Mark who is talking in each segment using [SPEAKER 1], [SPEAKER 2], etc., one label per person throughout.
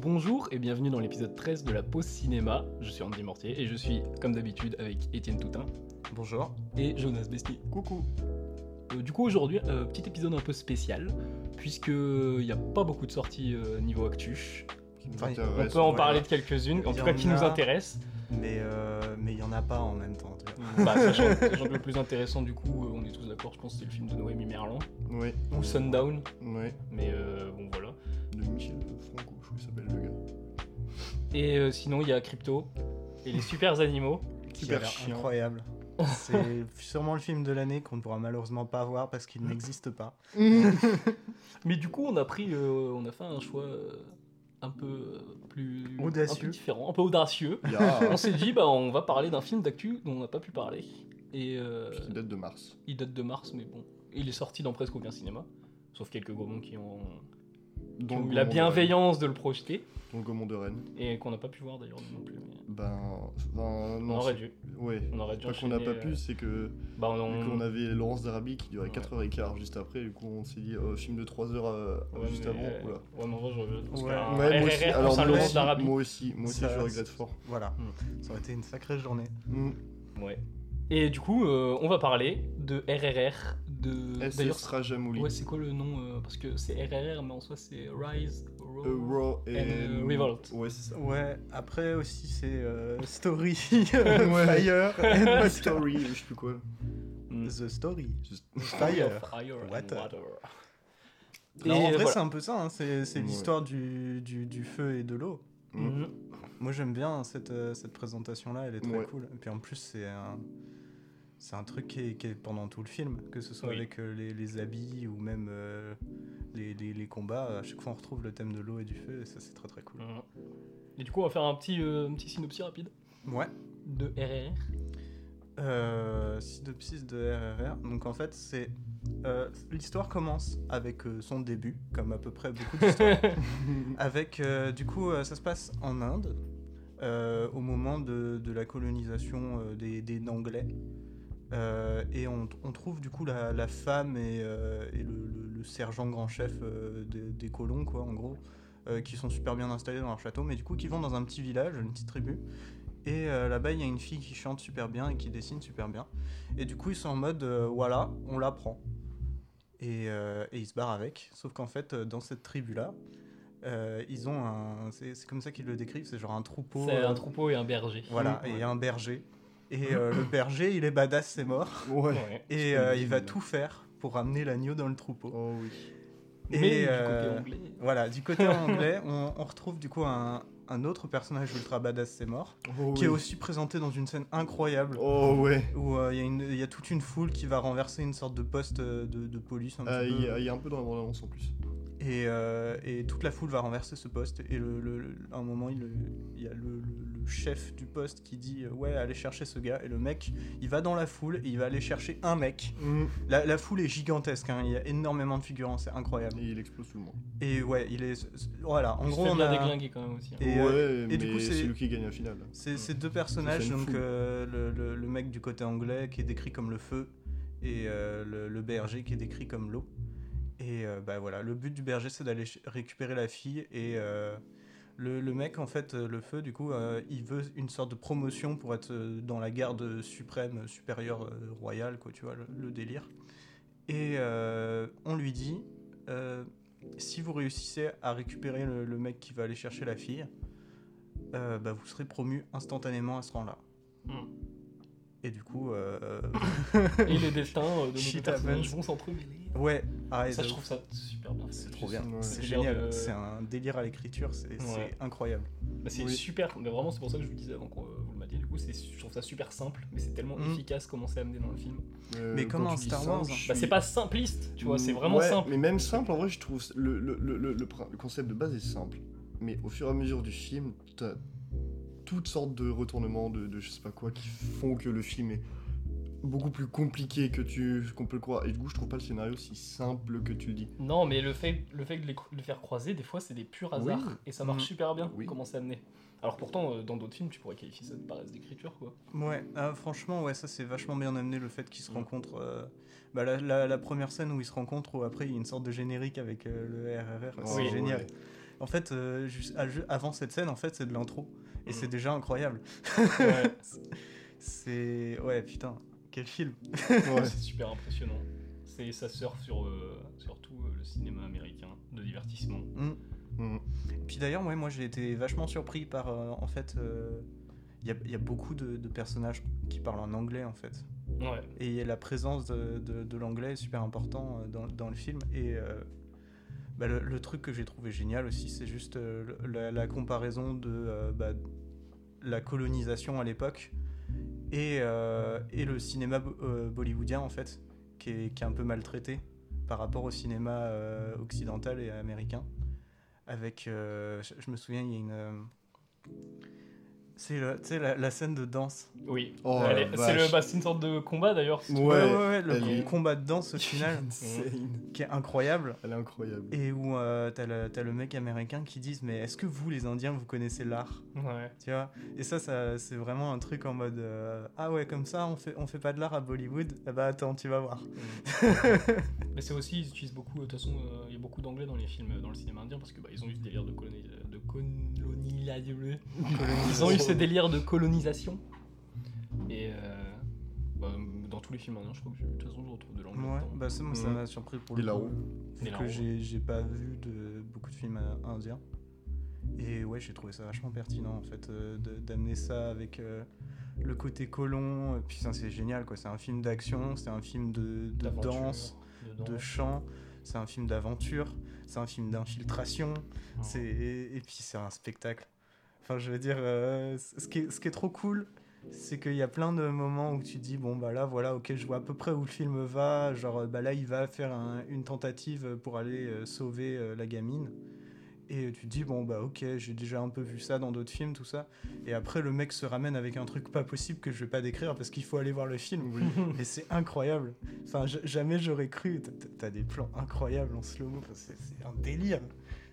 [SPEAKER 1] bonjour et bienvenue dans l'épisode 13 de la pause cinéma. Je suis Andy Mortier et je suis, comme d'habitude, avec Étienne Toutin
[SPEAKER 2] Bonjour.
[SPEAKER 1] et Jonas Besnier.
[SPEAKER 2] Coucou.
[SPEAKER 1] Euh, du coup, aujourd'hui, euh, petit épisode un peu spécial, puisqu'il n'y a pas beaucoup de sorties euh, niveau actu. On peut en parler de quelques-unes, en
[SPEAKER 2] Il y
[SPEAKER 1] tout cas qui
[SPEAKER 2] en a.
[SPEAKER 1] nous intéressent.
[SPEAKER 2] Mais euh, mais il y en a pas en même temps. en tout cas.
[SPEAKER 1] bah, sachant, sachant que le plus intéressant, du coup, euh, on est tous d'accord, je pense, c'est le film de Noémie Merlan,
[SPEAKER 3] Oui,
[SPEAKER 1] ou Sundown,
[SPEAKER 3] oui,
[SPEAKER 1] mais euh, bon, voilà.
[SPEAKER 3] de Michel Franco, je crois qu'il s'appelle le gars.
[SPEAKER 1] Et euh, sinon, il y a Crypto et les super animaux.
[SPEAKER 2] Qui
[SPEAKER 3] Super
[SPEAKER 2] a l'air
[SPEAKER 3] chiant.
[SPEAKER 2] Incroyable. C'est sûrement le film de l'année qu'on ne pourra malheureusement pas voir parce
[SPEAKER 3] Mm.
[SPEAKER 2] qu'il n'existe pas.
[SPEAKER 1] Mais du coup, on a pris, euh, on a fait un choix euh, un peu euh, plus un peu
[SPEAKER 2] Audacieux.
[SPEAKER 1] différent, un peu audacieux.
[SPEAKER 3] Yeah.
[SPEAKER 1] on s'est dit, bah, on va parler d'un film d'actu dont on n'a pas pu parler. Et euh,
[SPEAKER 3] Qui date de mars.
[SPEAKER 1] il date de mars, mais bon, il est sorti dans presque aucun cinéma, sauf quelques gourmands qui ont, qui ont eu
[SPEAKER 3] le
[SPEAKER 1] la
[SPEAKER 3] Gaumont de
[SPEAKER 1] bienveillance de le projeter
[SPEAKER 3] Rennes. Dans le Gaumont de Rennes.
[SPEAKER 1] et qu'on n'a pas pu voir d'ailleurs non plus. mais
[SPEAKER 3] Ben, ben
[SPEAKER 1] on
[SPEAKER 3] non.
[SPEAKER 1] aurait
[SPEAKER 3] c'est-
[SPEAKER 1] dû.
[SPEAKER 3] Ouais.
[SPEAKER 1] On aurait dû.
[SPEAKER 3] Pas qu'on n'a pas
[SPEAKER 1] enchaîner,
[SPEAKER 3] pu,
[SPEAKER 1] euh,
[SPEAKER 3] c'est que
[SPEAKER 1] Bah, on,
[SPEAKER 3] vu qu'on avait Laurence Darabi qui durait
[SPEAKER 1] Ouais.
[SPEAKER 3] 4h15 juste après, du coup on s'est dit euh, film de 3h
[SPEAKER 1] ouais,
[SPEAKER 3] juste
[SPEAKER 1] mais,
[SPEAKER 3] avant.
[SPEAKER 1] euh,
[SPEAKER 3] oula.
[SPEAKER 1] Ouais, mais en vrai, je regrette. parce
[SPEAKER 2] Ouais.
[SPEAKER 1] qu'un
[SPEAKER 3] Ouais, moi
[SPEAKER 1] RRR
[SPEAKER 3] aussi,
[SPEAKER 1] pour
[SPEAKER 3] alors moi
[SPEAKER 1] Saint-Laurent
[SPEAKER 3] aussi,
[SPEAKER 1] d'Arabie.
[SPEAKER 3] moi aussi, moi aussi,
[SPEAKER 2] Ça-
[SPEAKER 3] je regrette fort.
[SPEAKER 2] Voilà. Ça aurait été une sacrée journée.
[SPEAKER 3] Mm.
[SPEAKER 1] Ouais. Et du coup, euh, on va parler de RRR.
[SPEAKER 2] Eh,
[SPEAKER 1] De...
[SPEAKER 3] SS
[SPEAKER 1] D'ailleurs,
[SPEAKER 3] Rajamouli.
[SPEAKER 1] ouais, c'est quoi le nom euh, Parce que c'est RRR, mais en soi, c'est Rise. Row-
[SPEAKER 3] Euh, Raw et.
[SPEAKER 1] and, euh, Revolt.
[SPEAKER 3] Ouais, c'est ça.
[SPEAKER 2] Ouais. Après aussi c'est euh, Story,
[SPEAKER 3] Ouais.
[SPEAKER 2] Fire, and Water.
[SPEAKER 3] Story, je sais plus quoi.
[SPEAKER 1] Mm.
[SPEAKER 2] The Story.
[SPEAKER 3] Juste-
[SPEAKER 2] Fire.
[SPEAKER 1] Fire and
[SPEAKER 2] Water.
[SPEAKER 1] water. Et
[SPEAKER 2] Non, en vrai,
[SPEAKER 1] voilà.
[SPEAKER 2] c'est un peu ça, hein. c'est c'est
[SPEAKER 3] Ouais.
[SPEAKER 2] l'histoire du, du- du feu et de l'eau.
[SPEAKER 1] Mhm.
[SPEAKER 2] Moi j'aime bien hein, cette, euh, cette présentation-là, elle est très
[SPEAKER 3] Ouais.
[SPEAKER 2] cool. Et puis en plus c'est un, c'est un truc qui est, qui est pendant tout le film, que ce soit
[SPEAKER 1] Oui.
[SPEAKER 2] avec euh, les, les habits ou même euh, les, les- les combats, à chaque fois on retrouve le thème de l'eau et du feu et ça c'est très très cool.
[SPEAKER 1] Mhm. Et du coup, on va faire un petit, euh, un petit synopsis rapide
[SPEAKER 2] Ouais.
[SPEAKER 1] de RRR.
[SPEAKER 2] Euh, synopsis de RRR. Donc en fait c'est... euh, L'histoire commence avec euh, son début, comme à peu près beaucoup d'histoires. Avec, euh, du coup, euh, ça se passe en Inde, euh, au moment de, de la colonisation euh, des, des Anglais. Euh, et on, on trouve, du coup, la, la femme et, euh, et le, le- le sergent grand chef euh, des, des colons, quoi, en gros, euh, qui sont super bien installés dans leur château, mais du coup, qui vont dans un petit village, une petite tribu. Et euh, là-bas, il y a une fille qui chante super bien et qui dessine super bien. Et du coup, ils sont en mode, euh, voilà, on la prend. Et, euh, et ils se barrent avec. Sauf qu'en fait, euh, dans cette tribu-là, euh, ils ont un. C'est c'est comme ça qu'ils le décrivent, c'est genre un troupeau.
[SPEAKER 1] C'est un
[SPEAKER 2] euh,
[SPEAKER 1] troupeau et un berger.
[SPEAKER 2] Voilà,
[SPEAKER 3] Ouais.
[SPEAKER 2] et un berger. Et euh, le berger, il est badass, c'est mort.
[SPEAKER 3] Ouais.
[SPEAKER 1] Ouais.
[SPEAKER 2] Et
[SPEAKER 3] C'est
[SPEAKER 2] euh,
[SPEAKER 3] une
[SPEAKER 2] il va
[SPEAKER 3] ville.
[SPEAKER 2] tout faire pour ramener l'agneau dans le troupeau.
[SPEAKER 3] Oh oui.
[SPEAKER 2] Et,
[SPEAKER 1] Mais
[SPEAKER 2] euh,
[SPEAKER 1] du côté anglais.
[SPEAKER 2] Voilà, du côté anglais, on, on retrouve du coup un, un autre personnage ultra badass, c'est mort, qui est aussi présenté dans une scène incroyable.
[SPEAKER 3] Oh ouais.
[SPEAKER 2] Où euh, il y a une- il y, a toute une foule qui va renverser une sorte de poste euh, de, de police un petit
[SPEAKER 3] Euh, Il
[SPEAKER 2] peu.
[SPEAKER 3] y, a- il y a un peu dans la bande-annonce en plus.
[SPEAKER 2] Et, euh, et toute la foule va renverser ce poste. Et le, le- le- à un moment, il, il y a le, le- le chef du poste qui dit euh, Ouais, allez chercher ce gars. Et le mec, il va dans la foule et il va aller chercher un mec. La, la foule est gigantesque, hein, il y a énormément de figurants, c'est
[SPEAKER 3] Et
[SPEAKER 2] incroyable.
[SPEAKER 3] il explose tout le monde.
[SPEAKER 2] Et ouais, il est. Voilà, en
[SPEAKER 1] Il se
[SPEAKER 2] gros,
[SPEAKER 1] fait
[SPEAKER 2] on
[SPEAKER 1] bien
[SPEAKER 2] a.
[SPEAKER 1] déglinguer quand même aussi. hein.
[SPEAKER 2] Et,
[SPEAKER 3] ouais,
[SPEAKER 2] euh,
[SPEAKER 3] mais
[SPEAKER 2] et du coup, c'est-
[SPEAKER 3] c'est lui qui gagne la finale.
[SPEAKER 2] Ces, ces deux
[SPEAKER 3] Ça
[SPEAKER 2] personnages,
[SPEAKER 3] fait Mmh. une
[SPEAKER 2] donc
[SPEAKER 3] foule.
[SPEAKER 2] euh, le, le- le mec du côté anglais qui est décrit comme le feu et euh, le, le berger qui est décrit comme l'eau. Et euh, bah voilà, le but du berger c'est d'aller ch- récupérer la fille et euh, le, le mec en fait, euh, le feu du coup, euh, il veut une sorte de promotion pour être euh, dans la garde suprême, euh, supérieure, euh, royale, quoi, tu vois, le, le délire. Et euh, on lui dit, euh, si vous réussissez à récupérer le, le mec qui va aller chercher la fille, euh, bah, vous serez promu instantanément à ce rang-là.
[SPEAKER 1] Mm.
[SPEAKER 2] Et du coup, euh,
[SPEAKER 1] Et les destins euh, de nos deux
[SPEAKER 2] Shit
[SPEAKER 1] personnages
[SPEAKER 2] happens.
[SPEAKER 1] vont s'entremêler.
[SPEAKER 2] ouais, arrête.
[SPEAKER 1] Ça, je trouve ça super bien. fait.
[SPEAKER 3] trop bien.
[SPEAKER 1] Ouais.
[SPEAKER 2] C'est
[SPEAKER 1] C'est genre
[SPEAKER 2] génial,
[SPEAKER 1] de-
[SPEAKER 2] c'est un délire à l'écriture, c'est c'est
[SPEAKER 1] Ouais.
[SPEAKER 2] incroyable.
[SPEAKER 1] Bah, c'est
[SPEAKER 3] Oui.
[SPEAKER 1] super, mais vraiment c'est pour ça que je vous le disais avant que vous le matiez, du coup c'est- je trouve ça super simple, mais c'est tellement
[SPEAKER 2] Mhm.
[SPEAKER 1] efficace comment c'est amené dans le film.
[SPEAKER 3] Euh,
[SPEAKER 2] Mais
[SPEAKER 3] quand
[SPEAKER 2] comment
[SPEAKER 3] tu
[SPEAKER 2] un
[SPEAKER 3] dis
[SPEAKER 2] Star
[SPEAKER 3] ça,
[SPEAKER 2] Wars,
[SPEAKER 3] Mm.
[SPEAKER 2] hein
[SPEAKER 3] je
[SPEAKER 1] Bah c'est
[SPEAKER 3] suis- Mm,
[SPEAKER 1] pas simpliste, tu vois, c'est vraiment
[SPEAKER 3] Ouais,
[SPEAKER 1] simple.
[SPEAKER 3] Mais même simple, en vrai, je trouve le, le, le, le, le prin- le concept de base est simple. Mais au fur et à mesure du film, t'as toutes sortes de retournements, de, de je sais pas quoi, qui font que le film est beaucoup plus compliqué que tu qu'on peut le croire. Et du coup, je trouve pas le scénario si simple que tu le dis.
[SPEAKER 1] Non, mais le fait, le fait de les, de les faire croiser, des fois c'est des purs hasards,
[SPEAKER 3] Oui. Mm.
[SPEAKER 1] et ça marche
[SPEAKER 2] Mhm.
[SPEAKER 1] super bien
[SPEAKER 3] Oui.
[SPEAKER 1] comment c'est amené. Alors pourtant, euh, dans d'autres films, tu pourrais qualifier ça de paresse d'écriture, quoi.
[SPEAKER 2] Ouais, ah, franchement, ouais, ça c'est vachement bien amené le fait qu'ils se
[SPEAKER 1] Mm.
[SPEAKER 2] rencontrent. euh, bah, la, la- la première scène où ils se rencontrent, où après il y a une sorte de générique avec euh, le RRR,
[SPEAKER 3] Oh,
[SPEAKER 2] c'est
[SPEAKER 1] Oui.
[SPEAKER 2] génial.
[SPEAKER 3] ouais.
[SPEAKER 2] En fait, euh, juste à- ju- avant cette scène, en fait, c'est de l'intro. Et
[SPEAKER 1] Mhm.
[SPEAKER 2] c'est déjà incroyable.
[SPEAKER 1] Ouais.
[SPEAKER 2] C'est. Ouais, putain, quel film.
[SPEAKER 3] Ouais.
[SPEAKER 1] C'est super impressionnant. C'est ça surfe sur euh, surtout euh, le cinéma américain de divertissement.
[SPEAKER 2] Hmm.
[SPEAKER 3] Mm.
[SPEAKER 2] Puis d'ailleurs, ouais, moi j'ai été vachement surpris par. euh, en fait, il y, a, y a beaucoup de, de personnages qui parlent en anglais en fait.
[SPEAKER 1] Ouais.
[SPEAKER 2] Et la présence de, de- de l'anglais est super important euh, dans, dans le film. Et euh, bah, le, le truc que j'ai trouvé génial aussi, c'est juste euh, le- la, la comparaison de euh, bah, la colonisation à l'époque et, euh, et le cinéma bo- euh, bollywoodien en fait, qui est, qui est un peu maltraité par rapport au cinéma euh, occidental et américain. Avec, euh, je, je me souviens, il y a une. euh, c'est le- tu sais, la, la scène de danse.
[SPEAKER 1] Oui.
[SPEAKER 3] Oh,
[SPEAKER 1] Elle
[SPEAKER 3] la
[SPEAKER 1] est- c'est le
[SPEAKER 3] vache.
[SPEAKER 1] bah, c'est une sorte de combat d'ailleurs. c'est-
[SPEAKER 3] Ouais,
[SPEAKER 2] le
[SPEAKER 3] elle est-
[SPEAKER 2] combat de danse au final.
[SPEAKER 3] Mm. Insane.
[SPEAKER 2] qui est incroyable
[SPEAKER 3] Elle est incroyable.
[SPEAKER 2] et où euh, t'as le, t'as le mec américain qui dit mais est-ce que vous les indiens vous connaissez l'art
[SPEAKER 1] Ouais.
[SPEAKER 2] tu vois et ça, ça c'est vraiment un truc en mode euh, ah ouais comme ça on fait on fait pas de l'art à Bollywood eh bah attends tu vas voir
[SPEAKER 1] Mais c'est aussi, ils utilisent beaucoup, de toute façon, euh, il y a beaucoup d'anglais dans les films, euh, dans le cinéma indien, parce que bah, ils ont eu ce délire de, coloni- de colonisation. Ils ont eu ce délire de colonisation. Et euh, bah, dans tous les films indiens, je crois que je- de toute façon, je retrouve de l'anglais.
[SPEAKER 2] ouais
[SPEAKER 1] dedans.
[SPEAKER 2] bah ça moi, ça
[SPEAKER 3] Mhm.
[SPEAKER 2] m'a surpris pour
[SPEAKER 3] Et
[SPEAKER 2] le
[SPEAKER 3] la
[SPEAKER 2] coup
[SPEAKER 3] roue.
[SPEAKER 2] vu
[SPEAKER 1] Et la
[SPEAKER 2] que
[SPEAKER 1] roue.
[SPEAKER 2] j'ai j'ai pas vu de beaucoup de films euh, indiens et ouais j'ai trouvé ça vachement pertinent en fait euh, de- d'amener ça avec euh, le côté colon Et puis ça c'est génial quoi c'est un film d'action c'est un film de- de
[SPEAKER 1] D'aventure,
[SPEAKER 2] danse
[SPEAKER 1] de
[SPEAKER 2] de
[SPEAKER 1] danse.
[SPEAKER 2] chant, c'est un film d'aventure, c'est un film d'infiltration,
[SPEAKER 1] Ouais.
[SPEAKER 2] c'est et, et puis c'est un spectacle. Enfin, je veux dire, euh, c- ce, qui est, ce qui est trop cool, c'est qu'il y a plein de moments où tu dis bon bah là voilà ok je vois à peu près où le film va, genre euh, bah là il va faire un- une tentative pour aller euh, sauver euh, la gamine. Et tu te dis, bon, bah ok, j'ai déjà un peu vu ça dans d'autres films, tout ça. Et après, le mec se ramène avec un truc pas possible que je vais pas décrire parce qu'il faut aller voir le film.
[SPEAKER 3] Oui.
[SPEAKER 2] Mais c'est incroyable. Enfin, j- jamais j'aurais cru. T'as- t'as- T'as des plans incroyables en slow-mo. Enfin, c'est- C'est un délire.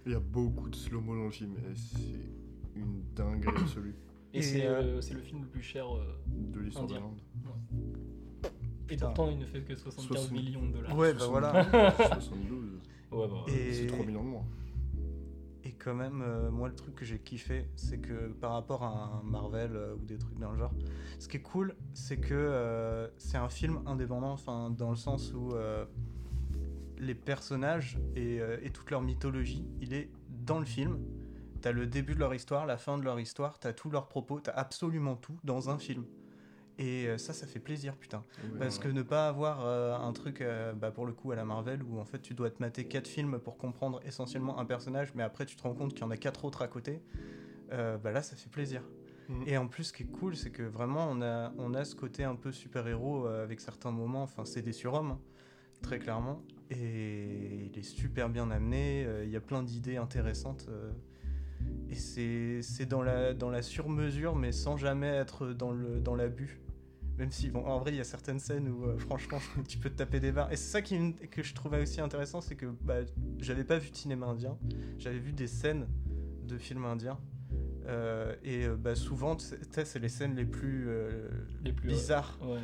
[SPEAKER 3] Il y a beaucoup de slow-mo dans le film. et C'est une dinguerie absolue
[SPEAKER 1] Et,
[SPEAKER 2] Et,
[SPEAKER 1] c'est
[SPEAKER 2] euh,
[SPEAKER 1] euh, c'est le film le plus cher. euh,
[SPEAKER 3] de l'histoire
[SPEAKER 1] Indien.
[SPEAKER 3] d'Irlande.
[SPEAKER 1] et
[SPEAKER 2] Putain.
[SPEAKER 1] pourtant, il ne fait que 75
[SPEAKER 3] Soixante-
[SPEAKER 1] millions de dollars.
[SPEAKER 2] Ouais, bah voilà.
[SPEAKER 3] 72.
[SPEAKER 1] Ouais, bah, ouais.
[SPEAKER 2] Et,
[SPEAKER 3] C'est 3 millions de moins.
[SPEAKER 2] et quand même, euh, moi, le truc que j'ai kiffé, c'est que par rapport à un Marvel euh, ou des trucs dans le genre, ce qui est cool, c'est que euh, c'est un film indépendant, enfin, dans le sens où euh, les personnages et, euh, et toute leur mythologie, il est dans le film. T'as le début de leur histoire, la fin de leur histoire, t'as tous leurs propos, t'as absolument tout dans un film. Et euh, ça, ça fait plaisir, putain. Parce que ne pas avoir euh, un truc, euh, bah, pour le coup, à la Marvel, où en fait tu dois te mater quatre films pour comprendre essentiellement un personnage, mais après tu te rends compte qu'il y en a quatre autres à côté, euh, bah là ça fait plaisir.
[SPEAKER 3] Mhm.
[SPEAKER 2] Et en plus, ce qui est cool, c'est que vraiment on a, on a ce côté un peu super-héros euh, avec certains moments, enfin c'est des surhommes, hein, très clairement, et il est super bien amené, euh, il y a plein d'idées intéressantes. euh, et c'est- c'est dans la, dans la surmesure, mais sans jamais être dans le- dans l'abus. Même si, bon, en vrai, il y a certaines scènes où, euh, franchement, tu peux te taper des barres. Et c'est ça qui, me- que je trouvais aussi intéressant, c'est que bah, j'avais pas vu de cinéma indien, j'avais vu des scènes de films indiens. Euh, et euh, bah, souvent, tu sais, tu sais, c'est les scènes les plus, euh,
[SPEAKER 1] Les plus,
[SPEAKER 2] bizarres.
[SPEAKER 1] Ouais.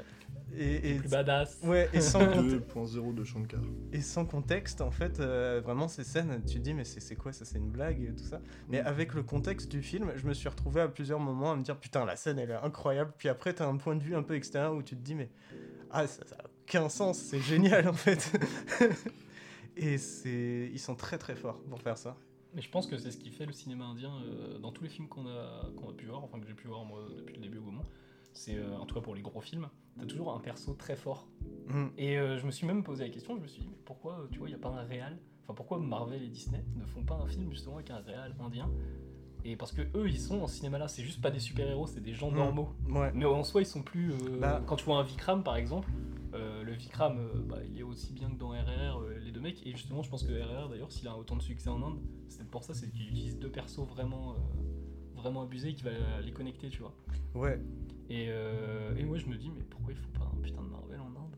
[SPEAKER 2] Et, et-
[SPEAKER 1] Plus badass.
[SPEAKER 2] ouais, et sans, conte-
[SPEAKER 3] 2.0 de Shankar.
[SPEAKER 2] et sans contexte, en fait, euh, vraiment, ces scènes, tu te dis, mais c'est c'est quoi ça C'est une blague et tout ça mais
[SPEAKER 3] Mm.
[SPEAKER 2] avec le contexte du film, je me suis retrouvé à plusieurs moments à me dire putain la scène elle est incroyable. Puis après t'as un point de vue un peu extérieur où tu te dis mais ah ça, ça a aucun sens, c'est génial en fait. Et c'est ils sont très très forts pour faire ça.
[SPEAKER 1] Mais je pense que c'est ce qui fait le cinéma indien euh, dans tous les films qu'on a, qu'on a pu voir, enfin que j'ai pu voir moi depuis le début au moment. C'est euh, en tout cas pour les gros films, t'as toujours un perso très fort.
[SPEAKER 2] Mm.
[SPEAKER 1] Et euh, je me suis même posé la question, je me suis dit, mais pourquoi, euh, tu vois, il n'y a pas un réal Enfin, pourquoi Marvel et Disney ne font pas un film justement avec un réal indien Et parce que eux, ils sont en cinéma là, c'est juste pas des super-héros, c'est des gens
[SPEAKER 2] Mm.
[SPEAKER 1] normaux.
[SPEAKER 2] Ouais.
[SPEAKER 1] Mais en soi, ils sont plus. euh,
[SPEAKER 2] Bah.
[SPEAKER 1] Quand tu vois un Vikram, par exemple, euh, le Vikram, euh, bah, il est aussi bien que dans RRR, euh, les deux mecs. Et justement, je pense que RRR, d'ailleurs, s'il a autant de succès en Inde, c'est pour ça c'est qu'il utilise deux persos vraiment, euh, vraiment abusés et qu'il va les connecter, tu vois.
[SPEAKER 2] Ouais.
[SPEAKER 1] Et, euh, et moi, je me dis, mais pourquoi ils font pas un putain de Marvel en Inde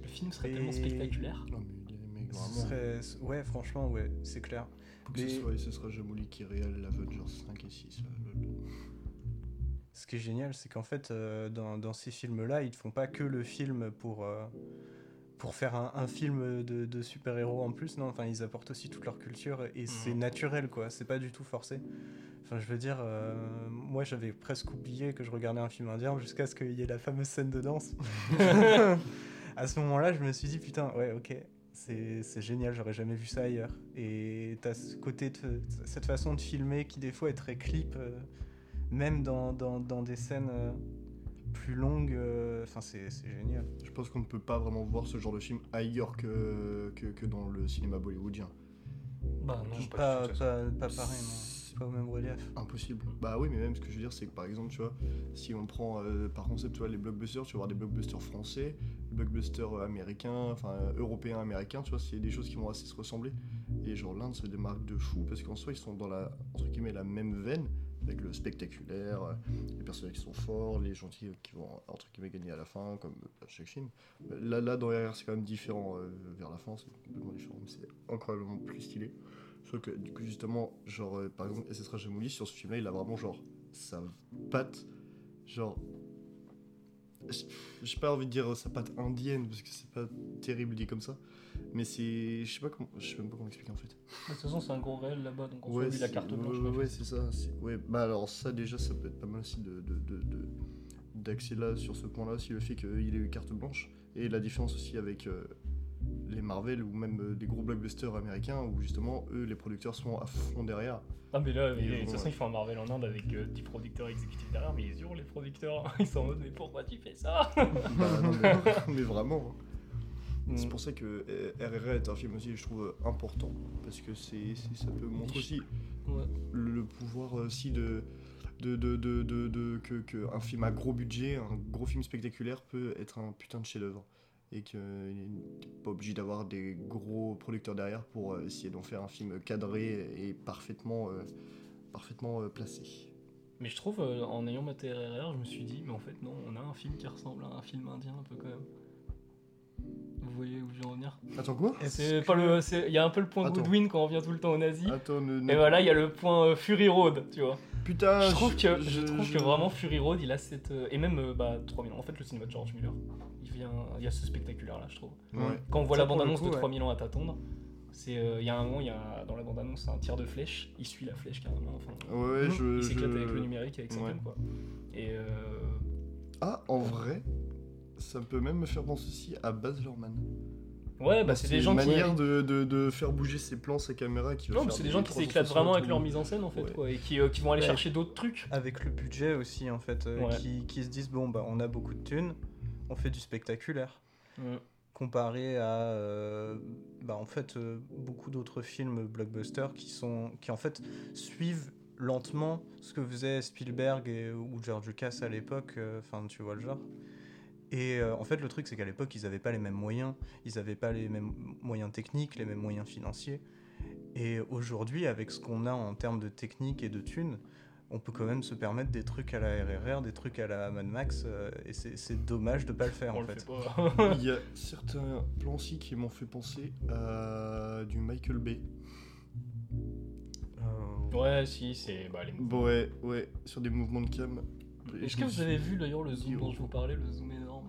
[SPEAKER 1] Le film serait
[SPEAKER 2] Et-
[SPEAKER 1] tellement spectaculaire.
[SPEAKER 3] Non, mais les mecs,
[SPEAKER 2] Ce
[SPEAKER 3] vraiment.
[SPEAKER 2] serait- Ouais franchement ouais c'est clair.
[SPEAKER 3] Faut que
[SPEAKER 2] mais-
[SPEAKER 3] ce soit, et ce sera Jamouli qui réelle l'Avengers 5 et 6. là, lol.
[SPEAKER 2] Ce qui est génial, c'est qu'en fait, euh, dans, dans ces films-là, ils ne font pas que le film pour, euh, pour faire un, un film de, de super-héros en plus, non, enfin ils apportent aussi toute leur culture et c'est naturel quoi, c'est pas du tout forcé. Enfin je veux dire, euh, moi j'avais presque oublié que je regardais un film indien jusqu'à ce qu'il y ait la fameuse scène de danse. à ce moment-là je me suis dit putain ouais ok. C'est c'est génial, j'aurais jamais vu ça ailleurs. Et t'as ce côté, de- cette façon de filmer qui des fois est très clip, euh, même dans, dans, dans des scènes euh, plus longues. euh, Enfin c'est c'est génial.
[SPEAKER 3] Je pense qu'on ne peut pas vraiment voir ce genre de film ailleurs que, que, que dans le cinéma bollywoodien.
[SPEAKER 1] Bah non, pas-
[SPEAKER 2] Pas, pas,
[SPEAKER 4] du tout,
[SPEAKER 2] pas pareil, non.
[SPEAKER 3] C'est
[SPEAKER 2] Pas au même relief.
[SPEAKER 3] Impossible. Bah oui, mais même ce que je veux dire, c'est que par exemple, tu vois, si on prend euh, par concept, tu vois, les blockbusters, tu vas voir des blockbusters français, des blockbusters euh, américains, enfin euh, européens, américains, tu vois, c'est des choses qui vont assez se ressembler. Et genre l'Inde se démarque de fou parce qu'en soi, ils sont dans la, entre guillemets, la même veine, avec le spectaculaire, euh, les personnages qui sont forts, les gentils qui vont, entre guillemets, gagner à la fin, comme à chaque film. Euh, Là, là dans RR, c'est quand même différent euh, vers la fin, c'est complètement différent, mais c'est incroyablement plus stylé. Je trouve que du coup justement, genre euh, par exemple SSR Jamouli sur ce film là il a vraiment genre sa patte, genre je- j'ai pas envie de dire euh, sa patte indienne parce que c'est pas terrible dit comme ça, mais c'est je sais pas comment je sais même pas comment expliquer en fait.
[SPEAKER 1] Bah, De toute façon, c'est un gros réel là-bas, donc on fait
[SPEAKER 3] c'est-
[SPEAKER 1] la carte
[SPEAKER 3] ouais,
[SPEAKER 1] blanche.
[SPEAKER 3] ouais, ouais, c'est ça. c'est- Ouais bah alors ça déjà ça peut être pas mal aussi de de- de- de- d'axer là sur ce point là aussi le fait qu'il ait eu carte blanche et la différence aussi avec euh, les Marvel ou même euh, des gros blockbusters américains où justement eux les producteurs sont à fond derrière
[SPEAKER 1] Ah mais là,
[SPEAKER 3] Ils
[SPEAKER 1] mais de toute
[SPEAKER 3] vont,
[SPEAKER 1] façon,
[SPEAKER 3] ouais.
[SPEAKER 1] ils font un Marvel en Inde avec euh, 10 producteurs exécutifs derrière, mais ils hurlent les producteurs. Ils sont en mode, mais pourquoi tu fais ça
[SPEAKER 3] Bah, non, mais, mais vraiment. hein. C'est
[SPEAKER 1] Mm.
[SPEAKER 3] pour ça que euh, RRR est un film aussi, je trouve, euh, important. Parce que c'est, c'est- ça peut montrer aussi
[SPEAKER 1] Ouais.
[SPEAKER 3] le, le pouvoir euh, aussi de. De, de, de, de- de- que, que un film à gros budget, un gros film spectaculaire peut être un putain de chef-d'œuvre. Et qu'il n'est pas obligé d'avoir des gros producteurs derrière pour euh, essayer d'en faire un film cadré et parfaitement, euh, parfaitement euh, placé.
[SPEAKER 1] Mais je trouve, euh, en ayant ma TRRR, je me suis dit, mais en fait, non, on a un film qui ressemble à un film indien un peu quand même. Vous voyez où je veux en venir
[SPEAKER 3] Attends quoi
[SPEAKER 2] Est-ce
[SPEAKER 1] C'est
[SPEAKER 2] que-
[SPEAKER 1] pas le, c'est- il y a un peu le point
[SPEAKER 3] Attends. Ah,
[SPEAKER 1] Goodwin quand on revient tout le temps en Asie.
[SPEAKER 3] Attends, ne- ne-
[SPEAKER 1] Et voilà, il y a le point euh, Fury Road, tu vois.
[SPEAKER 3] putain
[SPEAKER 1] je trouve que, je,
[SPEAKER 3] Ah, je-
[SPEAKER 1] trouve
[SPEAKER 3] je-
[SPEAKER 1] que vraiment Fury Road, il a cette euh, et même euh, bah 3000 ans. En fait, le cinéma de George Miller, il vient, il y a ce spectaculaire là, je trouve.
[SPEAKER 3] Ouais.
[SPEAKER 1] Quand on voit
[SPEAKER 2] Ça,
[SPEAKER 1] la
[SPEAKER 2] pour le
[SPEAKER 1] bande-annonce
[SPEAKER 2] coup,
[SPEAKER 1] de
[SPEAKER 2] ouais.
[SPEAKER 1] 3000 ans à t'attendre, c'est euh, il y a un moment, il y a dans la bande-annonce un tir de flèche, il suit la flèche carrément. Enfin, Mhm.
[SPEAKER 3] Ouais, je.
[SPEAKER 1] il s'éclate
[SPEAKER 3] je-
[SPEAKER 1] avec le numérique, avec sa
[SPEAKER 3] Ouais.
[SPEAKER 1] plume, quoi. Et euh,
[SPEAKER 3] Ah, en vrai, ça peut même me faire penser aussi à Baz Luhrmann.
[SPEAKER 1] ouais, bah c'est des gens
[SPEAKER 3] une
[SPEAKER 1] qui
[SPEAKER 3] manière de, de, de faire bouger ses plans, sa caméra qui va
[SPEAKER 1] non, mais
[SPEAKER 3] faire
[SPEAKER 1] c'est des gens qui s'éclatent
[SPEAKER 3] 360
[SPEAKER 1] vraiment avec
[SPEAKER 3] ou-
[SPEAKER 1] leur mise en scène en fait,
[SPEAKER 3] Ouais.
[SPEAKER 1] quoi, et qui, euh, qui vont aller
[SPEAKER 2] Ouais.
[SPEAKER 1] chercher d'autres trucs.
[SPEAKER 2] Avec le budget aussi, en fait, euh,
[SPEAKER 1] Ouais.
[SPEAKER 2] qui, qui se disent bon, bah on a beaucoup de thunes, on fait du spectaculaire. Comparé à euh, bah, en fait, euh, beaucoup d'autres films blockbusters qui, sont, qui en fait suivent lentement ce que faisait Spielberg et, ou George Lucas à l'époque, euh, enfin tu vois le genre. Et euh, en fait, le truc, c'est qu'à l'époque, ils n'avaient pas les mêmes moyens, ils n'avaient pas les mêmes moyens techniques, les mêmes moyens financiers. Et aujourd'hui, avec ce qu'on a en termes de technique et de thunes, on peut quand même se permettre des trucs à la RRR, des trucs à la Mad Max, euh, et c'est c'est dommage de pas le faire
[SPEAKER 1] On
[SPEAKER 2] en
[SPEAKER 1] le
[SPEAKER 2] fait.
[SPEAKER 1] fait pas.
[SPEAKER 3] Il y a certains plans aussi qui m'ont fait penser à du Michael Bay.
[SPEAKER 2] Euh,
[SPEAKER 1] ouais, si, c'est bah les
[SPEAKER 3] Bon, ouais, ouais, sur des mouvements de cam. Et
[SPEAKER 1] Est-ce
[SPEAKER 3] je
[SPEAKER 1] que
[SPEAKER 3] me
[SPEAKER 1] vous
[SPEAKER 3] suis-
[SPEAKER 1] avez vu d'ailleurs le zoom dont je vous parlais, le zoom énorme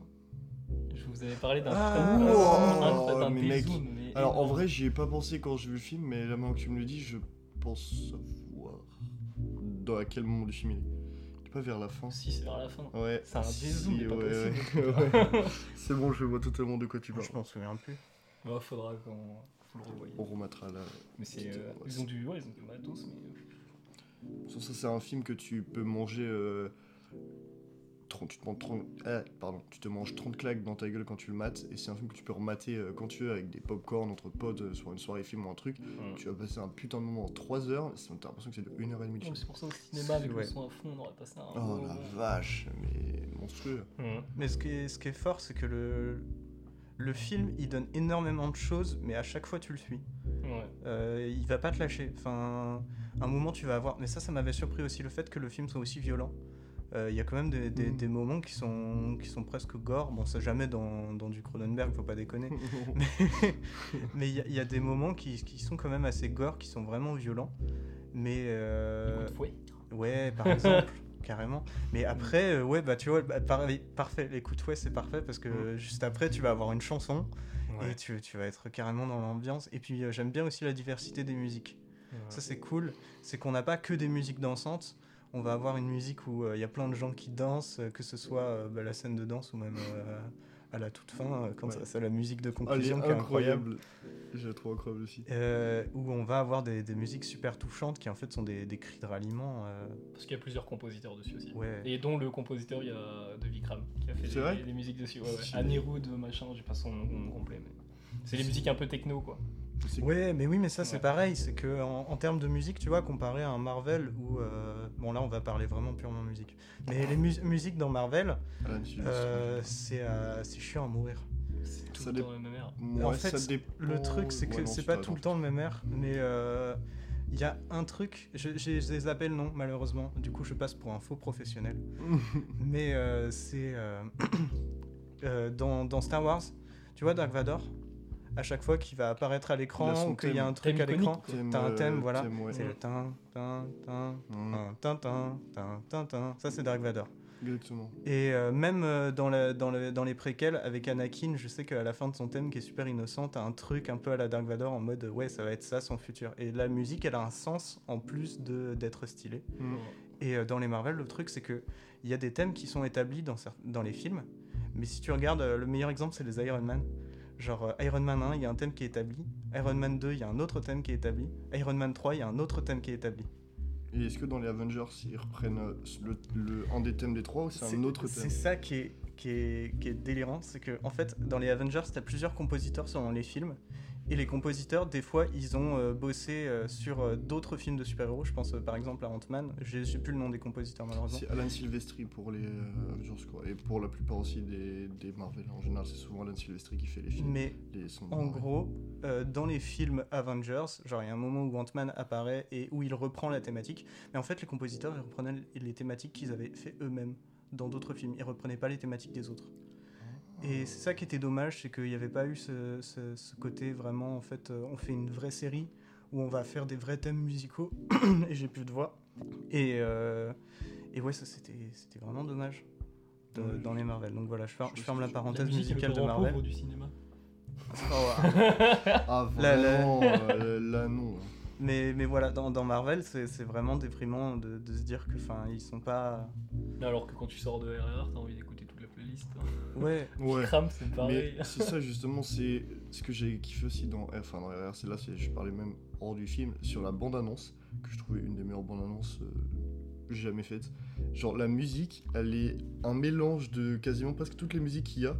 [SPEAKER 1] Je vous avais parlé d'un
[SPEAKER 2] Ah,
[SPEAKER 1] putain de-
[SPEAKER 3] wow,
[SPEAKER 1] un- un- un
[SPEAKER 3] oh, mais
[SPEAKER 1] des
[SPEAKER 3] mec.
[SPEAKER 1] zooms, mais
[SPEAKER 3] Alors, en
[SPEAKER 1] énorme.
[SPEAKER 3] vrai, j'y ai pas pensé quand j'ai vu le film, mais la main que tu me le dis, je pense savoir dans à quel moment du film il est. Il est pas vers la fin.
[SPEAKER 1] si c'est vers la fin.
[SPEAKER 3] Ouais.
[SPEAKER 1] C'est un
[SPEAKER 3] Si,
[SPEAKER 1] dézoom, mais pas
[SPEAKER 3] ouais,
[SPEAKER 1] possible.
[SPEAKER 3] ouais. C'est bon, je vois totalement de quoi tu parles.
[SPEAKER 2] je m'en souviens plus.
[SPEAKER 1] Bah, faudra qu'on faut le revoyer.
[SPEAKER 3] On remettra là.
[SPEAKER 1] Mais c'est,
[SPEAKER 3] petite-
[SPEAKER 1] euh,
[SPEAKER 3] ouais,
[SPEAKER 1] ils ont du, ouais, ils ont du matos, mais euh,
[SPEAKER 3] Sur ça, c'est un film que tu peux manger. euh, 30, tu, te manges 30 ah, pardon, tu te manges 30 claques dans ta gueule quand tu le mates, et c'est un film que tu peux remater euh, quand tu veux avec des pop-corn entre potes euh, sur une soirée film ou un truc.
[SPEAKER 1] Mm.
[SPEAKER 3] Tu vas passer un putain de moment en 3 heures, c'est- t'as l'impression que c'est de 1h30 de
[SPEAKER 1] non,
[SPEAKER 3] film.
[SPEAKER 1] mais c'est pour ça au cinéma avec
[SPEAKER 2] Ouais.
[SPEAKER 1] le son à fond, on aurait passé un.
[SPEAKER 3] Oh
[SPEAKER 1] bon
[SPEAKER 3] la
[SPEAKER 1] moment.
[SPEAKER 3] vache, mais monstrueux.
[SPEAKER 1] Mm.
[SPEAKER 2] Mais ce qui est, ce qui est fort, c'est que le, le film, il donne énormément de choses, mais à chaque fois, tu le suis.
[SPEAKER 1] Ouais.
[SPEAKER 2] Euh, il va pas te lâcher. Enfin, un moment, tu vas avoir. Mais ça, ça m'avait surpris aussi le fait que le film soit aussi violent. Euh, Il y a quand même des, des-
[SPEAKER 3] Mhm.
[SPEAKER 2] des moments qui sont, qui sont presque gore. Bon, ça jamais dans, dans du Cronenberg, faut pas déconner. mais il y, a- il y a des moments qui, qui sont quand même assez gore, qui sont vraiment violents. Mais.
[SPEAKER 1] Des
[SPEAKER 2] euh,
[SPEAKER 1] coups de fouet.
[SPEAKER 2] ouais, par exemple. carrément. Mais après, euh, ouais, bah tu vois, bah, par- parfait. L'écoute, ouais, c'est parfait parce que
[SPEAKER 3] Mm.
[SPEAKER 2] euh, juste après, tu vas avoir une chanson
[SPEAKER 1] Ouais.
[SPEAKER 2] et tu, tu vas être carrément dans l'ambiance. Et puis, euh, j'aime bien aussi la diversité des musiques. Ça, c'est cool. C'est qu'on n'a pas que des musiques dansantes. On va avoir une musique où euh, il y a plein de gens qui dansent, euh, que ce soit euh, bah, la scène de danse ou même euh, à la toute fin, euh, quand
[SPEAKER 3] Ouais.
[SPEAKER 2] ça- c'est la musique de
[SPEAKER 3] Ah, elle est
[SPEAKER 2] conclusion qui est incroyable.
[SPEAKER 3] incroyable. Je la trouve incroyable aussi.
[SPEAKER 2] Euh, où on va avoir des, des musiques super touchantes qui en fait sont des, des cris de ralliement. euh,
[SPEAKER 1] Parce qu'il y a plusieurs compositeurs dessus aussi.
[SPEAKER 2] ouais.
[SPEAKER 1] Et dont le compositeur, il y a de Vikram qui a fait
[SPEAKER 3] C'est
[SPEAKER 1] les-
[SPEAKER 3] vrai
[SPEAKER 1] les, musiques dessus. Ouais, ouais.
[SPEAKER 3] Stylé.
[SPEAKER 1] Anirudh, machin, j'ai pas son nom complet. Mais... C'est les musiques un peu techno, quoi.
[SPEAKER 3] C'est-
[SPEAKER 2] Ouais, mais oui, mais ça c'est
[SPEAKER 1] Ouais.
[SPEAKER 2] pareil, c'est que en, en termes de musique, tu vois, comparé à un Marvel où euh, bon là on va parler vraiment purement musique. Mais les mus- musiques dans Marvel,
[SPEAKER 3] Alan Silvestri.
[SPEAKER 2] euh, c'est euh, c'est chiant à mourir.
[SPEAKER 1] C'est tout
[SPEAKER 3] Ça
[SPEAKER 1] le
[SPEAKER 3] dé-
[SPEAKER 1] temps la même air.
[SPEAKER 3] Moi,
[SPEAKER 2] en fait,
[SPEAKER 3] ça dépend-
[SPEAKER 2] Le truc, c'est que
[SPEAKER 3] Oh, Ouais, non,
[SPEAKER 2] c'est
[SPEAKER 3] je
[SPEAKER 2] pas
[SPEAKER 3] t'arrête,
[SPEAKER 2] tout
[SPEAKER 3] en
[SPEAKER 2] le
[SPEAKER 3] fait.
[SPEAKER 2] temps le même air, mais euh, il y a un truc, je, je les appelle non, malheureusement, du coup je passe pour un faux professionnel. mais euh, c'est euh, euh, dans, dans Star Wars, tu vois Dark Vador, à chaque fois qu'il va apparaître à
[SPEAKER 3] Il a
[SPEAKER 2] l'écran
[SPEAKER 3] son
[SPEAKER 2] ou qu'il y a
[SPEAKER 3] thème.
[SPEAKER 2] un truc
[SPEAKER 1] Thème
[SPEAKER 2] à l'écran,
[SPEAKER 1] iconique.
[SPEAKER 3] Thème,
[SPEAKER 2] T'as un thème,
[SPEAKER 3] euh,
[SPEAKER 2] voilà.
[SPEAKER 3] thème, ouais.
[SPEAKER 2] c'est le tin, tin, tin,
[SPEAKER 3] Mm,
[SPEAKER 2] tin, tin, tin, tin, tin, tin. Ça, c'est Dark Vador.
[SPEAKER 3] Exactement.
[SPEAKER 2] Et euh, même euh, dans, la- dans, le- dans les préquels, avec Anakin, je sais qu'à la fin de son thème, qui est super innocent, t'as un truc un peu à la Dark Vador en mode euh, ouais, ça va être ça son futur. Et la musique, elle a un sens en plus de- d'être stylée.
[SPEAKER 3] Mm.
[SPEAKER 2] Et euh, dans les Marvel, le truc, c'est que il y a des thèmes qui sont établis dans, cer- dans les films. Mais si tu regardes, euh, le meilleur exemple, c'est les Iron Man. Genre euh, Iron Man 1, il y a un thème qui est établi. Iron Man 2, il y a un autre thème qui est établi. Iron Man 3, il y a un autre thème qui est établi.
[SPEAKER 3] Et est-ce que dans les Avengers, ils reprennent euh, le, le- un des thèmes des trois ou c'est un autre
[SPEAKER 2] C'est
[SPEAKER 3] thème
[SPEAKER 2] ça qui est, qui est, qui est délirant, c'est que en fait, dans les Avengers, t'as plusieurs compositeurs selon les films. Et les compositeurs, des fois, ils ont euh, bossé euh, sur euh, d'autres films de super-héros. Je pense euh, par exemple à Ant-Man. J'ai j'ai plus le nom des compositeurs malheureusement.
[SPEAKER 3] C'est Alan Silvestri pour les euh, Avengers, quoi. Et pour la plupart aussi des, des Marvel. En général, c'est souvent Alan Silvestri qui fait les films.
[SPEAKER 2] Mais
[SPEAKER 3] Les sons de
[SPEAKER 2] En
[SPEAKER 3] Marvel.
[SPEAKER 2] gros, euh, dans les films Avengers, genre il y a un moment où Ant-Man apparaît et où il reprend la thématique, mais en fait les compositeurs ils reprenaient les thématiques qu'ils avaient fait eux-mêmes dans d'autres films, ils reprenaient pas les thématiques des autres. Et c'est ça qui était dommage, c'est qu'il n'y avait pas eu ce, ce- ce côté vraiment en fait, euh, on fait une vraie série où on va faire des vrais thèmes musicaux et j'ai plus de voix. Et, euh, et ouais, ça c'était c'était vraiment dommage de-
[SPEAKER 3] Ouais,
[SPEAKER 2] dans les Marvel. Donc voilà, je, fer- je
[SPEAKER 3] je-
[SPEAKER 2] ferme la
[SPEAKER 3] je-
[SPEAKER 1] La
[SPEAKER 2] parenthèse
[SPEAKER 1] musique,
[SPEAKER 2] musicale
[SPEAKER 1] le
[SPEAKER 2] de
[SPEAKER 1] grand
[SPEAKER 2] Marvel.
[SPEAKER 1] pauvre du cinéma.
[SPEAKER 2] Oh, wow.
[SPEAKER 3] Ah,
[SPEAKER 2] La- la-
[SPEAKER 3] vraiment, euh, là, non. hein.
[SPEAKER 2] Mais, mais voilà, dans, dans Marvel, c'est c'est vraiment déprimant de, de se dire que, enfin, ils sont pas.
[SPEAKER 1] Mais Alors que quand tu sors de RR, t'as envie d'écouter toute la playlist.
[SPEAKER 2] Ouais.
[SPEAKER 3] Ouais.
[SPEAKER 1] Cram, c'est pareil.
[SPEAKER 3] Mais c'est ça justement, c'est ce que j'ai kiffé aussi dans, eh, enfin dans RR, c'est là, c'est- je parlais même hors du film, sur la bande-annonce, que je trouvais une des meilleures bandes-annonces euh, jamais faites. Genre la musique, elle est un mélange de quasiment presque toutes les musiques qu'il y a.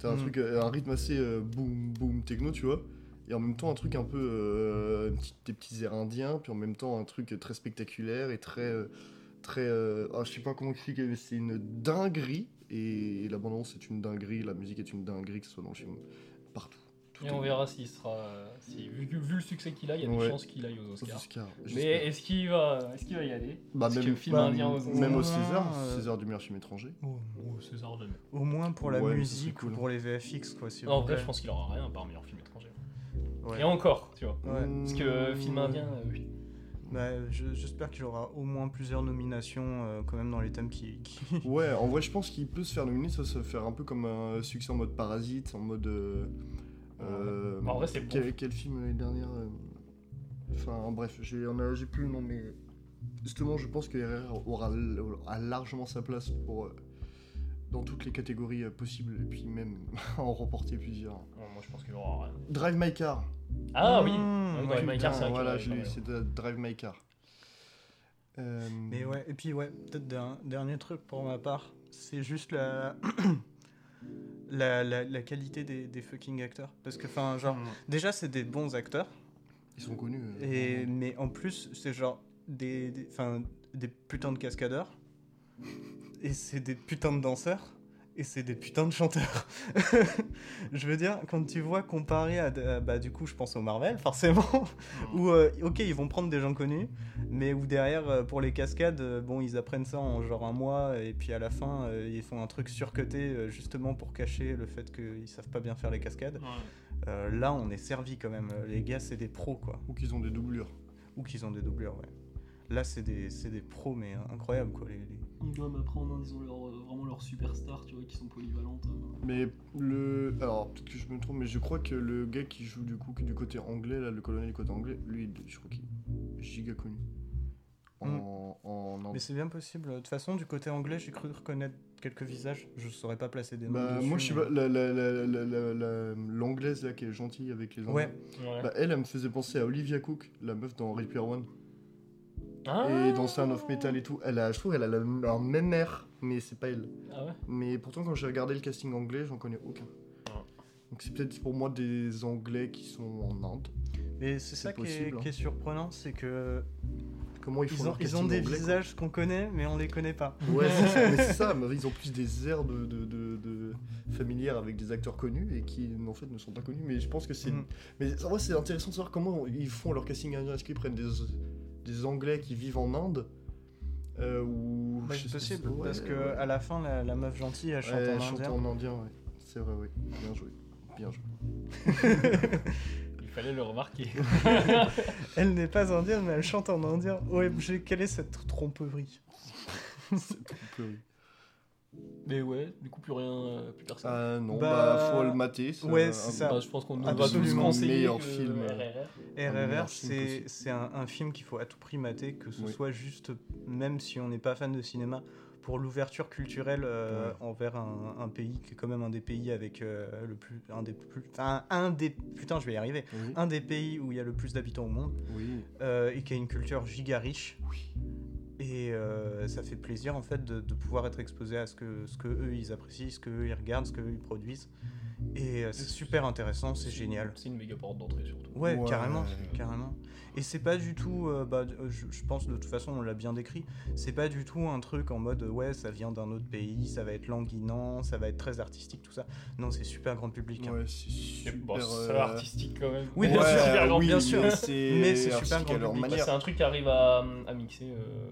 [SPEAKER 3] T'as
[SPEAKER 1] Mm.
[SPEAKER 3] un
[SPEAKER 2] Mhm.
[SPEAKER 3] truc, euh, un rythme assez euh, boom, boom, techno, tu vois. Et en même temps, un truc un peu. euh, une petite- des petits airs indiens, puis en même temps, un truc très spectaculaire et très. euh, très euh, ah, je sais pas comment expliquer, mais c'est une dinguerie. Et la bande-annonce est une dinguerie, la musique est une dinguerie, que ce soit dans le film, partout. Tout
[SPEAKER 1] Et
[SPEAKER 3] est-
[SPEAKER 1] on verra s'il sera. si- vu, vu le succès qu'il a, il y a des
[SPEAKER 3] Ouais.
[SPEAKER 1] chances qu'il aille aux
[SPEAKER 3] Sauf
[SPEAKER 1] Oscars.
[SPEAKER 3] Oscar, j'espère.
[SPEAKER 1] Mais est-ce qu'il va, est qu'il va y aller
[SPEAKER 3] Bah,
[SPEAKER 1] Parce
[SPEAKER 3] même,
[SPEAKER 1] que film
[SPEAKER 3] bah,
[SPEAKER 1] indien aux Oscars.
[SPEAKER 3] même au
[SPEAKER 2] Ouais,
[SPEAKER 3] César,
[SPEAKER 2] euh,
[SPEAKER 3] César du meilleur film étranger.
[SPEAKER 1] Oh, César, jamais.
[SPEAKER 2] Au moins pour la
[SPEAKER 3] Ouais, mais ça, c'est
[SPEAKER 2] musique
[SPEAKER 3] cool.
[SPEAKER 2] ou pour les VFX, quoi. s'il
[SPEAKER 1] En
[SPEAKER 2] vous
[SPEAKER 1] vrai,
[SPEAKER 2] plaît.
[SPEAKER 1] je pense qu'il aura rien par meilleur film étranger.
[SPEAKER 2] Ouais.
[SPEAKER 1] Et encore, tu vois.
[SPEAKER 2] Ouais.
[SPEAKER 1] Parce que euh, film
[SPEAKER 3] Mmh.
[SPEAKER 1] indien, euh, oui.
[SPEAKER 2] Bah, je- J'espère qu'il aura au moins plusieurs nominations, euh, quand même, dans les thèmes qui. qui-
[SPEAKER 3] Ouais, en vrai, je pense qu'il peut se faire nominer, ça se faire un peu comme un succès en mode parasite, en mode. euh, euh,
[SPEAKER 1] Bah, En vrai, c'est bon.
[SPEAKER 3] quel, quel film l'année dernière euh, Enfin, hein, bref, j'ai on a- j'ai plus le nom, mais justement, je pense que RR aura, a largement sa place pour. euh, dans toutes les catégories euh, possibles, et puis même en remporter plusieurs.
[SPEAKER 1] Non, moi, je pense qu'il aura rien.
[SPEAKER 3] Drive My Car
[SPEAKER 1] Ah oui
[SPEAKER 2] Mmh,
[SPEAKER 1] Ouais,
[SPEAKER 2] ouais.
[SPEAKER 1] Drive My Car,
[SPEAKER 3] Putain,
[SPEAKER 1] c'est vrai qu'il
[SPEAKER 3] Voilà,
[SPEAKER 1] aurait-
[SPEAKER 3] je
[SPEAKER 1] il
[SPEAKER 3] l'ai eu,
[SPEAKER 1] aurait-
[SPEAKER 3] c'est de- Drive My Car. Euh,
[SPEAKER 2] Mais ouais, et puis ouais, peut-être un dernier truc pour ma part, c'est juste la. La, la, la qualité des, des fucking acteurs parce que enfin genre déjà c'est des bons acteurs
[SPEAKER 3] Ils sont connus. euh,
[SPEAKER 2] Et, mais en plus, c'est genre des, des, 'fin, des putains de cascadeurs, et c'est des putains de danseurs, et c'est des putains de chanteurs. je veux dire, quand tu vois comparé à. de- à- bah, du coup, je pense au Marvel, forcément, où, euh, ok, ils vont prendre des gens connus, mais où derrière, euh, pour les cascades, euh, bon, ils apprennent ça en genre un mois, et puis à la fin, euh, ils font un truc surcoté, euh, justement pour cacher le fait qu'ils savent pas bien faire les cascades.
[SPEAKER 1] Ouais.
[SPEAKER 2] Euh, là, on est servi quand même. Les gars, c'est des pros, quoi
[SPEAKER 3] Ou qu'ils ont des doublures.
[SPEAKER 2] ou qu'ils ont des doublures, ouais. Là, c'est des, c'est des pros, mais euh, incroyables, quoi. Les, les-
[SPEAKER 1] ils doivent apprendre en disant leur, euh, vraiment leurs superstars, tu vois, qui sont polyvalentes. euh.
[SPEAKER 3] Mais le. Alors, peut-être que je me trompe, mais je crois que le gars qui joue du coup, qui est du côté anglais, là, le colonel du côté anglais, lui, il- je crois qu'il est giga connu. En.
[SPEAKER 2] Mm.
[SPEAKER 3] en, en-
[SPEAKER 2] Mais c'est bien possible. De toute façon, du côté anglais, j'ai cru reconnaître quelques visages. Je saurais pas placer des noms. hein.
[SPEAKER 3] Bah,
[SPEAKER 2] dessus,
[SPEAKER 3] moi, je sais
[SPEAKER 2] mais-
[SPEAKER 3] pas, la- la- la- la- la- la- l'anglaise là qui est gentille avec les anglais.
[SPEAKER 2] Ouais.
[SPEAKER 1] Ouais.
[SPEAKER 3] Bah, elle, elle me faisait penser à Olivia Cook, la meuf dans Ready Player One.
[SPEAKER 1] Ah
[SPEAKER 3] Et dans Sound of Metal et tout. Elle a, je trouve elle a la, leur même air, mais c'est pas elle.
[SPEAKER 1] Ah ouais
[SPEAKER 3] Mais pourtant, quand j'ai regardé le casting anglais, j'en connais aucun.
[SPEAKER 1] Ah.
[SPEAKER 3] Donc c'est peut-être pour moi des anglais qui sont en Inde.
[SPEAKER 2] Mais c'est
[SPEAKER 3] C'est
[SPEAKER 2] ça qui est,
[SPEAKER 3] possible, hein.
[SPEAKER 2] qui est surprenant, c'est que
[SPEAKER 3] Comment ils font
[SPEAKER 2] ils ont,
[SPEAKER 3] leur
[SPEAKER 2] ils
[SPEAKER 3] casting
[SPEAKER 2] ont des
[SPEAKER 3] anglais, quoi.
[SPEAKER 2] visages qu'on connaît, mais on les connaît pas.
[SPEAKER 3] Ouais, c'est ça, mais c'est ça, mais ils ont plus des airs de, de, de- de familières avec des acteurs connus et qui en fait ne sont pas connus. Mais je pense que c'est.
[SPEAKER 2] Mm.
[SPEAKER 3] Mais en vrai, c'est intéressant de savoir comment ils font leur casting indien. Est-ce qu'ils prennent des, des Anglais qui vivent en Inde euh, ou.
[SPEAKER 2] Bah,
[SPEAKER 3] je
[SPEAKER 2] c'est
[SPEAKER 3] sais-
[SPEAKER 2] possible,
[SPEAKER 3] ouais,
[SPEAKER 2] parce que
[SPEAKER 3] ouais.
[SPEAKER 2] à la fin, la, la meuf gentille, elle chante
[SPEAKER 3] Ouais,
[SPEAKER 2] en
[SPEAKER 3] elle chante
[SPEAKER 2] indien.
[SPEAKER 3] en indien, ouais. C'est vrai, oui. Bien joué. Bien joué.
[SPEAKER 1] Il fallait le remarquer.
[SPEAKER 2] Elle n'est pas indienne, mais elle chante en indien. OMG, quelle est cette tromperie
[SPEAKER 3] C'est tromperie.
[SPEAKER 1] Mais ouais, du coup, plus rien, euh, plus personne.
[SPEAKER 3] Ah non, bah,
[SPEAKER 2] Bah,
[SPEAKER 3] faut le mater. Ah,
[SPEAKER 2] ouais,
[SPEAKER 3] un-
[SPEAKER 2] c'est
[SPEAKER 3] un-
[SPEAKER 2] ça.
[SPEAKER 1] Bah, je pense qu'on nous va tous
[SPEAKER 2] Absolument
[SPEAKER 1] conseiller
[SPEAKER 3] meilleur
[SPEAKER 1] que
[SPEAKER 3] film, euh,
[SPEAKER 1] RRR.
[SPEAKER 2] RRR,
[SPEAKER 3] meilleur film
[SPEAKER 2] c'est
[SPEAKER 3] possible.
[SPEAKER 2] c'est un, un film qu'il faut à tout prix mater, que ce
[SPEAKER 3] Oui.
[SPEAKER 2] soit juste, même si on n'est pas fan de cinéma, pour l'ouverture culturelle euh,
[SPEAKER 3] Ouais.
[SPEAKER 2] envers un, un pays qui est quand même un des pays avec euh, le plus, un des plus, enfin, un des, putain, je vais y arriver,
[SPEAKER 3] Oui.
[SPEAKER 2] un des pays où il y a le plus d'habitants au monde
[SPEAKER 3] Oui.
[SPEAKER 2] euh, et qui a une culture giga riche. Et euh, ça fait plaisir en fait de, de pouvoir être exposé à ce que, ce que eux ils apprécient, ce que eux, ils regardent, ce que eux, ils produisent. Et euh, c'est super intéressant, c'est génial.
[SPEAKER 1] C'est une méga porte d'entrée, surtout.
[SPEAKER 2] Ouais,
[SPEAKER 3] Ouais.
[SPEAKER 2] carrément,
[SPEAKER 3] euh,
[SPEAKER 2] carrément. Et c'est pas du tout, euh, bah, euh, je, je pense de toute façon on l'a bien décrit, c'est pas du tout un truc en mode euh, ouais ça vient d'un autre pays, ça va être languinant, ça va être très artistique tout ça. Non, c'est super grand public. hein.
[SPEAKER 3] Ouais, c'est
[SPEAKER 1] C'est
[SPEAKER 3] super.
[SPEAKER 1] bon, c'est
[SPEAKER 3] euh,
[SPEAKER 1] artistique quand même.
[SPEAKER 2] Oui, bien sûr,
[SPEAKER 1] super grand
[SPEAKER 3] oui,
[SPEAKER 2] bien sûr.
[SPEAKER 3] Mais c'est,
[SPEAKER 2] Mais c'est super
[SPEAKER 3] artistique
[SPEAKER 2] grand
[SPEAKER 3] à leur
[SPEAKER 2] public.
[SPEAKER 1] Bah,
[SPEAKER 3] manière.
[SPEAKER 1] c'est un truc qui arrive à, à mixer euh,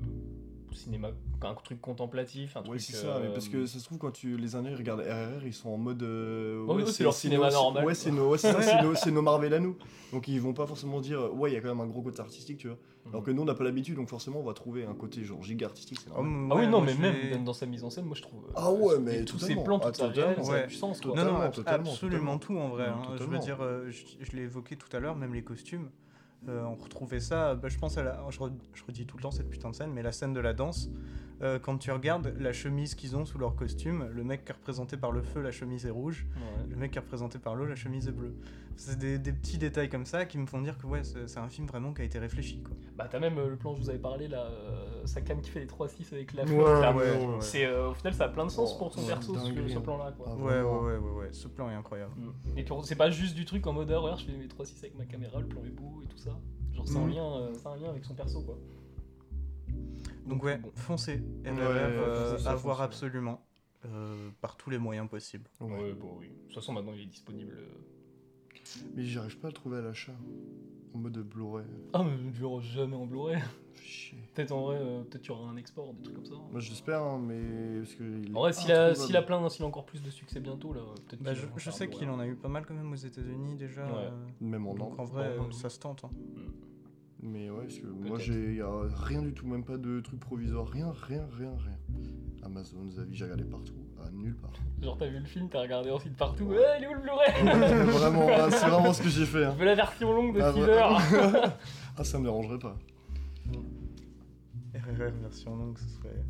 [SPEAKER 1] cinéma, un truc contemplatif, un
[SPEAKER 3] Ouais,
[SPEAKER 1] truc. euh,
[SPEAKER 3] c'est ça, mais parce que ça se trouve, quand tu, les Indiens ils regardent RRR, ils sont en mode. euh,
[SPEAKER 1] Ouais, Oh, eux, c'est leur cinéma
[SPEAKER 3] nos-
[SPEAKER 1] normal,
[SPEAKER 3] Ouais,
[SPEAKER 1] quoi.
[SPEAKER 3] c'est nos, ouais, c'est ça, c'est nos, c'est nos Marvel à nous. Donc ils vont pas forcément dire, ouais, il y a quand même un gros côté artistique, tu vois.
[SPEAKER 1] Mm.
[SPEAKER 3] Alors que nous, on n'a pas l'habitude, donc forcément, on va trouver un côté genre giga artistique, c'est
[SPEAKER 2] Oh,
[SPEAKER 3] normal.
[SPEAKER 2] m-
[SPEAKER 1] Ah oui,
[SPEAKER 2] ouais,
[SPEAKER 1] non,
[SPEAKER 2] moi,
[SPEAKER 1] mais
[SPEAKER 2] je
[SPEAKER 1] même
[SPEAKER 2] l'ai-
[SPEAKER 1] dans- dans sa mise en scène, moi je trouve. euh,
[SPEAKER 3] Ah ouais, mais
[SPEAKER 1] Tous ces
[SPEAKER 3] totalement.
[SPEAKER 1] plans,
[SPEAKER 3] Ah,
[SPEAKER 1] toute sa réelle,
[SPEAKER 3] totalement,
[SPEAKER 1] ça a
[SPEAKER 2] ouais.
[SPEAKER 1] du sens quoi.
[SPEAKER 2] Non, non,
[SPEAKER 3] Totalement,
[SPEAKER 2] ab-
[SPEAKER 3] totalement,
[SPEAKER 2] absolument tout en vrai.
[SPEAKER 3] Non,
[SPEAKER 2] hein. Je veux
[SPEAKER 3] totalement.
[SPEAKER 2] dire, euh, je, je l'ai évoqué tout à l'heure, même les costumes. euh, on retrouvait ça, bah, je pense à la. Je, re- je redis tout le temps cette putain de scène, mais la scène de la danse. euh, quand tu regardes la chemise qu'ils ont sous leur costume, le mec qui est représenté par le feu, la chemise est rouge.
[SPEAKER 1] Ouais.
[SPEAKER 2] Le mec qui est représenté par l'eau, la chemise est bleue. C'est des, des petits détails comme ça qui me font dire que ouais, c'est c'est un film vraiment qui a été réfléchi. Quoi.
[SPEAKER 1] Bah t'as même euh, le plan, je vous avais parlé là, euh, sa cam qui fait les 3-6 avec la
[SPEAKER 3] Ouais,
[SPEAKER 1] fleur, là.
[SPEAKER 2] ouais,
[SPEAKER 3] ouais.
[SPEAKER 1] C'est, euh, au final, ça a plein de sens
[SPEAKER 3] Oh,
[SPEAKER 1] pour ton
[SPEAKER 3] c'est
[SPEAKER 1] perso ce,
[SPEAKER 3] dingue,
[SPEAKER 1] ce
[SPEAKER 3] hein.
[SPEAKER 1] plan-là quoi.
[SPEAKER 3] Ah,
[SPEAKER 2] Ouais, ouais,
[SPEAKER 3] vraiment.
[SPEAKER 2] ouais, ouais, ouais. Ce plan est incroyable.
[SPEAKER 1] Mm. Et tu- c'est pas juste du truc en mode horreur, je fais mes 3-6 avec ma caméra, le plan est beau et tout ça. Genre c'est un
[SPEAKER 2] Mhm.
[SPEAKER 1] lien, euh, c'est un lien avec son perso quoi.
[SPEAKER 2] Donc ouais,
[SPEAKER 1] bon.
[SPEAKER 2] foncez. RRR,
[SPEAKER 3] Ouais,
[SPEAKER 2] euh,
[SPEAKER 3] foncez, ça,
[SPEAKER 2] à voir
[SPEAKER 3] foncez.
[SPEAKER 2] absolument. euh, par tous les moyens possibles.
[SPEAKER 3] Ouais.
[SPEAKER 1] bon bah oui. De toute façon maintenant il est disponible. euh.
[SPEAKER 3] Mais j'arrive pas à le trouver à l'achat. En mode Blu-ray.
[SPEAKER 1] Ah mais je verrai jamais en Blu-ray.
[SPEAKER 3] Fais chier.
[SPEAKER 1] peut-être en vrai, euh, peut-être qu'il y aura un export, des trucs comme ça.
[SPEAKER 3] Moi, j'espère, hein, mais. Parce que il est
[SPEAKER 1] En vrai, s'il a,
[SPEAKER 3] introuvable.
[SPEAKER 1] s'il a plein, s'il a encore plus de succès bientôt là, peut-être.
[SPEAKER 2] Bah,
[SPEAKER 1] qu'il
[SPEAKER 2] je,
[SPEAKER 1] va
[SPEAKER 2] je
[SPEAKER 1] faire un
[SPEAKER 2] sais
[SPEAKER 1] Blu-ray.
[SPEAKER 2] qu'il en a eu pas mal quand même aux États-Unis déjà.
[SPEAKER 1] Ouais.
[SPEAKER 2] euh,
[SPEAKER 3] Même en Inde.
[SPEAKER 2] donc en vrai,
[SPEAKER 1] Bon,
[SPEAKER 2] euh, ça se tente. hein.
[SPEAKER 3] Mais ouais, parce que moi
[SPEAKER 1] Peut-être.
[SPEAKER 3] j'ai y a rien du tout, même pas de truc provisoire, rien, rien, rien, rien. Amazon, Zavi, j'ai regardé partout, à nulle part.
[SPEAKER 1] Genre t'as vu le film, t'as regardé ensuite partout, ouais, il est où le Blu-ray
[SPEAKER 3] vraiment, hein, c'est vraiment ce que j'ai fait.
[SPEAKER 1] Je
[SPEAKER 3] hein.
[SPEAKER 1] veux la version longue de
[SPEAKER 3] Ah,
[SPEAKER 1] 6
[SPEAKER 3] ouais.
[SPEAKER 1] heures
[SPEAKER 3] ah, ça me dérangerait pas.
[SPEAKER 2] RRR version longue, ce serait.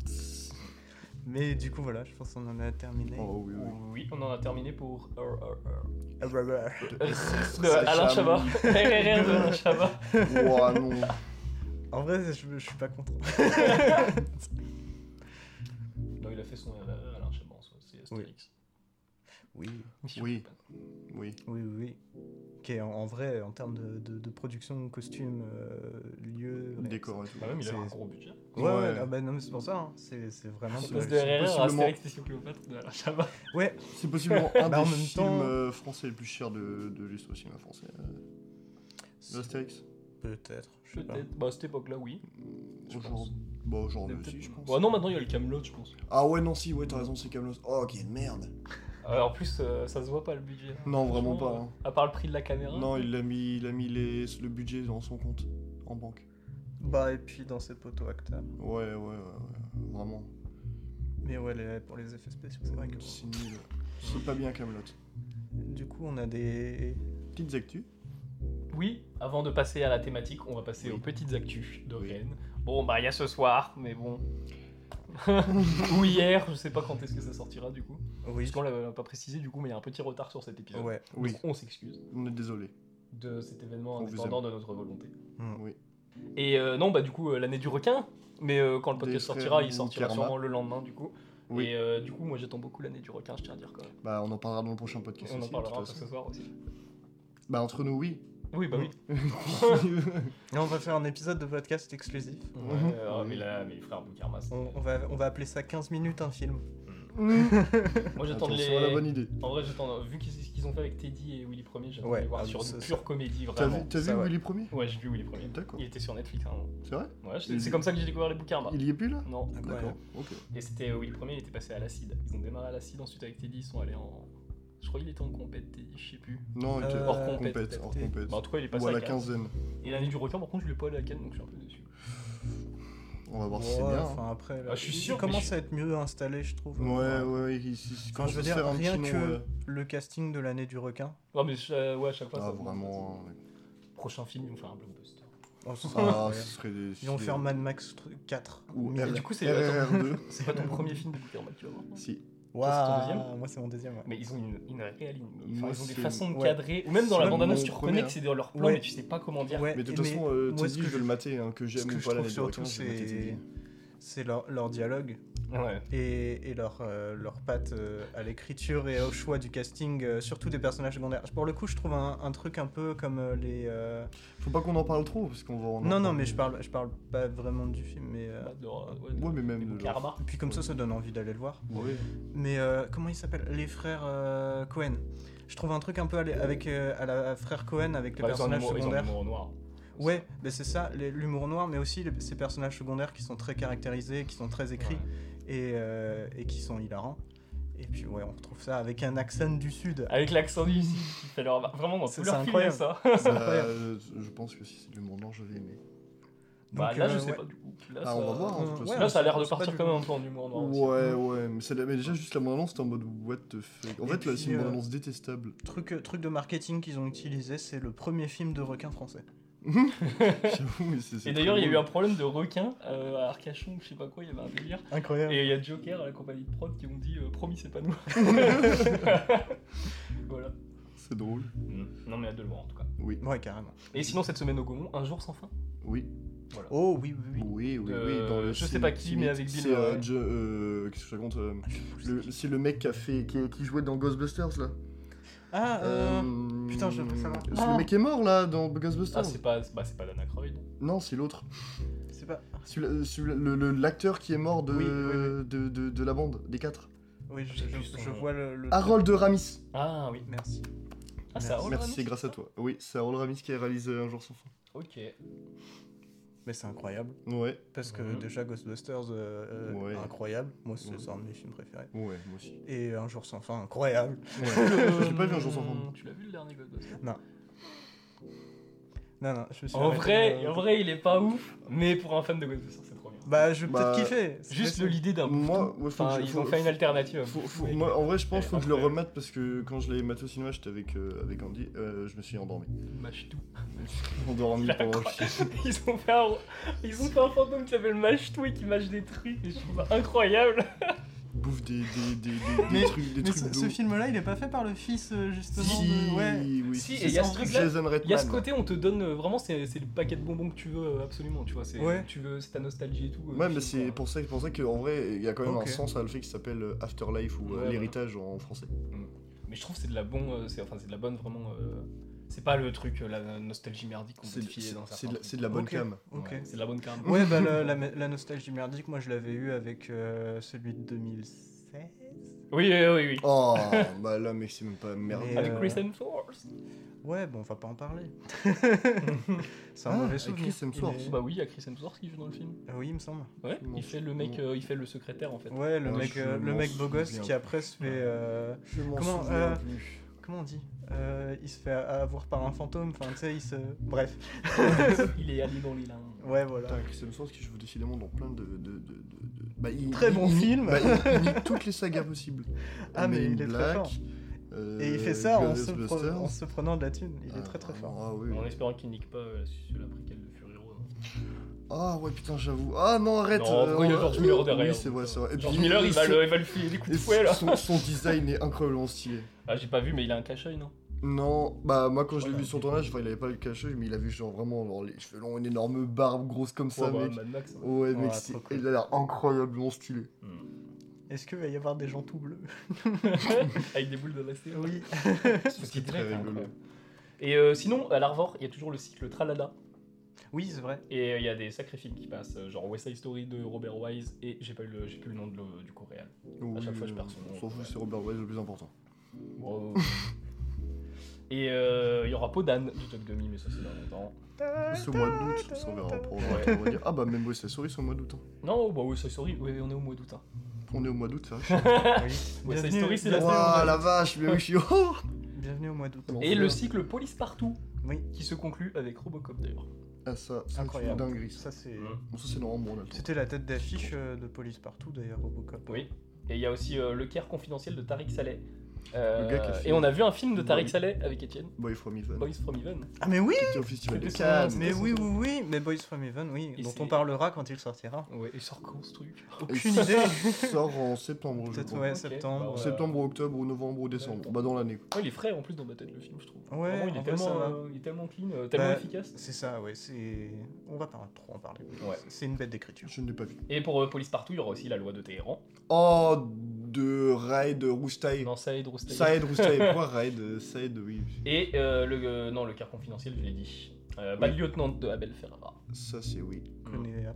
[SPEAKER 2] Mais du coup, voilà, je pense qu'on en a terminé.
[SPEAKER 3] Oh oui, oui.
[SPEAKER 1] Oui, on en a terminé pour RRR.
[SPEAKER 2] Ah, RRR.
[SPEAKER 1] de Alain Chabat. RRR de Alain Chabat.
[SPEAKER 3] Ouah, non.
[SPEAKER 2] En vrai, je, je suis pas contre.
[SPEAKER 1] Non, il a fait son RRR Alain Chabat en soi, c'est Astérix.
[SPEAKER 2] Oui,
[SPEAKER 1] Mission
[SPEAKER 3] Oui.
[SPEAKER 1] Japan.
[SPEAKER 3] Oui.
[SPEAKER 2] oui, oui. Qui est en, en vrai, en termes de, de- de production, costume, euh, lieu. ouais,
[SPEAKER 3] Décor et tout.
[SPEAKER 1] Bah même, il a
[SPEAKER 2] C'est-
[SPEAKER 1] un gros budget.
[SPEAKER 2] c'est- Ouais, ouais,
[SPEAKER 3] Ouais.
[SPEAKER 2] ah bah non, mais c'est pour ça, hein. c'est c'est vraiment.
[SPEAKER 1] On
[SPEAKER 3] c'est-
[SPEAKER 1] passe de
[SPEAKER 3] c'est
[SPEAKER 1] RRR à
[SPEAKER 3] possiblement-
[SPEAKER 1] Astérix et Cléopâtre de Alain Chabat.
[SPEAKER 2] Ouais,
[SPEAKER 3] C'est possiblement un
[SPEAKER 2] Bah, en
[SPEAKER 3] des
[SPEAKER 2] même
[SPEAKER 3] films
[SPEAKER 2] temps-
[SPEAKER 3] euh, français les plus chers de, de l'histoire du cinéma français. euh, L'Astérix
[SPEAKER 2] peut-être, je sais pas.
[SPEAKER 1] Peut-être. Bah à cette époque-là, oui. Je pense.
[SPEAKER 3] Aujourd'hui. Bah, aujourd'hui
[SPEAKER 1] Peut-être-
[SPEAKER 3] aussi, je pense.
[SPEAKER 1] Bah non, maintenant il y a le Camelot, je pense.
[SPEAKER 3] Ah ouais, non, si, ouais, t'as raison, c'est Camelot. Oh, quelle merde.
[SPEAKER 1] Euh, en plus, euh, ça se voit pas le budget.
[SPEAKER 3] Non, vraiment
[SPEAKER 1] Franchement,
[SPEAKER 3] pas,
[SPEAKER 1] euh,
[SPEAKER 3] hein.
[SPEAKER 1] À part le prix de la caméra.
[SPEAKER 3] Non, il a mis, il a mis les, le budget dans son compte, en banque.
[SPEAKER 2] Bah, et puis dans ses poteaux acteurs.
[SPEAKER 3] Ouais, ouais, ouais, ouais, vraiment.
[SPEAKER 2] Mais ouais, les- pour les effets spéciaux, c'est vrai que.
[SPEAKER 3] C'est nul. C'est pas bien Camelot.
[SPEAKER 2] Du coup, on a des.
[SPEAKER 3] Petites actus.
[SPEAKER 1] Oui, avant de passer à la thématique, on va passer
[SPEAKER 3] Oui.
[SPEAKER 1] aux petites actus de
[SPEAKER 3] Oui.
[SPEAKER 1] Rennes. Bon, bah, il y a ce soir, mais bon. Ou hier, je sais pas quand est-ce que ça sortira du coup.
[SPEAKER 2] Oui.
[SPEAKER 1] Puisqu'on l'a l'a pas précisé du coup, mais il y a un petit retard sur cet épisode.
[SPEAKER 2] Ouais.
[SPEAKER 3] Oui,
[SPEAKER 1] On s'excuse
[SPEAKER 3] on est désolé.
[SPEAKER 1] de cet événement
[SPEAKER 3] On vous
[SPEAKER 1] indépendant de notre volonté.
[SPEAKER 2] Mm.
[SPEAKER 3] Oui.
[SPEAKER 1] Et euh, non, bah, du coup, euh, l'année du requin. Mais euh, quand le
[SPEAKER 3] Des
[SPEAKER 1] podcast sortira, il
[SPEAKER 3] frères
[SPEAKER 1] sortira
[SPEAKER 3] Karma.
[SPEAKER 1] sûrement le lendemain du coup.
[SPEAKER 3] Oui.
[SPEAKER 1] Et euh, du coup, moi j'attends beaucoup l'année du requin, je tiens à dire quand même.
[SPEAKER 3] Bah, on en parlera dans le prochain podcast.
[SPEAKER 1] on en
[SPEAKER 3] aussi, de
[SPEAKER 1] parlera un
[SPEAKER 3] toute
[SPEAKER 1] peu
[SPEAKER 3] façon.
[SPEAKER 1] ce soir aussi.
[SPEAKER 3] Bah, entre nous, oui.
[SPEAKER 1] Oui, bah oui.
[SPEAKER 2] Là, on va faire un épisode de podcast exclusif.
[SPEAKER 1] Ouais, Mm.
[SPEAKER 3] Mhm.
[SPEAKER 1] euh,
[SPEAKER 3] Oui.
[SPEAKER 1] mais là, mes frères Boukarma, c'est-
[SPEAKER 2] On, on va, on va appeler ça 15 minutes un film.
[SPEAKER 1] Moi j'attends
[SPEAKER 3] Attention
[SPEAKER 1] les.
[SPEAKER 3] à la bonne idée.
[SPEAKER 1] En vrai, j'attends. euh, Vu qu'ils- ce qu'ils ont fait avec Teddy et Willy Premier, j'attends
[SPEAKER 2] Ouais,
[SPEAKER 1] de les voir
[SPEAKER 2] ah oui,
[SPEAKER 1] sur
[SPEAKER 2] ça,
[SPEAKER 1] une
[SPEAKER 2] ça.
[SPEAKER 1] pure comédie,
[SPEAKER 3] T'as
[SPEAKER 1] vraiment.
[SPEAKER 3] vu, t'as
[SPEAKER 2] ça,
[SPEAKER 3] vu
[SPEAKER 2] ouais.
[SPEAKER 3] Willy Premier
[SPEAKER 1] Ouais, j'ai vu Willy Premier.
[SPEAKER 3] D'accord.
[SPEAKER 1] Il était sur Netflix. Hein.
[SPEAKER 3] C'est vrai
[SPEAKER 1] Ouais, je-
[SPEAKER 3] Il-
[SPEAKER 1] c'est comme ça que j'ai découvert les Boukarma.
[SPEAKER 3] Il y est plus là
[SPEAKER 1] Non.
[SPEAKER 3] D'accord, ok.
[SPEAKER 1] Et c'était euh, Willy Premier, il était passé à l'acide. Ils ont démarré à l'acide, ensuite avec Teddy, ils sont allés en. Je crois qu'il était en compète, Teddy, je sais plus.
[SPEAKER 3] Non, il était
[SPEAKER 2] Euh,
[SPEAKER 3] hors
[SPEAKER 1] compète,
[SPEAKER 3] compète, hors
[SPEAKER 2] peut-être.
[SPEAKER 3] compète.
[SPEAKER 1] Bah, en tout cas, il est passé
[SPEAKER 3] Ou à
[SPEAKER 1] à
[SPEAKER 3] la
[SPEAKER 1] Cannes.
[SPEAKER 3] quinzaine.
[SPEAKER 1] Et l'année du requin, par contre, je l'ai pas allé à Cannes, donc je suis un peu déçu.
[SPEAKER 3] On va voir si
[SPEAKER 2] Ouais,
[SPEAKER 3] c'est bien. hein.
[SPEAKER 2] Enfin, après, là,
[SPEAKER 1] Ah, je suis
[SPEAKER 2] il
[SPEAKER 1] sûr, mais
[SPEAKER 2] commence
[SPEAKER 1] je-
[SPEAKER 2] à être mieux installé, je trouve.
[SPEAKER 3] Ouais, ouais, il, il- il
[SPEAKER 2] Enfin,
[SPEAKER 3] commence
[SPEAKER 2] je veux
[SPEAKER 3] à se
[SPEAKER 2] dire,
[SPEAKER 3] faire un
[SPEAKER 2] rien
[SPEAKER 3] petit
[SPEAKER 2] que
[SPEAKER 3] nom, ouais.
[SPEAKER 2] le casting de l'année du requin.
[SPEAKER 1] Non, mais euh, ouais, à chaque fois,
[SPEAKER 3] Ah,
[SPEAKER 1] ça-
[SPEAKER 3] vraiment. hein.
[SPEAKER 1] Prochain film, ils vont faire un blockbuster.
[SPEAKER 2] Oh, ce serait
[SPEAKER 3] Ah,
[SPEAKER 2] incroyable.
[SPEAKER 3] ce serait des.
[SPEAKER 2] Ils vont
[SPEAKER 3] des-
[SPEAKER 2] faire Mad Max tr- 4.
[SPEAKER 3] Ou
[SPEAKER 2] Mille.
[SPEAKER 3] R-
[SPEAKER 1] du coup, c'est-
[SPEAKER 3] RRR2.
[SPEAKER 1] C'est pas ton premier film de Boukarma que tu vas voir.
[SPEAKER 3] Si.
[SPEAKER 1] Toi,
[SPEAKER 2] Waouh,
[SPEAKER 1] c'est ton deuxième
[SPEAKER 2] Moi, c'est mon deuxième. ouais.
[SPEAKER 1] Mais ils ont une, une réelle ligne. Enfin,
[SPEAKER 3] Moi,
[SPEAKER 1] ils ont des
[SPEAKER 3] c'est-
[SPEAKER 1] façons de
[SPEAKER 2] ouais.
[SPEAKER 1] cadrer. Ou même dans
[SPEAKER 3] C'est
[SPEAKER 1] la
[SPEAKER 3] même
[SPEAKER 1] bande-annonce,
[SPEAKER 3] mon
[SPEAKER 1] tu
[SPEAKER 3] premier.
[SPEAKER 1] reconnais que c'est dans leur plan,
[SPEAKER 2] Ouais.
[SPEAKER 1] mais tu sais pas comment dire.
[SPEAKER 2] Ouais,
[SPEAKER 3] Mais de toute
[SPEAKER 2] et-
[SPEAKER 3] façon, euh,
[SPEAKER 2] moi, ce
[SPEAKER 3] Teddy,
[SPEAKER 2] que
[SPEAKER 3] je vais
[SPEAKER 2] je-
[SPEAKER 3] le mater, hein, que
[SPEAKER 2] ce
[SPEAKER 3] j'aime
[SPEAKER 2] que
[SPEAKER 3] ou
[SPEAKER 2] je
[SPEAKER 3] pas
[SPEAKER 2] trouve
[SPEAKER 3] l'année du
[SPEAKER 2] surtout,
[SPEAKER 3] requin, je vais mater
[SPEAKER 2] c'est
[SPEAKER 3] Teddy.
[SPEAKER 2] c'est leur, leur dialogue
[SPEAKER 1] Ouais.
[SPEAKER 2] et, et leur, euh, leur patte euh, à l'écriture et au choix du casting, euh, surtout des personnages secondaires. Pour le coup, je trouve un, un truc un peu comme euh, les. euh,
[SPEAKER 3] Faut pas qu'on en parle trop, parce qu'on va en.
[SPEAKER 2] Non, non,
[SPEAKER 3] parler.
[SPEAKER 2] mais je parle, je parle pas vraiment du film, mais. euh,
[SPEAKER 1] Bah, de leur- ouais, de-
[SPEAKER 3] Ouais,
[SPEAKER 1] des
[SPEAKER 3] mais même. genre-
[SPEAKER 1] Boukarma.
[SPEAKER 2] Et puis comme ça, ça donne envie d'aller le voir.
[SPEAKER 3] Ouais.
[SPEAKER 2] Mais euh, comment ils s'appellent Les frères euh, Cohen. Je trouve un truc un peu à, la- avec, euh, à la à frère Cohen avec les
[SPEAKER 1] Bah, ils ont un
[SPEAKER 2] personnages
[SPEAKER 1] humour- ils ont un
[SPEAKER 2] secondaires.
[SPEAKER 1] humour en noir.
[SPEAKER 2] Ouais, mais c'est ça, les- l'humour noir, mais aussi les- ces personnages secondaires qui sont très caractérisés, qui sont très écrits
[SPEAKER 1] Ouais.
[SPEAKER 2] et, euh, et qui sont hilarants. Et puis ouais, on retrouve ça avec un accent du sud.
[SPEAKER 1] Avec l'accent du Sud, il fait leur... Vraiment, dans
[SPEAKER 2] C'est-
[SPEAKER 1] tous leurs
[SPEAKER 2] c'est
[SPEAKER 1] films, il y a ça.
[SPEAKER 2] C'est incroyable.
[SPEAKER 3] Euh, je pense que si c'est du monde noir, je vais aimer.
[SPEAKER 1] Bah,
[SPEAKER 2] Donc,
[SPEAKER 1] là,
[SPEAKER 2] euh,
[SPEAKER 1] je sais
[SPEAKER 2] ouais.
[SPEAKER 1] pas, du coup. Là,
[SPEAKER 3] Ah,
[SPEAKER 1] ça...
[SPEAKER 3] on va voir, hein, de toute
[SPEAKER 2] euh,
[SPEAKER 3] façon.
[SPEAKER 2] ouais,
[SPEAKER 1] Là, ça a l'air de
[SPEAKER 2] c'est pas
[SPEAKER 1] partir
[SPEAKER 2] du-
[SPEAKER 1] quand même un peu en humour noir. aussi.
[SPEAKER 3] Ouais, ouais, mais, c'est la- mais déjà juste la bande-annonce, t'es en mode what the fuck. En
[SPEAKER 2] Et
[SPEAKER 3] fait, là,
[SPEAKER 2] puis,
[SPEAKER 3] c'est une
[SPEAKER 2] euh,
[SPEAKER 3] bande-annonce détestable.
[SPEAKER 2] Truc, euh, truc de marketing qu'ils ont utilisé, c'est le premier film de requin français.
[SPEAKER 3] J'avoue, mais c'est.
[SPEAKER 1] Et d'ailleurs, il y a eu un problème de requin euh, à Arcachon, je sais pas quoi, il y avait un délire.
[SPEAKER 2] Incroyable.
[SPEAKER 1] Et il y a Joker à la compagnie de prod qui ont dit euh, promis, c'est pas nous. voilà.
[SPEAKER 3] C'est drôle.
[SPEAKER 1] Hmm. Non, mais hâte de le voir en tout cas.
[SPEAKER 3] Oui,
[SPEAKER 2] Ouais, carrément.
[SPEAKER 1] Et sinon, cette semaine au Gaumont, un jour sans fin.
[SPEAKER 3] oui,
[SPEAKER 2] Oh oui, oui, oui.
[SPEAKER 3] oui, oui, oui.
[SPEAKER 1] Euh,
[SPEAKER 3] dans le
[SPEAKER 1] je sais
[SPEAKER 3] film
[SPEAKER 1] pas qui,
[SPEAKER 3] Timmy,
[SPEAKER 1] mais avec Bill
[SPEAKER 3] C'est euh,
[SPEAKER 1] Murray.
[SPEAKER 3] Jo- euh, qu'est-ce que je raconte
[SPEAKER 2] Ah,
[SPEAKER 3] euh, le- C'est le mec qui, a fait, qui, qui jouait dans Ghostbusters là.
[SPEAKER 2] Ah, euh...
[SPEAKER 3] Euh,
[SPEAKER 2] putain, je veux savoir.
[SPEAKER 3] C'est
[SPEAKER 2] Ah.
[SPEAKER 3] le mec qui est mort là dans Ghostbusters.
[SPEAKER 1] Ah, c'est pas, bah, c'est pas Dana Croyd.
[SPEAKER 3] Non, c'est l'autre.
[SPEAKER 2] c'est pas...
[SPEAKER 3] Celui- celui- le- le- L'acteur qui est mort de,
[SPEAKER 2] Oui, oui,
[SPEAKER 3] De, de- de la bande, des quatre.
[SPEAKER 2] Oui,
[SPEAKER 1] J'ai
[SPEAKER 2] je,
[SPEAKER 1] plus
[SPEAKER 2] je-
[SPEAKER 1] son
[SPEAKER 2] je
[SPEAKER 1] nom.
[SPEAKER 2] vois le... le-
[SPEAKER 3] Harold Ramis.
[SPEAKER 1] Ah oui.
[SPEAKER 2] Merci.
[SPEAKER 1] Ah, c'est
[SPEAKER 2] Merci.
[SPEAKER 1] Harold
[SPEAKER 3] Merci,
[SPEAKER 1] Ramis,
[SPEAKER 3] c'est grâce à
[SPEAKER 1] ça
[SPEAKER 3] toi. Oui, c'est Harold Ramis qui a réalisé Un jour sans fin.
[SPEAKER 1] Ok.
[SPEAKER 2] Mais c'est incroyable.
[SPEAKER 3] Ouais,
[SPEAKER 2] Parce que
[SPEAKER 1] Mhm.
[SPEAKER 2] déjà Ghostbusters, euh, euh,
[SPEAKER 3] Ouais.
[SPEAKER 2] incroyable. Moi, c'est
[SPEAKER 3] Ouais.
[SPEAKER 2] c'est un de mes films préférés.
[SPEAKER 3] ouais, moi aussi.
[SPEAKER 2] Et Un jour sans fin, incroyable.
[SPEAKER 3] je l'ai pas vu un jour sans fin.
[SPEAKER 1] Tu l'as vu le dernier Ghostbusters
[SPEAKER 2] Non, non, je me suis
[SPEAKER 1] En
[SPEAKER 2] arrêté,
[SPEAKER 1] vrai,
[SPEAKER 2] euh,
[SPEAKER 1] en vrai, il est pas ouf, mais pour un fan de Ghostbusters, c'est trop bien.
[SPEAKER 2] Bah, je vais
[SPEAKER 3] Bah,
[SPEAKER 2] peut-être kiffer. c'est
[SPEAKER 1] Juste
[SPEAKER 2] possible.
[SPEAKER 1] l'idée d'un.
[SPEAKER 3] Moi, ouais, faut
[SPEAKER 1] Euh, Enfin,
[SPEAKER 3] que je-
[SPEAKER 1] ils
[SPEAKER 3] faut-
[SPEAKER 1] ont fait une
[SPEAKER 3] faut-
[SPEAKER 1] alternative.
[SPEAKER 3] faut- faut-
[SPEAKER 1] Mais-
[SPEAKER 3] moi, en vrai, je pense
[SPEAKER 1] Et
[SPEAKER 3] faut que je le
[SPEAKER 1] après-
[SPEAKER 3] remate parce que quand je l'ai maté au cinéma, j'étais avec, euh, avec Andy, euh, je me suis endormi.
[SPEAKER 1] Mâche tout.
[SPEAKER 3] Endormi
[SPEAKER 1] C'est
[SPEAKER 3] pendant le
[SPEAKER 1] incroyable.
[SPEAKER 3] film.
[SPEAKER 1] Ils ont fait un, ils ont fait un fantôme qui s'appelle Mâche tout et qui mâche des trucs, et je trouve ça incroyable.
[SPEAKER 3] Bouffe des, des, des, des,
[SPEAKER 2] Mais-
[SPEAKER 3] des trucs, des
[SPEAKER 2] Mais
[SPEAKER 3] trucs
[SPEAKER 2] ce,
[SPEAKER 3] d'eau.
[SPEAKER 2] ce film-là, il est pas fait par le fils, euh, justement. de- Ouais.
[SPEAKER 3] oui,
[SPEAKER 1] Si,
[SPEAKER 3] c'est
[SPEAKER 1] et y a
[SPEAKER 3] ça,
[SPEAKER 1] ce truc-là,
[SPEAKER 3] Jason Redman.
[SPEAKER 1] Il y a ce côté, on te donne euh, vraiment, c'est c'est le paquet de bonbons que tu veux, euh, absolument, tu vois. C'est
[SPEAKER 2] Ouais.
[SPEAKER 1] tu veux, c'est ta nostalgie et tout. euh,
[SPEAKER 3] Ouais,
[SPEAKER 1] tu
[SPEAKER 3] mais
[SPEAKER 1] sais,
[SPEAKER 3] c'est
[SPEAKER 1] quoi.
[SPEAKER 3] pour ça, c'est pour ça qu'en vrai, il y a quand même
[SPEAKER 2] Ok.
[SPEAKER 3] un sens à le fait qui s'appelle euh, Afterlife ou
[SPEAKER 1] Ouais,
[SPEAKER 3] euh,
[SPEAKER 1] voilà.
[SPEAKER 3] l'héritage en français.
[SPEAKER 1] Mais je trouve que c'est de la bonne, euh, c'est enfin c'est de la bonne vraiment. euh, c'est pas le truc, euh, la nostalgie merdique qu'on peut
[SPEAKER 3] C'est
[SPEAKER 1] te filer dans
[SPEAKER 3] c'est
[SPEAKER 1] certains
[SPEAKER 3] de, la-
[SPEAKER 1] trucs.
[SPEAKER 3] c'est de la bonne
[SPEAKER 2] Ok.
[SPEAKER 3] cam.
[SPEAKER 2] Ok.
[SPEAKER 1] Ouais, c'est de la bonne carte.
[SPEAKER 2] Ouais, bah, la, la, la nostalgie merdique, moi, je l'avais eu avec euh, celui de 2016.
[SPEAKER 1] Oui, oui, oui, oui.
[SPEAKER 3] Oh, bah là, mec, c'est même pas merde.
[SPEAKER 2] Mais,
[SPEAKER 1] Avec
[SPEAKER 2] euh,
[SPEAKER 1] Chris Hemsworth.
[SPEAKER 2] Ouais, bon, on va pas en parler. c'est un
[SPEAKER 3] Ah,
[SPEAKER 2] mauvais
[SPEAKER 3] avec
[SPEAKER 2] souvenir.
[SPEAKER 3] Chris Hemsworth.
[SPEAKER 2] Il est-
[SPEAKER 1] Bah oui, il y a Chris Hemsworth qui joue dans le film.
[SPEAKER 2] Euh, Oui, il me semble.
[SPEAKER 1] Ouais.
[SPEAKER 3] Non,
[SPEAKER 1] Il fait le mec,
[SPEAKER 3] non.
[SPEAKER 1] euh, il fait le secrétaire en fait.
[SPEAKER 2] Ouais, le
[SPEAKER 3] Ouais,
[SPEAKER 2] mec,
[SPEAKER 3] je
[SPEAKER 2] euh, le
[SPEAKER 3] m'en
[SPEAKER 2] mec beau gosse
[SPEAKER 3] souviens
[SPEAKER 2] qui
[SPEAKER 3] plus.
[SPEAKER 2] après se fait. euh,
[SPEAKER 3] Je m'en
[SPEAKER 2] Comment,
[SPEAKER 3] souviens
[SPEAKER 2] euh,
[SPEAKER 3] plus.
[SPEAKER 2] Comment on dit Euh, Il se fait avoir par un fantôme, enfin tu sais, il se. Bref.
[SPEAKER 1] Il est allé dans l'île. hein.
[SPEAKER 2] Ouais, voilà.
[SPEAKER 3] Putain, Chris Hemsworth qui joue décidément dans plein de. de, de, de- de- Bah, il-
[SPEAKER 2] Très
[SPEAKER 3] il-
[SPEAKER 2] bon
[SPEAKER 3] il-
[SPEAKER 2] film.
[SPEAKER 3] bah, il, il nie toutes les sagas possibles.
[SPEAKER 2] Ah, mais
[SPEAKER 3] Men in
[SPEAKER 2] il est très
[SPEAKER 3] Black,
[SPEAKER 2] fort.
[SPEAKER 3] euh,
[SPEAKER 2] Et il fait ça en
[SPEAKER 3] Glorious
[SPEAKER 2] se, pre-
[SPEAKER 3] Busters.
[SPEAKER 2] en se prenant de la thune. Il
[SPEAKER 3] Ah,
[SPEAKER 2] est très très fort.
[SPEAKER 3] Ah, oui.
[SPEAKER 1] En espérant qu'il nique pas euh, sur la préquelle de Furiro. hein.
[SPEAKER 3] Ah ouais, putain, j'avoue. Ah non, arrête.
[SPEAKER 1] Non,
[SPEAKER 3] euh,
[SPEAKER 1] pourquoi il y a
[SPEAKER 3] on-
[SPEAKER 1] George Miller derrière hein.
[SPEAKER 3] Oui, c'est vrai, c'est vrai. Et
[SPEAKER 1] George
[SPEAKER 3] puis,
[SPEAKER 1] Miller, il va,
[SPEAKER 3] son-
[SPEAKER 1] le, il va le filer des coups
[SPEAKER 3] et
[SPEAKER 1] de fouet là.
[SPEAKER 3] Son, son design est incroyablement stylé.
[SPEAKER 1] Ah, j'ai pas vu, mais il a un cache-œil, non
[SPEAKER 3] Non, bah moi quand je l'ai
[SPEAKER 1] Voilà.
[SPEAKER 3] vu sur tournage, enfin, il avait pas le cachet, mais il avait genre vraiment genre, les cheveux longs, une énorme barbe grosse comme ça,
[SPEAKER 1] Ouais, bah,
[SPEAKER 3] mec.
[SPEAKER 1] Mad Max. hein.
[SPEAKER 3] Ouais, mec,
[SPEAKER 2] Ouais,
[SPEAKER 3] c'est-
[SPEAKER 2] trop cool.
[SPEAKER 3] il a l'air incroyablement stylé.
[SPEAKER 1] Hmm.
[SPEAKER 2] Est-ce qu'il va y avoir des gens tout bleus
[SPEAKER 1] Avec des boules de lacet.
[SPEAKER 2] Oui.
[SPEAKER 1] Parce qu'il
[SPEAKER 3] C'est très
[SPEAKER 1] est là,
[SPEAKER 3] rigolo.
[SPEAKER 1] incroyable. Et euh, sinon, à l'Arvor, il y a toujours le cycle Tralala.
[SPEAKER 2] Oui, c'est vrai.
[SPEAKER 1] Et euh, il y a des sacrés films qui passent, euh, genre West Side Story de Robert Wise. Et j'ai pas eu le, j'ai plus le nom de le- du coréal.
[SPEAKER 3] Oui,
[SPEAKER 1] chaque fois, je
[SPEAKER 3] euh,
[SPEAKER 1] perds son nom.
[SPEAKER 3] On s'en fout, c'est Robert Wise le plus important.
[SPEAKER 1] Wow. Et euh, il y aura Podan de Todd Gummy, mais ça c'est dans longtemps.
[SPEAKER 3] C'est au mois d'août, ça on verra. pour-
[SPEAKER 1] Ouais.
[SPEAKER 3] on va dire, Ah bah même West Side Story, c'est au mois d'août. hein.
[SPEAKER 1] Non, bah West Side Story, ouais, on est au mois d'août. hein.
[SPEAKER 3] On est au mois d'août, ça.
[SPEAKER 1] West Side
[SPEAKER 2] Bienvenue.
[SPEAKER 1] Story, c'est la saison.
[SPEAKER 3] Waouh, la vache, mais oui, je suis. Oh
[SPEAKER 2] Bienvenue au mois d'août.
[SPEAKER 3] Non.
[SPEAKER 1] Et le cycle Police Partout,
[SPEAKER 2] Oui.
[SPEAKER 1] qui se conclut avec Robocop d'ailleurs.
[SPEAKER 3] Ah, ça, ça, c'est une
[SPEAKER 2] Incroyable.
[SPEAKER 3] dinguerie.
[SPEAKER 2] Ça,
[SPEAKER 3] ça.
[SPEAKER 2] c'est.
[SPEAKER 3] Bon, ça, c'est normalement, on attend.
[SPEAKER 2] C'était la tête d'affiche euh, de police partout d'ailleurs, Robocop.
[SPEAKER 1] Oui. Et il y a aussi euh, Le Caire confidentiel de Tariq Saleh. Euh,
[SPEAKER 3] Le gars qui a fait-
[SPEAKER 1] et on a vu un film de Tariq
[SPEAKER 3] Oui.
[SPEAKER 1] Saleh avec Étienne,
[SPEAKER 3] Boy from Even.
[SPEAKER 1] Boys from Even.
[SPEAKER 2] Ah, mais oui
[SPEAKER 3] qui était au festival
[SPEAKER 1] C'était
[SPEAKER 3] de
[SPEAKER 1] son-
[SPEAKER 3] Cannes.
[SPEAKER 2] Mais
[SPEAKER 1] ça,
[SPEAKER 2] oui,
[SPEAKER 1] c'est-
[SPEAKER 2] oui, oui, mais Boys from Heaven, oui,
[SPEAKER 1] Et
[SPEAKER 2] dont
[SPEAKER 1] c'est-
[SPEAKER 2] on parlera quand il sortira.
[SPEAKER 1] Ouais, et sort quand ce truc
[SPEAKER 2] Aucune
[SPEAKER 3] Et
[SPEAKER 2] idée.
[SPEAKER 3] Ça sort en septembre, je
[SPEAKER 2] Peut-être,
[SPEAKER 3] crois.
[SPEAKER 2] ouais,
[SPEAKER 1] Ok,
[SPEAKER 2] septembre.
[SPEAKER 1] bah,
[SPEAKER 3] En
[SPEAKER 1] ouais.
[SPEAKER 3] Septembre, octobre, ou novembre ou décembre. Bah, dans l'année. quoi.
[SPEAKER 1] Ouais, il est frais en plus dans ma tête le film, je trouve.
[SPEAKER 2] Ouais,
[SPEAKER 1] Vraiment, il, est
[SPEAKER 2] en vrai, ça
[SPEAKER 1] tellement,
[SPEAKER 2] va.
[SPEAKER 1] euh, il est tellement clean, euh, tellement
[SPEAKER 2] Bah,
[SPEAKER 1] efficace.
[SPEAKER 2] C'est ça, ouais, c'est. On va pas trop en parler.
[SPEAKER 1] Ouais.
[SPEAKER 2] C'est une bête d'écriture.
[SPEAKER 3] Je ne l'ai pas vu.
[SPEAKER 1] Et pour euh, Police Partout, il y aura aussi la loi de Téhéran.
[SPEAKER 3] Oh, de Raid Roustaï.
[SPEAKER 1] Non, Saïd Roustaï.
[SPEAKER 3] Saïd Roustaï. Pourquoi Raid euh, Saïd, oui.
[SPEAKER 1] Et euh, le, euh, non, le Caire confidentiel, je l'ai dit. Euh, Bad
[SPEAKER 3] Oui.
[SPEAKER 1] Lieutenant de Abel Ferrara.
[SPEAKER 3] Ça, c'est oui.
[SPEAKER 1] Mm.
[SPEAKER 2] Je connais hop. Je
[SPEAKER 1] Moi,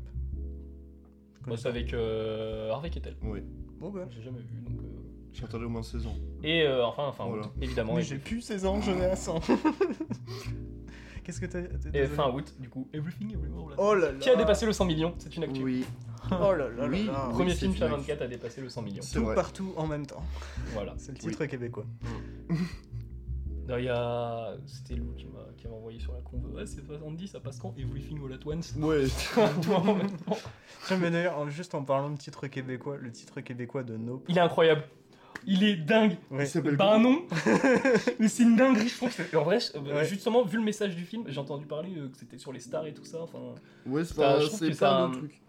[SPEAKER 2] connais
[SPEAKER 1] c'est avec euh, Harvey Kettel.
[SPEAKER 3] Ouais.
[SPEAKER 2] pas. Bon, bah.
[SPEAKER 1] J'ai jamais vu, donc... euh.
[SPEAKER 3] J'ai entendu au moins 16 ans.
[SPEAKER 1] Et euh, enfin, enfin,
[SPEAKER 3] Voilà.
[SPEAKER 1] août, évidemment.
[SPEAKER 2] Mais
[SPEAKER 1] et-
[SPEAKER 2] j'ai plus 16 ans, je vais à 100. Qu'est-ce que t'as. t'es
[SPEAKER 1] Et
[SPEAKER 2] désolé
[SPEAKER 1] fin août, du coup, Everything Everywhere. All At
[SPEAKER 2] Oh là là.
[SPEAKER 1] Once, Qui a dépassé le 100 millions, c'est une actu.
[SPEAKER 3] Oui.
[SPEAKER 2] Oh là là
[SPEAKER 3] Oui.
[SPEAKER 2] là là.
[SPEAKER 1] Premier
[SPEAKER 3] c'est
[SPEAKER 1] film
[SPEAKER 3] une
[SPEAKER 1] sur
[SPEAKER 3] actu.
[SPEAKER 1] 24 a dépassé le 100 millions.
[SPEAKER 3] C'est
[SPEAKER 2] Tout
[SPEAKER 3] vrai.
[SPEAKER 2] partout en même temps.
[SPEAKER 1] Voilà.
[SPEAKER 2] C'est le titre québécois.
[SPEAKER 1] Non, il y a... C'était Lou qui m'a qui m'a envoyé sur la conve. Ouais, c'est 70, ça passe quand Everything All At Once.
[SPEAKER 3] Ouais.
[SPEAKER 1] Tout en même temps.
[SPEAKER 2] Tiens, mais d'ailleurs, en- juste en parlant de titre québécois, le titre québécois de Nope.
[SPEAKER 1] Il est incroyable. Il est dingue.
[SPEAKER 2] Ouais.
[SPEAKER 3] Il s'appelle
[SPEAKER 1] Pas un nom, mais c'est une dinguerie, je pense. En vrai, je- euh,
[SPEAKER 2] Ouais.
[SPEAKER 1] justement, vu le message du film, j'ai entendu parler euh, que c'était sur les stars et tout ça. Enfin,
[SPEAKER 3] Ouais, c'est
[SPEAKER 1] Ça,
[SPEAKER 3] pas,
[SPEAKER 1] je trouve que
[SPEAKER 3] c'est
[SPEAKER 1] ça,
[SPEAKER 3] pas
[SPEAKER 1] euh,
[SPEAKER 3] le truc.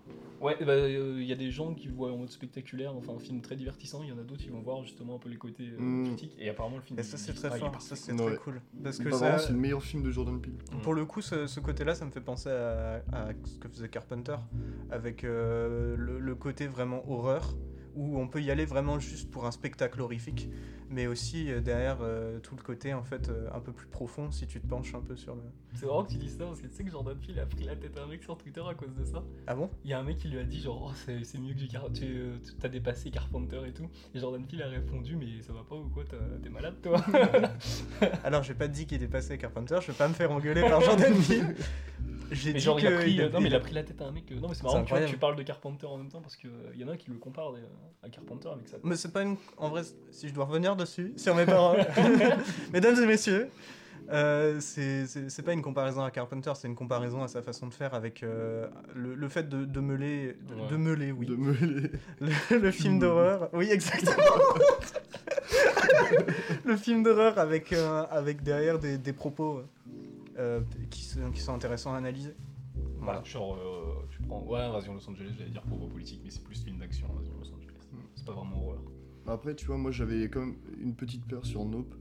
[SPEAKER 1] ouais, bah, euh, il y a des gens qui le voient en mode spectaculaire, enfin, un film très divertissant. Il y en a d'autres qui vont voir justement un peu les côtés euh,
[SPEAKER 3] Mm.
[SPEAKER 1] critiques. Et apparemment, le film.
[SPEAKER 2] Et ça,
[SPEAKER 1] il-
[SPEAKER 2] c'est
[SPEAKER 1] il-
[SPEAKER 2] très
[SPEAKER 1] ah, il est
[SPEAKER 2] fort.
[SPEAKER 1] parfait.
[SPEAKER 2] Ça, c'est
[SPEAKER 3] Ouais.
[SPEAKER 2] très cool. Parce que
[SPEAKER 3] Bah,
[SPEAKER 2] ça.
[SPEAKER 3] vraiment, c'est le meilleur film de Jordan Peele.
[SPEAKER 1] Mm.
[SPEAKER 2] Pour le coup, ce, ce côté-là, ça me fait penser à, à ce que faisait Carpenter, avec euh, le, le côté vraiment horreur, où on peut y aller vraiment juste pour un spectacle horrifique, mais aussi euh, derrière euh, tout le côté en fait euh, un peu plus profond si tu te penches un peu sur le.
[SPEAKER 1] C'est marrant que tu dises ça parce que tu sais que Jordan Peele a pris la tête à un mec sur Twitter à cause de ça.
[SPEAKER 2] Ah bon
[SPEAKER 1] Il y a un mec qui lui a dit genre oh, c'est c'est mieux que du Car- tu euh, tu- t'as dépassé Carpenter et tout. Et Jordan Peele a répondu mais ça va pas ou quoi t'as- t'es malade toi.
[SPEAKER 2] Alors j'ai pas dit qu'il est passé Carpenter, je vais pas me faire engueuler par Jordan Peele. J'ai
[SPEAKER 1] Mais
[SPEAKER 2] dit
[SPEAKER 1] genre, il a
[SPEAKER 2] que
[SPEAKER 1] pris,
[SPEAKER 2] il
[SPEAKER 1] euh, non, mais il
[SPEAKER 2] il
[SPEAKER 1] a pris la tête à un mec. euh, non, mais c'est
[SPEAKER 2] C'est
[SPEAKER 1] marrant tu vois, que
[SPEAKER 2] incroyable.
[SPEAKER 1] tu parles de Carpenter en même temps parce qu'il y en a un qui le compare euh, à Carpenter avec ça.
[SPEAKER 2] Mais c'est pas une. En vrai, si je dois revenir dessus, sur mes paroles, mesdames et messieurs, euh, c'est- c'est c'est pas une comparaison à Carpenter, c'est une comparaison à sa façon de faire avec euh, le, le fait de, de meuler. De,
[SPEAKER 1] Ouais.
[SPEAKER 2] de meuler, oui.
[SPEAKER 3] De me
[SPEAKER 2] Le, le film
[SPEAKER 3] meules.
[SPEAKER 2] d'horreur. Oui, exactement Le film d'horreur avec, euh, avec derrière des, des propos euh, qui, sont, qui sont intéressants à analyser.
[SPEAKER 1] Voilà, genre, euh, tu prends ouais, Invasion Los Angeles, j'allais dire propos politique, mais c'est plus film d'action, Invasion Los Angeles. C'est pas vraiment horreur.
[SPEAKER 3] Après, tu vois, moi j'avais quand même une petite peur sur Nope.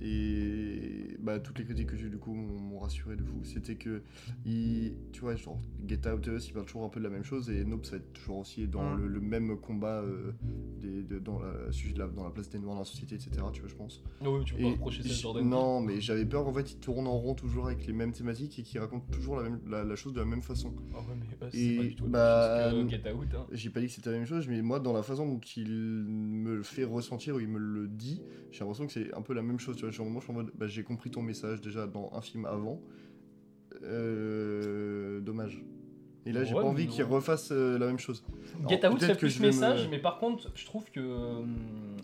[SPEAKER 3] Et bah, toutes les critiques que j'ai eu du coup m'ont m'ont rassuré de fou. C'était que, il- tu vois, genre Get Out Us, il parle toujours un peu de la même chose. Et Nope, ça va être toujours aussi dans
[SPEAKER 2] Mm.
[SPEAKER 3] le, le même combat euh, des- de- dans, la, sujet de la- dans la place des Noirs dans la société, etc. Tu vois, je pense.
[SPEAKER 1] Non, mais tu peux
[SPEAKER 3] Et
[SPEAKER 1] pas reprocher ça à
[SPEAKER 3] j-
[SPEAKER 1] Jordan Peele.
[SPEAKER 3] Non, mais j'avais peur qu'en fait, il tourne en rond toujours avec les mêmes thématiques et qu'il raconte toujours la, même, la- la chose de la même façon.
[SPEAKER 1] Ah ouais, mais Us, c'est
[SPEAKER 3] Et
[SPEAKER 1] pas du tout la
[SPEAKER 3] bah,
[SPEAKER 1] même chose que Get Out. Hein.
[SPEAKER 3] J'ai pas dit que c'était la même chose, mais moi, dans la façon dont il me le fait ressentir ou il me le dit, j'ai l'impression que c'est un peu la même chose. Tu vois, Sur le moment, je suis en mode, bah, j'ai compris ton message déjà dans un film avant. Euh, dommage. Et là, j'ai
[SPEAKER 1] Ouais,
[SPEAKER 3] pas envie
[SPEAKER 1] mais
[SPEAKER 3] qu'ils
[SPEAKER 1] ouais.
[SPEAKER 3] refassent euh, la même chose. Alors,
[SPEAKER 1] Get Out,
[SPEAKER 3] peut-être
[SPEAKER 1] c'est
[SPEAKER 3] que
[SPEAKER 1] plus
[SPEAKER 3] je vais me-
[SPEAKER 1] message, mais par contre, je trouve que euh,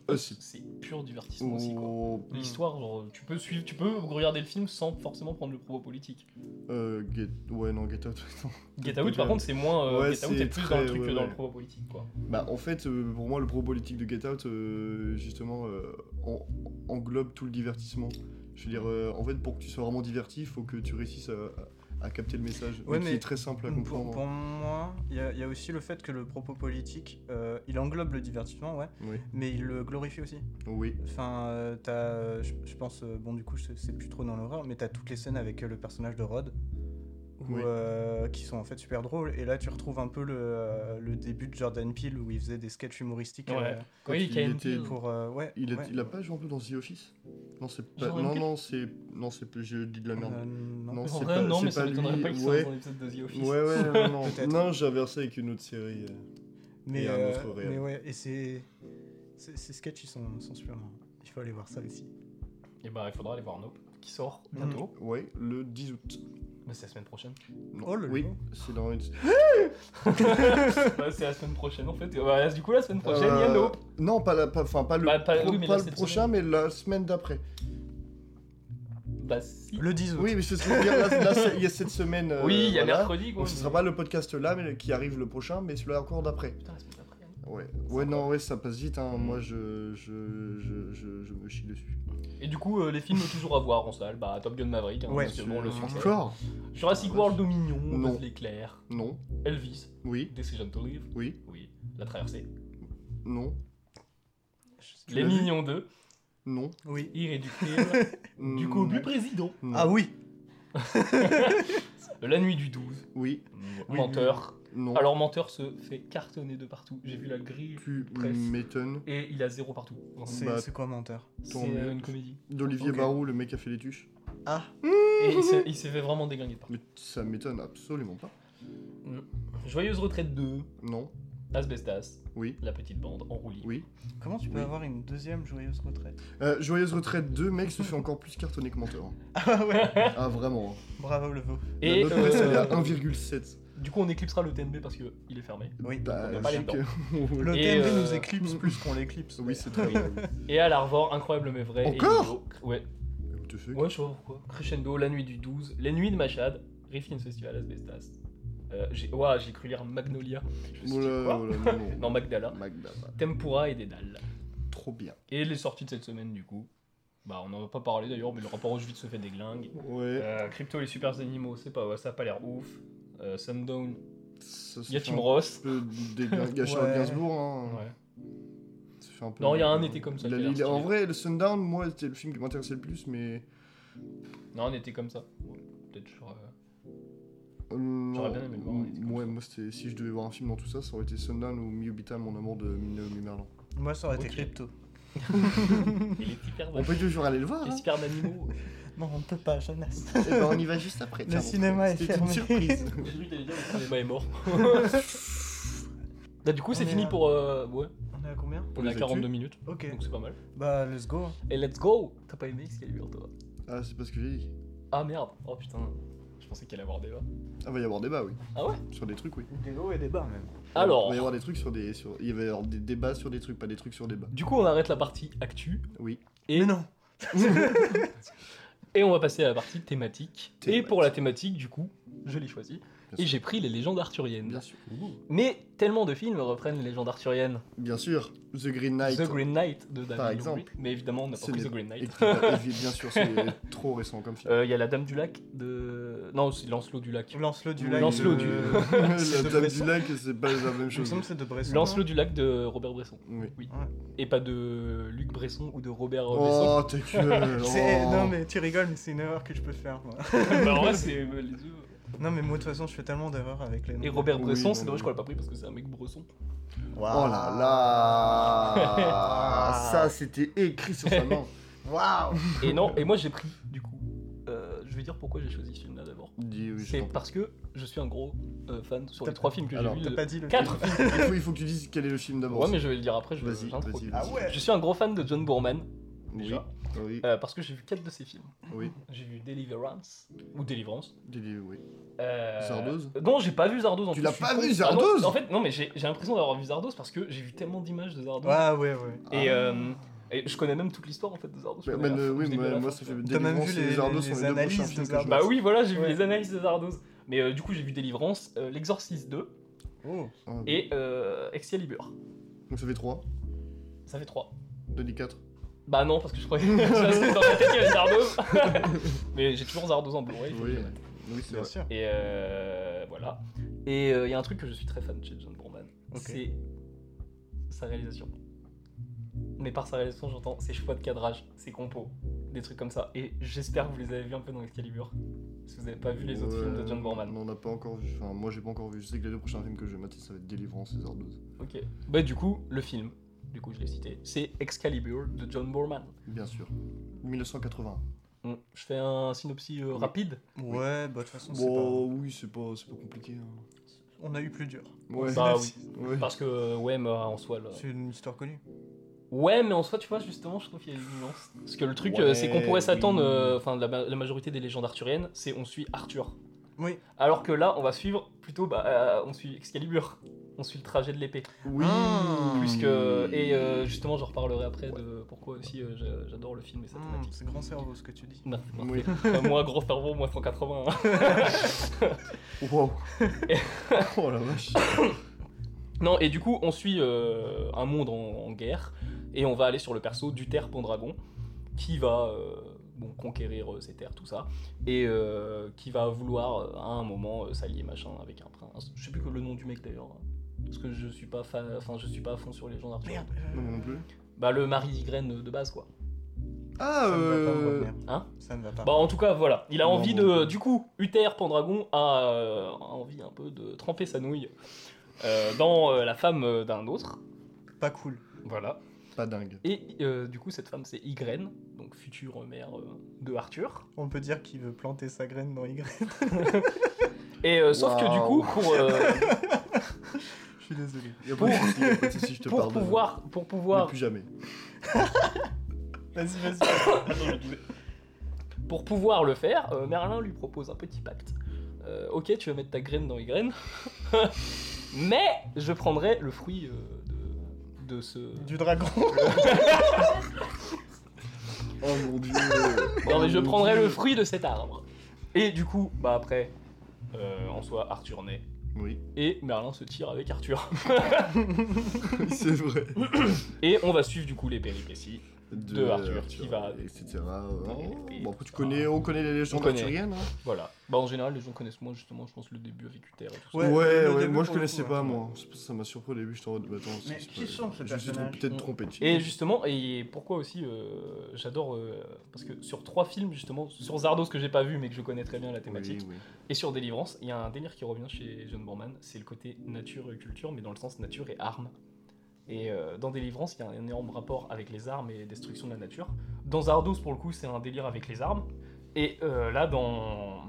[SPEAKER 3] Aussi.
[SPEAKER 1] c'est pur divertissement aussi. quoi.
[SPEAKER 3] Oh,
[SPEAKER 1] L'histoire, genre, tu peux suivre, tu peux regarder le film sans forcément prendre le propos politique.
[SPEAKER 3] euh, Get... Ouais, non, Get Out. non.
[SPEAKER 1] Get Out, par contre, c'est moins. euh,
[SPEAKER 3] Ouais,
[SPEAKER 1] Get Out,
[SPEAKER 3] c'est
[SPEAKER 1] c'est plus
[SPEAKER 3] très-
[SPEAKER 1] dans le truc
[SPEAKER 3] ouais,
[SPEAKER 1] que dans
[SPEAKER 3] ouais.
[SPEAKER 1] le propos politique, quoi.
[SPEAKER 3] Bah, en fait, euh, pour moi, le propos politique de Get Out, euh, justement, euh, en- englobe tout le divertissement. Je veux dire, euh, en fait, pour que tu sois vraiment diverti, il faut que tu réussisses à, à- à capter le message.
[SPEAKER 2] Ouais,
[SPEAKER 3] mais qui
[SPEAKER 2] mais
[SPEAKER 3] est très simple à
[SPEAKER 2] Pour-
[SPEAKER 3] comprendre.
[SPEAKER 2] Pour, moi, il y, a- il y a aussi le fait que le propos politique, euh, il englobe le divertissement, ouais,
[SPEAKER 3] Oui.
[SPEAKER 2] mais il le glorifie aussi.
[SPEAKER 3] Oui.
[SPEAKER 2] Enfin, euh, t'as, euh, je je pense, euh, bon, du coup, je sais- c'est plus trop dans l'horreur, mais t'as toutes les scènes avec euh, le personnage de Rod, où,
[SPEAKER 3] Oui.
[SPEAKER 2] euh, qui sont en fait super drôles. Et là, tu retrouves un peu le, euh, le début de Jordan Peele, où il faisait des sketchs humoristiques
[SPEAKER 1] Ouais.
[SPEAKER 2] euh,
[SPEAKER 3] Quand
[SPEAKER 1] oui,
[SPEAKER 3] il
[SPEAKER 1] Kane
[SPEAKER 3] était
[SPEAKER 1] Hill.
[SPEAKER 2] pour. euh, ouais.
[SPEAKER 3] Il, a,
[SPEAKER 2] ouais.
[SPEAKER 3] il a pas joué un peu dans The Office Non, c'est pas.
[SPEAKER 1] Jordan
[SPEAKER 3] Non,
[SPEAKER 1] Peele
[SPEAKER 3] non, c'est. Non, c'est plus. Je dis de la merde.
[SPEAKER 2] Euh, non.
[SPEAKER 3] Non,
[SPEAKER 1] En
[SPEAKER 3] c'est
[SPEAKER 1] vrai,
[SPEAKER 3] pas,
[SPEAKER 1] non,
[SPEAKER 3] c'est
[SPEAKER 1] mais ça
[SPEAKER 3] pas
[SPEAKER 1] m'étonnerait
[SPEAKER 3] lui.
[SPEAKER 1] pas qu'il soit
[SPEAKER 3] ouais.
[SPEAKER 1] dans l'épisode de The Office.
[SPEAKER 3] Ouais, ouais, non, non.
[SPEAKER 2] Peut-être.
[SPEAKER 3] non, j'ai inversé avec une autre série. euh.
[SPEAKER 2] Mais,
[SPEAKER 3] et un autre
[SPEAKER 2] euh,
[SPEAKER 3] réel.
[SPEAKER 2] mais ouais, et c'est. Ces ces sketchs, ils sont, sont super marrants. Il faut aller voir ça aussi.
[SPEAKER 1] Et bah, il faudra aller voir Nope, qui sort
[SPEAKER 3] Mm.
[SPEAKER 1] bientôt.
[SPEAKER 3] Ouais, le 10 août.
[SPEAKER 1] Mais c'est la semaine prochaine.
[SPEAKER 3] Non.
[SPEAKER 2] Oh là
[SPEAKER 3] oui,
[SPEAKER 2] là.
[SPEAKER 3] c'est dans une.
[SPEAKER 1] Bah, c'est la semaine prochaine, en fait. Et bah, du coup, la semaine prochaine, il y a
[SPEAKER 3] Euh,
[SPEAKER 1] Nope.
[SPEAKER 3] Non, pas, la, pas, enfin, pas le,
[SPEAKER 1] Bah, pas-
[SPEAKER 3] pro-
[SPEAKER 1] oui, mais
[SPEAKER 3] pas
[SPEAKER 1] là,
[SPEAKER 3] le
[SPEAKER 1] cette
[SPEAKER 3] prochain, mais la semaine d'après.
[SPEAKER 1] Bah, si.
[SPEAKER 2] Le 10 août.
[SPEAKER 3] Oui, mais c'est ce que je veux dire. Là, là, c'est- il y a cette semaine. euh,
[SPEAKER 1] oui, il y a
[SPEAKER 3] voilà.
[SPEAKER 1] mercredi, quoi.
[SPEAKER 3] Donc, ce sera pas le podcast là, mais qui arrive le prochain, mais celui-là encore d'après.
[SPEAKER 1] Putain, la semaine d'après, il y a Nope.
[SPEAKER 3] Ouais, ouais,
[SPEAKER 1] C'est
[SPEAKER 3] non, ouais, ça passe vite. Hein.
[SPEAKER 1] Mm.
[SPEAKER 3] Moi, je, je, je, je, je me chie dessus.
[SPEAKER 1] Et du coup, euh, les films toujours à voir en salle. Bah, Top Gun Maverick, hein,
[SPEAKER 2] Ouais,
[SPEAKER 1] parce que bon, le succès.
[SPEAKER 3] Encore
[SPEAKER 1] Jurassic World Dominion,
[SPEAKER 3] Non.
[SPEAKER 1] Buzz l'éclair,
[SPEAKER 3] Non.
[SPEAKER 1] Elvis,
[SPEAKER 3] Oui.
[SPEAKER 1] Decision to Live,
[SPEAKER 3] Oui.
[SPEAKER 1] oui, La Traversée,
[SPEAKER 3] Non. Tu
[SPEAKER 1] Les
[SPEAKER 3] l'as vu
[SPEAKER 1] Mignons 2,
[SPEAKER 3] Non.
[SPEAKER 2] Oui.
[SPEAKER 1] Irréductible, du
[SPEAKER 3] Mm,
[SPEAKER 1] Cobu Président, Euh,
[SPEAKER 3] non.
[SPEAKER 2] Ah oui
[SPEAKER 1] La Nuit du 12,
[SPEAKER 3] Oui.
[SPEAKER 2] Oui,
[SPEAKER 1] Menteur.
[SPEAKER 3] Non.
[SPEAKER 1] Alors, Menteur se fait cartonner de partout. J'ai vu la grille
[SPEAKER 3] tu
[SPEAKER 1] presse.
[SPEAKER 3] m'étonnes.
[SPEAKER 1] et il a zéro partout.
[SPEAKER 2] C'est
[SPEAKER 3] Bah,
[SPEAKER 2] c'est quoi menteur
[SPEAKER 1] C'est
[SPEAKER 3] tant mieux.
[SPEAKER 1] une comédie.
[SPEAKER 3] D'Olivier
[SPEAKER 2] Ok.
[SPEAKER 3] Barou, le mec qui a fait les tuches.
[SPEAKER 2] Ah
[SPEAKER 1] Et il s'est- il s'est fait vraiment déglinguer de partout.
[SPEAKER 3] Mais ça m'étonne absolument pas.
[SPEAKER 1] Joyeuse Retraite 2,
[SPEAKER 3] Non.
[SPEAKER 1] Asbestas,
[SPEAKER 3] Oui.
[SPEAKER 1] La Petite Bande, Enroulis.
[SPEAKER 3] Oui.
[SPEAKER 2] Comment tu peux
[SPEAKER 3] Oui.
[SPEAKER 2] avoir une deuxième joyeuse retraite
[SPEAKER 3] Euh, Joyeuse retraite 2, mec, se fait encore plus cartonner que menteur. hein.
[SPEAKER 2] Ah ouais
[SPEAKER 3] Ah, vraiment.
[SPEAKER 2] Bravo le veau.
[SPEAKER 1] Et
[SPEAKER 3] La note presse, elle est à
[SPEAKER 1] euh,
[SPEAKER 3] 1,7.
[SPEAKER 1] du coup, on éclipsera le TMB parce qu'il est fermé.
[SPEAKER 2] Oui.
[SPEAKER 3] Bah,
[SPEAKER 1] on va pas
[SPEAKER 3] c'est
[SPEAKER 1] aller
[SPEAKER 3] que-
[SPEAKER 2] Le
[SPEAKER 1] Et,
[SPEAKER 2] TMV
[SPEAKER 1] euh,
[SPEAKER 2] nous éclipse plus qu'on l'éclipse.
[SPEAKER 3] Oui, c'est très bien.
[SPEAKER 1] Et à l'Arvor, incroyable mais vrai. et
[SPEAKER 3] Encore
[SPEAKER 1] Idiot. Ouais,
[SPEAKER 3] What the fuck
[SPEAKER 1] Ouais, je sais pas pourquoi. Crescendo, La Nuit du 12, Les Nuits de Machad, Riffin Festival Asbestas. Euh, j'ai ouah, j'ai cru lire Magnolia. Je me suis dit,
[SPEAKER 3] Voilà,
[SPEAKER 1] quoi
[SPEAKER 3] voilà, non, non.
[SPEAKER 1] Non, Magdala.
[SPEAKER 3] Magda, bah,
[SPEAKER 1] Tempura et Dédale.
[SPEAKER 3] trop bien.
[SPEAKER 1] Et les sorties de cette semaine, du coup. Bah, on n'en a pas parlé d'ailleurs, mais le rapport au Auschwitz se fait déglingue.
[SPEAKER 3] Ouais.
[SPEAKER 1] Euh, Crypto et les super animaux, c'est pas, ouais, ça a pas l'air ouf. Euh, Sundown,
[SPEAKER 3] Ça se
[SPEAKER 1] y a
[SPEAKER 3] fait
[SPEAKER 1] Tim
[SPEAKER 3] un
[SPEAKER 1] Ross.
[SPEAKER 3] peu déglinguer à Charles
[SPEAKER 2] Ouais.
[SPEAKER 3] Gainsbourg. Hein.
[SPEAKER 1] Ouais.
[SPEAKER 3] Ça fait un peu-
[SPEAKER 1] Non, il y a un été comme ça
[SPEAKER 3] Il a-
[SPEAKER 1] qui a l'air
[SPEAKER 3] il a- en
[SPEAKER 1] stylé.
[SPEAKER 3] vrai, le Sundown, moi, c'était le film qui m'intéressait le plus, mais.
[SPEAKER 1] Non, on était comme ça. Ouais, Peut-être sur. euh,
[SPEAKER 3] Euh,
[SPEAKER 1] J'aurais
[SPEAKER 3] non.
[SPEAKER 1] bien aimé le voir, on était comme
[SPEAKER 3] Ouais,
[SPEAKER 1] ça.
[SPEAKER 3] moi, c'était- si je devais voir un film dans tout ça, ça aurait été Sundown ou Miobita, mon amour de Naomi Merlin.
[SPEAKER 2] Moi ça aurait
[SPEAKER 1] Ok.
[SPEAKER 2] été crypto.
[SPEAKER 1] Et les super
[SPEAKER 3] On peut toujours aller le voir.
[SPEAKER 1] Les
[SPEAKER 3] hein.
[SPEAKER 1] super animaux.
[SPEAKER 2] Non, on ne peut pas, Jonas.
[SPEAKER 3] Eh ben, on y va juste après.
[SPEAKER 2] Le
[SPEAKER 3] tiens,
[SPEAKER 2] cinéma est
[SPEAKER 3] c'était
[SPEAKER 2] fermé.
[SPEAKER 3] une surprise.
[SPEAKER 1] J'ai cru que t'allais dire le cinéma est mort. Bah, du coup,
[SPEAKER 2] On
[SPEAKER 1] c'est
[SPEAKER 2] est
[SPEAKER 1] fini
[SPEAKER 2] à-
[SPEAKER 1] pour. euh, ouais,
[SPEAKER 2] On est à combien
[SPEAKER 1] on est à
[SPEAKER 3] les
[SPEAKER 1] 42
[SPEAKER 3] actus
[SPEAKER 1] minutes,
[SPEAKER 2] Ok.
[SPEAKER 1] donc c'est pas mal.
[SPEAKER 2] Bah, let's go.
[SPEAKER 1] Et let's go T'as pas aimé Excalibur, toi
[SPEAKER 3] Ah, c'est pas ce que j'ai dit.
[SPEAKER 1] Ah merde Oh putain, je pensais qu'il allait avoir débat.
[SPEAKER 3] Ah, va y avoir débat, oui.
[SPEAKER 1] Ah ouais
[SPEAKER 3] Sur des trucs, oui.
[SPEAKER 2] Des hauts et des bas, même.
[SPEAKER 1] Ah, Alors,
[SPEAKER 3] Il va y avoir des trucs sur des. Sur... Il va y avoir des débats sur des trucs, pas des trucs sur débats.
[SPEAKER 1] du coup, on arrête la partie actu
[SPEAKER 3] Oui.
[SPEAKER 1] Et-
[SPEAKER 2] Mais non
[SPEAKER 1] et on va passer à la partie thématique.
[SPEAKER 3] Thématique.
[SPEAKER 1] Et pour la thématique, du coup, je l'ai choisi. Et
[SPEAKER 3] sûr.
[SPEAKER 1] j'ai pris les légendes arthuriennes.
[SPEAKER 3] Bien sûr.
[SPEAKER 1] Mais tellement de films reprennent les légendes arthuriennes.
[SPEAKER 3] Bien sûr. The Green Knight.
[SPEAKER 1] The Green Knight de David
[SPEAKER 3] Par
[SPEAKER 1] Lowry.
[SPEAKER 3] exemple.
[SPEAKER 1] Mais évidemment, on n'a pas
[SPEAKER 3] C'est
[SPEAKER 1] pris
[SPEAKER 3] les-
[SPEAKER 1] The Green
[SPEAKER 3] Et
[SPEAKER 1] Knight. Euh,
[SPEAKER 3] puis, bah, et puis, bien sûr, c'est trop récent comme
[SPEAKER 1] Il
[SPEAKER 3] film.
[SPEAKER 1] y a la Dame du Lac de. Non, c'est Lancelot du Lac.
[SPEAKER 2] Lance-le du
[SPEAKER 3] Oui,
[SPEAKER 2] live. euh,
[SPEAKER 1] Lancelot du-
[SPEAKER 3] la
[SPEAKER 2] de
[SPEAKER 3] Dame
[SPEAKER 2] Bresson.
[SPEAKER 3] euh, du Lac, c'est pas la même
[SPEAKER 2] Je me
[SPEAKER 3] chose.
[SPEAKER 2] semble que c'est de Bresson. hein.
[SPEAKER 1] Lancelot du Lac de Robert Bresson.
[SPEAKER 3] Oui.
[SPEAKER 1] Et pas de Luc Bresson ou de Robert Bresson.
[SPEAKER 3] Oh, t'es que.
[SPEAKER 2] C'est-
[SPEAKER 3] oh.
[SPEAKER 2] Non, mais tu rigoles, mais c'est une erreur que je peux faire, moi.
[SPEAKER 1] bah, en vrai, c'est euh, les deux.
[SPEAKER 2] Non, mais moi, de toute façon, je fais tellement d'erreurs avec les noms.
[SPEAKER 1] Et Robert
[SPEAKER 3] Oui,
[SPEAKER 1] Bresson,
[SPEAKER 3] non,
[SPEAKER 1] c'est
[SPEAKER 3] mais-
[SPEAKER 1] dommage qu'on l'a pas pris parce que c'est un mec Bresson.
[SPEAKER 3] Oh là là Ça, c'était écrit sur sa main.
[SPEAKER 2] Waouh
[SPEAKER 1] Et non, et moi j'ai pris, du coup. Euh, je vais dire pourquoi j'ai choisi ce film-là d'abord.
[SPEAKER 3] Dis, oui, je
[SPEAKER 1] c'est
[SPEAKER 3] t'en prie.
[SPEAKER 1] parce que je suis un gros euh, fan sur les
[SPEAKER 2] T'as-
[SPEAKER 1] trois films que j'ai
[SPEAKER 3] alors,
[SPEAKER 1] vus. euh,
[SPEAKER 2] T'as
[SPEAKER 1] de-
[SPEAKER 2] pas dit le
[SPEAKER 1] Quatre films.
[SPEAKER 3] Il faut, il faut que tu dises quel est le film d'abord.
[SPEAKER 1] Ouais, mais je vais le dire après. Je
[SPEAKER 3] Vas-y,
[SPEAKER 1] j'intro.
[SPEAKER 3] vas-y.
[SPEAKER 2] Ah
[SPEAKER 3] vas-y.
[SPEAKER 2] ouais
[SPEAKER 1] Je suis un gros fan de John Boorman. déjà.
[SPEAKER 3] Oui,
[SPEAKER 1] Euh, parce que j'ai vu 4 de ces films.
[SPEAKER 3] oui,
[SPEAKER 1] J'ai vu Deliverance, ou Deliverance.
[SPEAKER 3] Deli- oui.
[SPEAKER 1] Euh...
[SPEAKER 3] Zardoz
[SPEAKER 1] Non, j'ai pas vu Zardoz en
[SPEAKER 3] Tu
[SPEAKER 1] plus,
[SPEAKER 3] l'as
[SPEAKER 1] je suis
[SPEAKER 3] pas
[SPEAKER 1] con.
[SPEAKER 3] vu,
[SPEAKER 1] Ah non,
[SPEAKER 3] Zardoz
[SPEAKER 1] En fait, non, mais j'ai j'ai l'impression d'avoir vu Zardoz parce que j'ai vu tellement d'images de Zardoz.
[SPEAKER 2] Ah ouais, ouais.
[SPEAKER 1] Et,
[SPEAKER 3] Ah.
[SPEAKER 1] euh, et je connais même toute l'histoire en fait de Zardoz. je
[SPEAKER 3] Bah,
[SPEAKER 1] connais
[SPEAKER 3] bah,
[SPEAKER 1] la-
[SPEAKER 3] oui,
[SPEAKER 1] du début à
[SPEAKER 3] mais
[SPEAKER 1] la
[SPEAKER 3] moi
[SPEAKER 1] fin, tu
[SPEAKER 3] ça fait
[SPEAKER 1] vois.
[SPEAKER 2] T'as
[SPEAKER 3] Deli
[SPEAKER 2] même
[SPEAKER 3] Vance
[SPEAKER 2] vu
[SPEAKER 3] et
[SPEAKER 2] les-
[SPEAKER 3] Zardos
[SPEAKER 2] les
[SPEAKER 3] sont les deux
[SPEAKER 2] analyses
[SPEAKER 3] prochains
[SPEAKER 2] de
[SPEAKER 3] films que je
[SPEAKER 2] Zardos.
[SPEAKER 3] vois.
[SPEAKER 1] Bah oui, voilà, j'ai vu
[SPEAKER 2] Ouais.
[SPEAKER 1] les analyses de Zardoz. Mais euh, du coup, j'ai vu Deliverance, euh, L'Exorciste 2
[SPEAKER 2] Oh.
[SPEAKER 3] Ah, oui.
[SPEAKER 1] et euh, Excalibur.
[SPEAKER 3] Ah, Donc ça fait 3,
[SPEAKER 1] Ça fait 3.
[SPEAKER 3] Deli 4.
[SPEAKER 1] Bah non, parce que je croyais que dans ma tête il y avait Zardoz. mais j'ai toujours Zardoz en Blu-ray.
[SPEAKER 3] Oui,
[SPEAKER 1] faut que je le mette.
[SPEAKER 3] oui c'est
[SPEAKER 2] Bien
[SPEAKER 3] vrai.
[SPEAKER 2] sûr.
[SPEAKER 1] Et euh, voilà. Et il y a un truc que je suis très fan de chez John Boorman.
[SPEAKER 2] Ok.
[SPEAKER 1] C'est sa réalisation. Mais par sa réalisation, j'entends ses choix de cadrage, ses compos, des trucs comme ça. Et j'espère que vous les avez vus un peu dans Excalibur. Si vous n'avez pas vu les autres
[SPEAKER 3] Ouais,
[SPEAKER 1] films de John Boorman.
[SPEAKER 3] On en a pas encore vu. Enfin, moi j'ai pas encore vu. Je sais que les deux prochains films que je vais mater, ça va être Délivrance et Zardoz.
[SPEAKER 1] Ok. Bah du coup, le film, du coup je l'ai cité, c'est Excalibur de John Boorman.
[SPEAKER 3] Bien sûr. 1980.
[SPEAKER 1] Bon, je fais un synopsis euh,
[SPEAKER 3] Oui.
[SPEAKER 1] rapide.
[SPEAKER 2] Ouais, bah de toute façon, c'est
[SPEAKER 3] Bon, oui, c'est pas, c'est pas compliqué. hein.
[SPEAKER 2] pas... On a eu plus dur.
[SPEAKER 3] Ouais.
[SPEAKER 1] Bah oui.
[SPEAKER 3] Ouais.
[SPEAKER 1] Parce que euh, ouais, mais euh, en soi, le-
[SPEAKER 2] C'est une histoire connue.
[SPEAKER 1] Ouais, mais en soi, tu vois, justement, je trouve qu'il y a une nuance. Parce que le truc,
[SPEAKER 3] Ouais,
[SPEAKER 1] euh, c'est qu'on pourrait s'attendre,
[SPEAKER 3] oui.
[SPEAKER 1] euh, enfin, la, ma- la majorité des légendes arthuriennes, c'est on suit Arthur.
[SPEAKER 2] Oui.
[SPEAKER 1] Alors que là, on va suivre plutôt, bah, euh, on suit Excalibur. On suit le trajet de l'épée.
[SPEAKER 3] Oui. Mmh.
[SPEAKER 2] Ah.
[SPEAKER 1] Plus que- Et euh, justement, j'en reparlerai après de pourquoi aussi euh, j'a- j'adore le film et sa
[SPEAKER 2] Hmm,
[SPEAKER 1] thématique.
[SPEAKER 2] c'est grand cerveau ce que tu dis.
[SPEAKER 1] Merci, merci.
[SPEAKER 3] Oui.
[SPEAKER 1] Enfin, moi, gros cerveau, moi 180. hein.
[SPEAKER 3] Wow. oh la vache.
[SPEAKER 1] Non, et du coup, on suit euh, un monde en, en guerre, et on va aller sur le perso du Terre Pendragon, qui va euh, bon, conquérir euh, ces terres, tout ça, et euh, qui va vouloir euh, à un moment euh, s'allier machin avec un prince. Je sais plus que le nom du mec d'ailleurs, hein, parce que je suis pas fan, enfin je suis pas à fond sur les gens d'Arthur.
[SPEAKER 2] Merde. euh,
[SPEAKER 3] Non, moi non plus.
[SPEAKER 1] Bah le mari d'Ygraine de base quoi.
[SPEAKER 2] Ça
[SPEAKER 3] Ah,
[SPEAKER 2] ne va pas me
[SPEAKER 3] euh.
[SPEAKER 2] revenir.
[SPEAKER 1] Hein
[SPEAKER 2] Ça ne va pas.
[SPEAKER 1] Bah en tout cas voilà, il a
[SPEAKER 3] Non,
[SPEAKER 1] envie
[SPEAKER 3] non,
[SPEAKER 1] de,
[SPEAKER 3] non.
[SPEAKER 1] du coup, Uther Pendragon a, euh, a envie un peu de tremper sa nouille euh, dans euh, la femme euh, d'un autre.
[SPEAKER 2] Pas cool.
[SPEAKER 1] Voilà.
[SPEAKER 3] Pas dingue.
[SPEAKER 1] Et euh, du coup, cette femme, c'est Ygraine, donc future mère euh, de Arthur.
[SPEAKER 2] On peut dire qu'il veut planter sa graine dans Y.
[SPEAKER 1] Et euh, sauf que du
[SPEAKER 3] Waouh.
[SPEAKER 1] coup, pour, euh,
[SPEAKER 2] Je suis désolé.
[SPEAKER 3] Y a pas de soucis, y a pas de soucis, je te
[SPEAKER 1] pour
[SPEAKER 3] pardonne.
[SPEAKER 1] pouvoir, pour
[SPEAKER 3] Mais
[SPEAKER 1] pouvoir,
[SPEAKER 3] plus jamais.
[SPEAKER 2] Vas-y, vas-y.
[SPEAKER 1] Ah pour pouvoir le faire, euh, Merlin lui propose un petit pacte. Euh, ok, tu vas mettre ta graine dans Ygraine, mais je prendrai le fruit euh, de, de ce.
[SPEAKER 2] du dragon.
[SPEAKER 3] Oh mon dieu.
[SPEAKER 1] Non mais je
[SPEAKER 3] Oh mon
[SPEAKER 1] prendrai
[SPEAKER 3] Dieu.
[SPEAKER 1] le fruit de cet arbre. Et du coup, bah après, euh, en soi, Arthur naît
[SPEAKER 3] Oui,
[SPEAKER 1] et Merlin se tire avec Arthur.
[SPEAKER 3] c'est vrai.
[SPEAKER 1] Et on va suivre du coup les péripéties.
[SPEAKER 3] De,
[SPEAKER 1] Arthur, qui va-
[SPEAKER 3] Etc. Oh,
[SPEAKER 1] Et- ah.
[SPEAKER 3] Bon, après, tu connais, on connaît les légendes
[SPEAKER 1] On connaît.
[SPEAKER 3] arthuriennes. hein.
[SPEAKER 1] Voilà. Bah en général, les gens connaissent moins justement, je pense, le début avec Uther et tout ça.
[SPEAKER 2] Ouais,
[SPEAKER 3] Ouais,
[SPEAKER 2] le
[SPEAKER 3] ouais,
[SPEAKER 2] début,
[SPEAKER 3] moi je
[SPEAKER 2] pour le
[SPEAKER 3] connaissais
[SPEAKER 2] coup,
[SPEAKER 3] pas,
[SPEAKER 2] hein.
[SPEAKER 3] moi. C'est pour ça que ça m'a surpris au début, j'étais en mode, bah, attends,
[SPEAKER 2] Mais
[SPEAKER 3] c'est-
[SPEAKER 2] qui
[SPEAKER 3] c'est-
[SPEAKER 2] sont, ces
[SPEAKER 3] Je suis
[SPEAKER 2] personnages
[SPEAKER 3] peut-être trompé de film.
[SPEAKER 1] Et justement, et pourquoi aussi, euh, j'adore, euh, parce que sur trois films, justement, sur Zardos que j'ai pas vu, mais que je connais très bien la thématique,
[SPEAKER 3] Oui, oui.
[SPEAKER 1] et sur Délivrance, il y a un délire qui revient chez John Borman, c'est le côté nature et culture, mais dans le sens nature et armes. Et euh, dans Délivrance, il y a un énorme rapport avec les armes et destruction de la nature. Dans Zardos, pour le coup, c'est un délire avec les armes. Et euh, là, dans...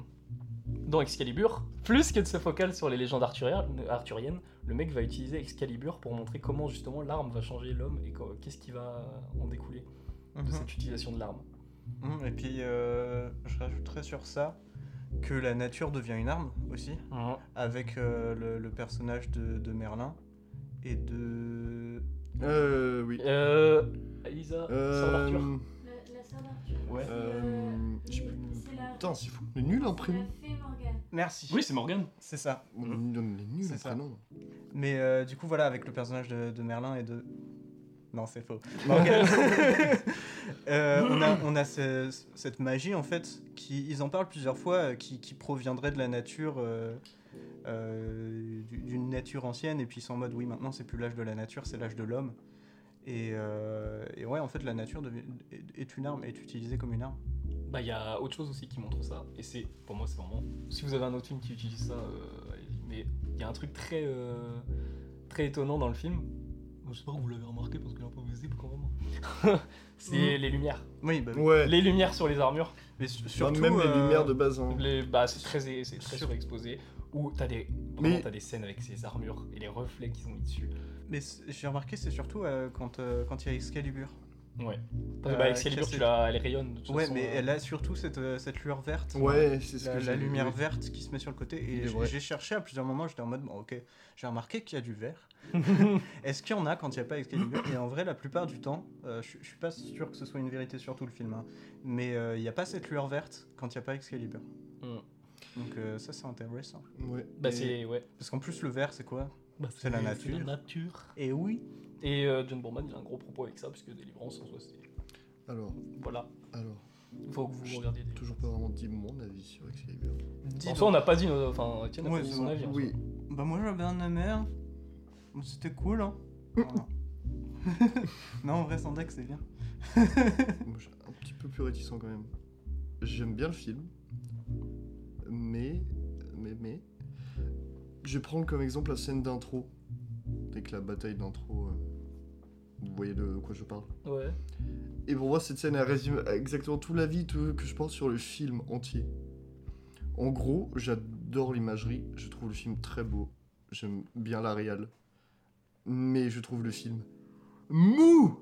[SPEAKER 1] dans Excalibur, plus que de se focal sur les légendes arthuriennes, arthuriennes, le mec va utiliser Excalibur pour montrer comment justement l'arme va changer l'homme et co- qu'est-ce qui va en découler de cette utilisation de l'arme.
[SPEAKER 2] Mhm, Et puis, euh, je rajouterais sur ça que la nature devient une arme aussi, avec euh, le, le personnage de, de Merlin et de.
[SPEAKER 3] Euh, oui.
[SPEAKER 1] Euh... Elisa, sœur d'Arthur.
[SPEAKER 3] Euh.
[SPEAKER 4] La, la sœur d'Arthur.
[SPEAKER 2] Ouais.
[SPEAKER 4] c'est,
[SPEAKER 3] euh, je sais
[SPEAKER 4] le-
[SPEAKER 3] plus.
[SPEAKER 4] c'est la,
[SPEAKER 3] Putain, c'est fou. On est nul en
[SPEAKER 4] c'est
[SPEAKER 3] prénom.
[SPEAKER 4] la fée Morgane.
[SPEAKER 2] Merci.
[SPEAKER 1] Oui, c'est Morgan.
[SPEAKER 2] C'est ça.
[SPEAKER 3] On est
[SPEAKER 1] Mm.
[SPEAKER 3] nul en
[SPEAKER 2] C'est ça.
[SPEAKER 3] prénom.
[SPEAKER 2] Mais euh, du coup, voilà, avec le personnage de, de Merlin et de. Non, c'est faux. Morgane. Euh, on a, on a ce- cette magie, en fait, qui, ils en parlent plusieurs fois, euh, qui, qui proviendrait de la nature, euh, euh, du- d'une nature ancienne, et puis ils sont en mode, oui, maintenant, c'est plus l'âge de la nature, c'est l'âge de l'homme. Et, euh, et ouais, en fait, la nature devient- est- est une arme, est utilisée comme une arme.
[SPEAKER 1] Bah, il y a autre chose aussi qui montre ça, et c'est, pour moi, c'est vraiment. Si vous avez un autre film qui utilise ça, euh, allez-y. mais il y a un truc très, euh, très étonnant dans le film. Bon, Je sais pas vous l'avez remarqué parce que j'ai un peu baisé quand même. hein.
[SPEAKER 2] Mhm.
[SPEAKER 1] c'est les lumières.
[SPEAKER 2] Oui, bah, oui.
[SPEAKER 3] Ouais.
[SPEAKER 1] Les lumières sur les armures.
[SPEAKER 2] mais su-
[SPEAKER 3] Enfin,
[SPEAKER 2] surtout.
[SPEAKER 3] même les
[SPEAKER 2] euh,
[SPEAKER 3] lumières de base. hein.
[SPEAKER 1] Les, bah, c'est très, c'est très
[SPEAKER 2] Sur-
[SPEAKER 1] surexposé. Ou t'as des,
[SPEAKER 3] Mais-
[SPEAKER 1] vraiment, t'as des scènes avec ces armures et les reflets qu'ils ont mis dessus.
[SPEAKER 2] Mais c- j'ai remarqué, c'est surtout euh, quand euh, quand il y a Excalibur.
[SPEAKER 1] Ouais.
[SPEAKER 2] Euh,
[SPEAKER 1] bah, Excalibur,
[SPEAKER 2] qu'est-ce
[SPEAKER 1] tu
[SPEAKER 2] que-
[SPEAKER 1] l'as, elle rayonne. De toute
[SPEAKER 2] Ouais,
[SPEAKER 1] façon,
[SPEAKER 2] mais
[SPEAKER 1] euh,
[SPEAKER 2] elle a surtout cette, euh, cette lueur verte.
[SPEAKER 3] Ouais, c'est ce
[SPEAKER 2] La,
[SPEAKER 3] que
[SPEAKER 2] la
[SPEAKER 3] j'ai-
[SPEAKER 2] lumière verte qui se met sur le côté.
[SPEAKER 3] Il
[SPEAKER 2] Et
[SPEAKER 3] est
[SPEAKER 2] j-
[SPEAKER 3] vrai.
[SPEAKER 2] j'ai cherché à plusieurs moments, j'étais en mode, bon, ok, j'ai remarqué qu'il y a du vert. Est-ce qu'il y en a quand il n'y a pas Excalibur Et en vrai, la plupart du temps, euh, je je suis pas sûr que ce soit une vérité sur tout le film, hein, mais euh, il n'y a pas cette lueur verte quand il n'y a pas Excalibur.
[SPEAKER 1] Mm.
[SPEAKER 2] Donc euh, ça, c'est intéressant.
[SPEAKER 3] Ouais.
[SPEAKER 1] Bah,
[SPEAKER 2] et-
[SPEAKER 1] c'est. Ouais.
[SPEAKER 2] Parce qu'en plus, le vert, c'est quoi Bah, c'est la nature.
[SPEAKER 1] nature.
[SPEAKER 2] Et oui
[SPEAKER 1] Et euh, John Boorman, il a un gros propos avec ça, parce que Délivrance, en soi, c'est.
[SPEAKER 3] Alors,
[SPEAKER 1] Voilà.
[SPEAKER 3] alors,
[SPEAKER 1] Faut que vous
[SPEAKER 3] Je-
[SPEAKER 1] regardiez des.
[SPEAKER 3] toujours pas vraiment dit mon avis sur Excalibur.
[SPEAKER 2] Dis
[SPEAKER 1] En
[SPEAKER 2] donc.
[SPEAKER 1] soi, on n'a pas dit. nos- Enfin, Etienne n'a
[SPEAKER 2] Ouais,
[SPEAKER 1] pas dit
[SPEAKER 2] c'est
[SPEAKER 1] son
[SPEAKER 2] vrai.
[SPEAKER 1] avis. en
[SPEAKER 3] Oui,
[SPEAKER 1] soi.
[SPEAKER 2] Bah moi j'avais un amer. C'était cool hein. Voilà. non en vrai sans deck c'est bien.
[SPEAKER 3] moi, je suis un petit peu plus réticent quand même. J'aime bien le film, mais, mais, mais, je vais prendre comme exemple la scène d'intro. Avec la bataille d'intro, euh, vous voyez de quoi je parle.
[SPEAKER 1] Ouais.
[SPEAKER 3] Et pour moi, cette scène, elle résume exactement tout l'avis tout- que je pense sur le film entier. En gros, j'adore l'imagerie, je trouve le film très beau, j'aime bien la réal. Mais je trouve le film mou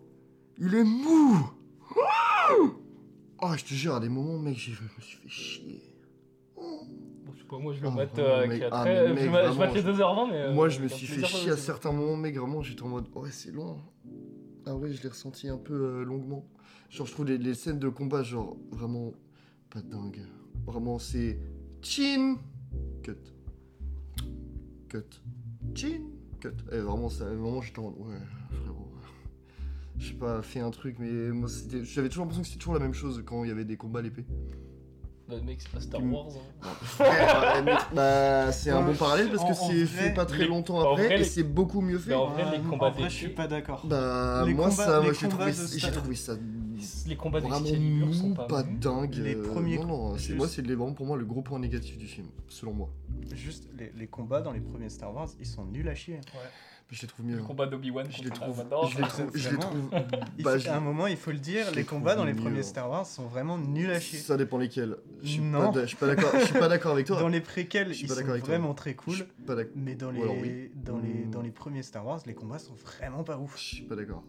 [SPEAKER 3] Il est mou Oh, je te jure, à des moments, mec, j'ai- je me suis fait chier. Oh!
[SPEAKER 1] Bon, je sais pas, moi, je le
[SPEAKER 3] Ah,
[SPEAKER 1] mate
[SPEAKER 3] vraiment,
[SPEAKER 1] euh,
[SPEAKER 3] mec.
[SPEAKER 1] qui a
[SPEAKER 3] Ah,
[SPEAKER 1] très-
[SPEAKER 3] mais mec,
[SPEAKER 1] je mate- je
[SPEAKER 3] vraiment,
[SPEAKER 1] mate les
[SPEAKER 3] je-
[SPEAKER 1] 2h20, mais. euh,
[SPEAKER 3] Moi, je me
[SPEAKER 1] avec un
[SPEAKER 3] suis fait
[SPEAKER 1] plaisir,
[SPEAKER 3] chier à
[SPEAKER 1] parce que-
[SPEAKER 3] certains moments, mais vraiment, j'étais en mode, ouais, c'est long. Ah ouais, je l'ai ressenti un peu euh, longuement. Genre, je trouve les, les scènes de combat, genre, vraiment pas dingue. Vraiment, c'est chin, cut, cut, chin, cut. Et vraiment, ça, vraiment, j'étais en mode, ouais, frérot. Je sais pas, fait un truc, mais moi, c'était- j'avais toujours l'impression que c'était toujours la même chose quand il y avait des combats à l'épée.
[SPEAKER 1] Bah, mec, c'est pas Star
[SPEAKER 3] Tu me-
[SPEAKER 1] Wars. hein.
[SPEAKER 3] Ouais, mais- bah, c'est un
[SPEAKER 2] Ouais.
[SPEAKER 3] bon parallèle parce
[SPEAKER 2] En-
[SPEAKER 3] que
[SPEAKER 2] en
[SPEAKER 3] c'est
[SPEAKER 2] vrai,
[SPEAKER 3] fait pas très
[SPEAKER 1] les-
[SPEAKER 3] longtemps
[SPEAKER 1] en
[SPEAKER 3] après
[SPEAKER 1] vrai,
[SPEAKER 3] et
[SPEAKER 1] les-
[SPEAKER 3] c'est beaucoup mieux fait.
[SPEAKER 1] Mais En vrai, les
[SPEAKER 2] non,
[SPEAKER 1] combats
[SPEAKER 2] en vrai, je
[SPEAKER 1] d'épée-
[SPEAKER 2] suis pas d'accord.
[SPEAKER 3] Bah
[SPEAKER 2] Les
[SPEAKER 3] moi
[SPEAKER 2] combats-
[SPEAKER 3] ça,
[SPEAKER 2] les
[SPEAKER 3] moi j'ai
[SPEAKER 2] combats
[SPEAKER 3] trouvé,
[SPEAKER 2] de
[SPEAKER 3] j'ai
[SPEAKER 2] Star-
[SPEAKER 3] trouvé ça
[SPEAKER 1] Les combats
[SPEAKER 3] vraiment
[SPEAKER 1] d'Excalibur sont
[SPEAKER 3] mou,
[SPEAKER 1] pas.
[SPEAKER 3] pas dingue.
[SPEAKER 2] Les
[SPEAKER 3] euh,
[SPEAKER 2] premiers
[SPEAKER 3] non non, c'est
[SPEAKER 2] juste-
[SPEAKER 3] moi c'est les- vraiment pour moi le gros point négatif du film, selon moi.
[SPEAKER 2] Juste les, les combats dans les premiers Star Wars ils sont nuls à chier.
[SPEAKER 3] Je les trouve mieux.
[SPEAKER 1] Le
[SPEAKER 3] hein.
[SPEAKER 1] combat d'Obi-Wan
[SPEAKER 3] Je les
[SPEAKER 1] contre
[SPEAKER 3] trouve,
[SPEAKER 1] Dark Vador.
[SPEAKER 3] je les trouve, je les
[SPEAKER 2] Vraiment.
[SPEAKER 3] trouve.
[SPEAKER 2] Il
[SPEAKER 3] bah,
[SPEAKER 2] faut-
[SPEAKER 3] je-
[SPEAKER 2] à un moment il faut le dire,
[SPEAKER 3] je
[SPEAKER 2] les
[SPEAKER 3] les
[SPEAKER 2] combats
[SPEAKER 3] trouve
[SPEAKER 2] dans les
[SPEAKER 3] nuls,
[SPEAKER 2] premiers
[SPEAKER 3] hein.
[SPEAKER 2] Star Wars sont vraiment nuls à chier.
[SPEAKER 3] Ça dépend lesquels. Je suis
[SPEAKER 2] Non.
[SPEAKER 3] pas d'a- je suis pas d'accord. Je suis pas d'accord avec toi.
[SPEAKER 2] Dans les préquels
[SPEAKER 3] Je suis
[SPEAKER 2] ils
[SPEAKER 3] pas
[SPEAKER 2] sont
[SPEAKER 3] d'accord avec toi.
[SPEAKER 2] vraiment très
[SPEAKER 3] Je
[SPEAKER 2] cool,
[SPEAKER 3] suis pas d'accord.
[SPEAKER 2] mais dans les,
[SPEAKER 3] Ou alors oui.
[SPEAKER 2] dans, les,
[SPEAKER 3] Hmm.
[SPEAKER 2] dans les premiers Star Wars les combats sont vraiment pas
[SPEAKER 3] Je
[SPEAKER 2] ouf.
[SPEAKER 3] suis pas d'accord.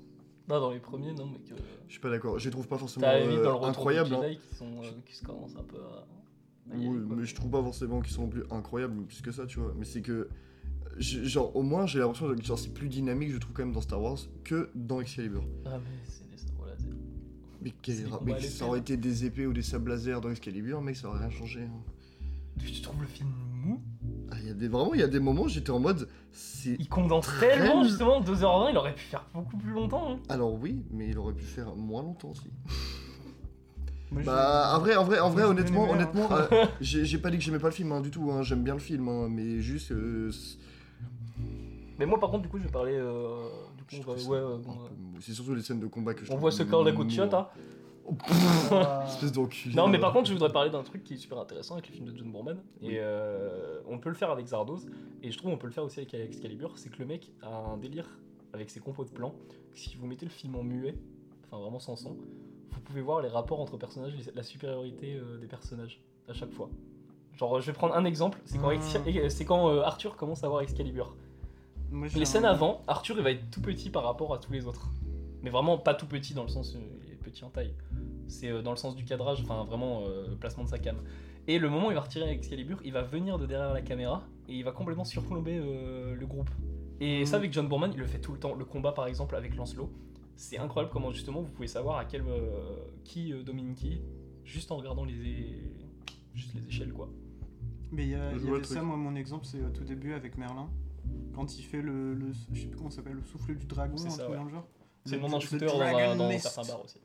[SPEAKER 1] Non, dans les premiers, non, mais que.
[SPEAKER 3] Je suis pas d'accord. Je les trouve pas forcément
[SPEAKER 1] T'as vite dans
[SPEAKER 3] euh,
[SPEAKER 1] le retour des
[SPEAKER 3] incroyables. hein.
[SPEAKER 1] Jedi qui sont. euh, qui se commencent un peu à. à y
[SPEAKER 3] Oui,
[SPEAKER 1] aller, quoi.
[SPEAKER 3] mais je trouve pas forcément qu'ils sont non plus incroyables plus que ça, tu vois. Mais c'est que, je- genre, au moins, j'ai l'impression que genre, c'est plus dynamique, je trouve, quand même, dans Star Wars que dans Excalibur.
[SPEAKER 1] Ah, mais c'est des. Voilà, c'est-
[SPEAKER 3] Mais, quel
[SPEAKER 1] C'est des
[SPEAKER 3] ra-
[SPEAKER 1] combats
[SPEAKER 3] mais
[SPEAKER 1] à l'épée, hein.
[SPEAKER 3] ça aurait
[SPEAKER 1] là.
[SPEAKER 3] été des épées ou des sables laser dans Excalibur, mec, ça aurait rien changé. hein.
[SPEAKER 1] Tu trouves le film mou
[SPEAKER 3] Ah, il y a des, vraiment, il y a des moments, j'étais en mode, c'est.
[SPEAKER 1] Il condense
[SPEAKER 3] Très
[SPEAKER 1] tellement,
[SPEAKER 3] nul.
[SPEAKER 1] justement, 2h20, il aurait pu faire beaucoup plus longtemps. hein.
[SPEAKER 3] Alors oui, mais il aurait pu faire moins longtemps aussi.
[SPEAKER 2] Moi, je-
[SPEAKER 3] Bah, en vrai, en vrai, en vrai,
[SPEAKER 2] Moi, je
[SPEAKER 3] honnêtement,
[SPEAKER 2] l'aimais, hein.
[SPEAKER 3] honnêtement, euh, j'ai j'ai pas dit que j'aimais pas le film hein, du tout. hein, J'aime bien le film, hein, mais juste, euh, c'est-
[SPEAKER 1] Mais moi, par contre, du coup, je vais parler. euh, Du coup,
[SPEAKER 3] je
[SPEAKER 1] on va.
[SPEAKER 3] trouve ça
[SPEAKER 1] Ouais,
[SPEAKER 3] un
[SPEAKER 1] euh,
[SPEAKER 3] peu
[SPEAKER 1] bon, euh,
[SPEAKER 3] mou. c'est surtout les scènes de combat que je.
[SPEAKER 1] On voit ce corps de la coup de chiotte, hein.
[SPEAKER 2] Ah.
[SPEAKER 3] Espèce euh, d'enculé.
[SPEAKER 1] Non, mais
[SPEAKER 3] là.
[SPEAKER 1] par contre, je voudrais parler d'un truc qui est super intéressant avec les films de John Boorman. Et euh, on peut le faire avec Zardoz. Et je trouve on peut le faire aussi avec Excalibur. C'est que le mec a un délire avec ses compos de plans. que Si vous mettez le film en muet, enfin vraiment sans son, vous pouvez voir les rapports entre personnages et la supériorité euh, des personnages à chaque fois. Genre, je vais prendre un exemple. C'est quand, Exca-
[SPEAKER 2] Ah.
[SPEAKER 1] et, euh, c'est quand euh, Arthur commence à voir Excalibur.
[SPEAKER 2] Moi, j'ai
[SPEAKER 1] Les
[SPEAKER 2] un-
[SPEAKER 1] scènes avant, Arthur il va être tout petit par rapport à tous les autres. Mais vraiment pas tout petit dans le sens euh, il est petit en taille. C'est euh, dans le sens du cadrage, enfin vraiment euh, placement de sa cam. Et le moment où il va retirer Excalibur, il va venir de derrière la caméra et il va complètement surplomber euh, le groupe. Et
[SPEAKER 2] Mm.
[SPEAKER 1] ça avec John Boorman, il le fait tout le temps. Le combat par exemple avec Lancelot, c'est incroyable comment justement vous pouvez savoir à quel euh, qui euh, domine qui juste en regardant les juste les échelles quoi.
[SPEAKER 2] Mais il y a,
[SPEAKER 3] Je
[SPEAKER 2] il y
[SPEAKER 3] vois
[SPEAKER 2] avait
[SPEAKER 3] le truc.
[SPEAKER 2] ça, moi, mon exemple, c'est au tout début avec Merlin. Quand il fait le. le- je sais plus comment ça s'appelle, le souffle du dragon,
[SPEAKER 1] C'est
[SPEAKER 2] un
[SPEAKER 1] ça,
[SPEAKER 2] truc
[SPEAKER 1] ouais.
[SPEAKER 2] dans le genre.
[SPEAKER 1] C'est le
[SPEAKER 2] The-
[SPEAKER 1] moment
[SPEAKER 2] The
[SPEAKER 1] shooter dans,
[SPEAKER 2] Dragon
[SPEAKER 1] un, dans
[SPEAKER 2] Mist.
[SPEAKER 1] certains bars aussi.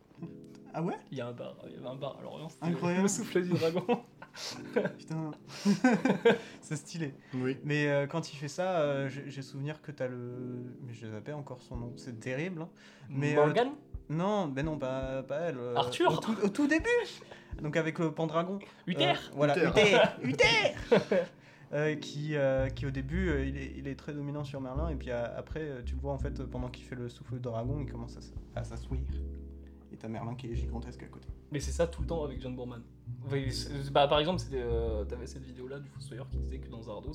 [SPEAKER 2] Ah ouais
[SPEAKER 1] Il y a un bar, il y avait un bar à Lorient. c'était
[SPEAKER 2] Incroyable.
[SPEAKER 1] Le souffle du dragon.
[SPEAKER 2] Putain. c'est stylé.
[SPEAKER 3] Oui.
[SPEAKER 2] Mais euh, quand il fait ça, euh, j'ai j'ai souvenir que t'as le. Mais je zappais encore son nom, c'est terrible. hein. Mais, euh,
[SPEAKER 1] Morgan
[SPEAKER 2] Non, mais non, pas, pas elle. euh,
[SPEAKER 1] Arthur
[SPEAKER 2] au tout, au tout début Donc avec le pandragon.
[SPEAKER 1] Uther
[SPEAKER 2] Euh, Voilà,
[SPEAKER 3] Uther.
[SPEAKER 2] Uther Uther Euh, qui, euh, qui au début euh, il, est, il est très dominant sur Merlin et puis euh, après euh, tu le vois en fait euh, pendant qu'il fait le souffle de dragon il commence à, s- à s'assouir et t'as Merlin qui est gigantesque à côté
[SPEAKER 1] Mais c'est ça tout le temps avec John Boorman. Oui, c'est- bah, par exemple, c'était, euh, t'avais cette vidéo là du Fossoyeur qui disait que dans Zardos,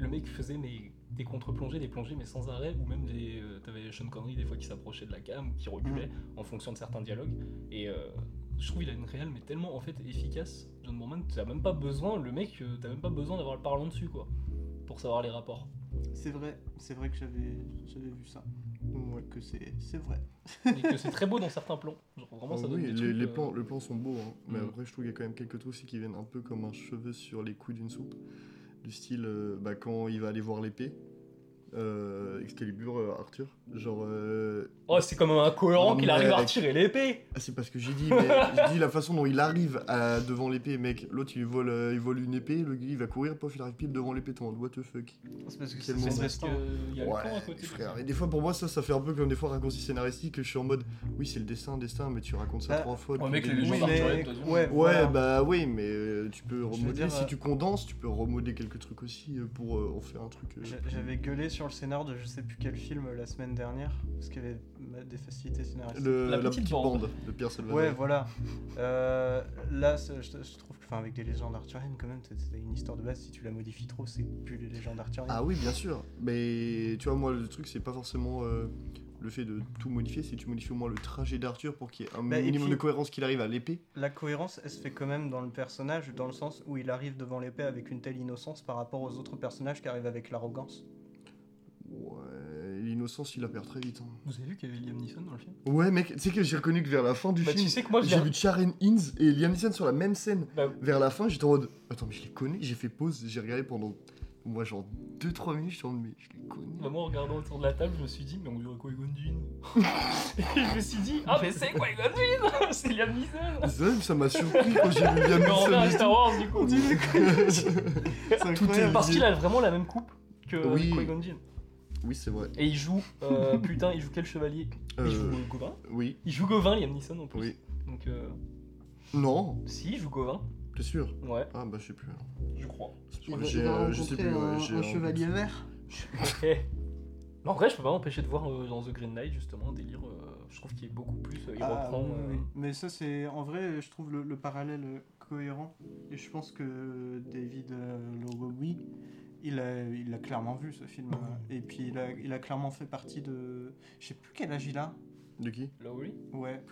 [SPEAKER 1] le mec faisait mais, des contre-plongées, des plongées, mais sans arrêt, ou même des. euh, T'avais Sean Connery des fois qui s'approchait de la cam, qui reculait
[SPEAKER 2] Mm.
[SPEAKER 1] en fonction de certains dialogues. Et euh, je trouve il a une réelle, mais tellement en fait efficace. John Boorman, t'as même pas besoin, le mec, euh, t'as même pas besoin d'avoir le parlant dessus, quoi, pour savoir les rapports.
[SPEAKER 2] C'est vrai, c'est vrai que j'avais j'avais vu ça. Ouais, que c'est c'est vrai.
[SPEAKER 1] Et que c'est très beau dans certains plans. Genre, vraiment,
[SPEAKER 3] Ah
[SPEAKER 1] ça donne des
[SPEAKER 3] oui, les,
[SPEAKER 1] trucs,
[SPEAKER 3] les
[SPEAKER 1] euh,
[SPEAKER 3] plans, les plans sont beaux, hein, mais
[SPEAKER 1] Mm.
[SPEAKER 3] après je trouve qu'il y a quand même quelques trucs aussi qui viennent un peu comme un cheveu sur les couilles d'une soupe, du style euh, bah, quand il va aller voir l'épée, euh, Excalibur, euh, Arthur, genre euh,
[SPEAKER 1] Oh, c'est quand même incohérent
[SPEAKER 3] Non,
[SPEAKER 1] qu'il
[SPEAKER 3] mais
[SPEAKER 1] arrive à
[SPEAKER 3] avec-
[SPEAKER 1] retirer l'épée
[SPEAKER 3] ah, c'est parce que j'ai dit, mais je dis la façon dont il arrive à- devant l'épée, mec, l'autre il vole, euh, il vole une épée, le gars il va courir, pof il arrive pile devant l'épée, t'es en mode, what the fuck.
[SPEAKER 2] C'est parce que
[SPEAKER 3] Quel
[SPEAKER 2] c'est
[SPEAKER 3] moment.
[SPEAKER 2] son
[SPEAKER 1] C'est parce
[SPEAKER 2] destin.
[SPEAKER 1] qu'il y a le camp à
[SPEAKER 3] Ouais,
[SPEAKER 1] côté. de
[SPEAKER 3] frère.
[SPEAKER 1] ça.
[SPEAKER 3] Et des fois, pour moi, ça, ça fait un peu comme des fois raccourcis scénaristiques. Je suis en mode, oui, c'est le dessin, destin, mais tu racontes ça
[SPEAKER 2] Bah,
[SPEAKER 3] trois fois.
[SPEAKER 1] ouais,
[SPEAKER 3] depuis
[SPEAKER 1] Oh, mec,
[SPEAKER 3] le
[SPEAKER 1] les
[SPEAKER 3] début.
[SPEAKER 1] gens partent
[SPEAKER 3] Ah. Oui, mais-
[SPEAKER 1] sur
[SPEAKER 2] mais-
[SPEAKER 1] les toits.
[SPEAKER 2] ouais,
[SPEAKER 3] Ouais,
[SPEAKER 2] voilà.
[SPEAKER 3] bah oui, mais euh, tu peux
[SPEAKER 2] veux
[SPEAKER 3] remodeler.
[SPEAKER 2] dire,
[SPEAKER 3] Si
[SPEAKER 2] euh,
[SPEAKER 3] tu condenses, tu peux remodeler quelques trucs aussi euh, pour euh, en faire un truc. euh,
[SPEAKER 2] J'a-
[SPEAKER 3] plus-
[SPEAKER 2] J'avais gueulé sur le scénar de je sais plus quel film euh, la semaine dernière, parce qu'il y avait bah, des facilités scénaristiques.
[SPEAKER 3] Le-
[SPEAKER 1] La
[SPEAKER 3] la,
[SPEAKER 1] petite
[SPEAKER 3] petite
[SPEAKER 1] bande.
[SPEAKER 3] bande, de Pierre Salvador.
[SPEAKER 2] Ouais, voilà. Euh, là, c'est- je, je trouve que, enfin, avec des légendes arthuriennes, quand même, t'as t'as une histoire de base. Si tu la modifies trop, c'est plus les légendes arthuriennes.
[SPEAKER 3] Ah oui, bien sûr. Mais tu vois, moi, le truc, c'est pas forcément euh, le fait de tout modifier. C'est que tu modifies au moins le trajet d'Arthur pour qu'il y ait un
[SPEAKER 2] Bah, et
[SPEAKER 3] minimum
[SPEAKER 2] puis-
[SPEAKER 3] de cohérence qu'il arrive à l'épée.
[SPEAKER 2] La cohérence, elle se fait quand même dans le personnage, dans le sens où il arrive devant l'épée avec une telle innocence par rapport aux autres personnages qui arrivent avec l'arrogance.
[SPEAKER 3] Ouais, l'innocence, il la perd très vite. hein.
[SPEAKER 1] Vous avez vu qu'il y avait Liam Neeson dans le film
[SPEAKER 3] Ouais, mec, tu sais que j'ai reconnu que vers la fin du
[SPEAKER 1] Bah,
[SPEAKER 3] film,
[SPEAKER 1] tu sais que moi, je
[SPEAKER 3] j'ai
[SPEAKER 1] l'ai-
[SPEAKER 3] vu Sharon Innes et Liam Neeson sur la même scène.
[SPEAKER 1] Bah,
[SPEAKER 3] Vers la fin, j'étais en mode Attends, mais je les connais. J'ai fait pause, j'ai regardé pendant. Moi, genre 2-3 minutes, j'étais en mode Mais je les connais.
[SPEAKER 1] Bah, moi, en regardant autour de la table, je me suis dit, mais on dirait Qui-Gon Jinn. Et je me suis dit, ah, mais c'est Qui-Gon Jinn C'est Liam Neeson
[SPEAKER 3] C'est vrai que ça m'a surpris quand j'ai vu Liam
[SPEAKER 1] Mais on revient à Star
[SPEAKER 3] Neeson.
[SPEAKER 1] Wars, du coup.
[SPEAKER 2] C'est incroyable.
[SPEAKER 1] Parce qu'il a vraiment la même coupe que euh,
[SPEAKER 3] Oui.
[SPEAKER 1] Qui-Gon Jinn.
[SPEAKER 3] Oui, c'est vrai.
[SPEAKER 1] Et il joue, euh, putain, il joue quel chevalier Il joue
[SPEAKER 3] Euh,
[SPEAKER 1] euh, Gauvin
[SPEAKER 3] oui,
[SPEAKER 1] Il joue Gauvin, Liam Neeson, en plus.
[SPEAKER 3] oui.
[SPEAKER 1] Donc, euh,
[SPEAKER 3] Non,
[SPEAKER 1] si, il joue Gauvin.
[SPEAKER 3] t'es sûr
[SPEAKER 1] Ouais,
[SPEAKER 3] Ah, bah, je sais plus. alors.
[SPEAKER 1] je crois.
[SPEAKER 5] Il va, il
[SPEAKER 3] J'ai,
[SPEAKER 5] va
[SPEAKER 3] euh,
[SPEAKER 5] rencontrer
[SPEAKER 3] je sais plus, ouais,
[SPEAKER 5] un,
[SPEAKER 3] j'ai
[SPEAKER 5] un
[SPEAKER 3] un-
[SPEAKER 5] chevalier vert.
[SPEAKER 1] Ok. Mais en vrai, je peux pas m'empêcher de voir euh, dans The Green Knight, justement, un délire. euh, je trouve qu'il est beaucoup plus. euh, il
[SPEAKER 2] Ah,
[SPEAKER 1] reprend.
[SPEAKER 2] oui,
[SPEAKER 1] euh,
[SPEAKER 2] oui. Mais ça, c'est en vrai, je trouve le, le parallèle euh, cohérent. Et je pense que David euh, Lowery, il a, il a clairement vu ce film. hein. Et puis, il a, il a clairement fait partie de. Je sais plus quel âge il a.
[SPEAKER 3] De qui
[SPEAKER 1] Là où oui
[SPEAKER 2] Ouais.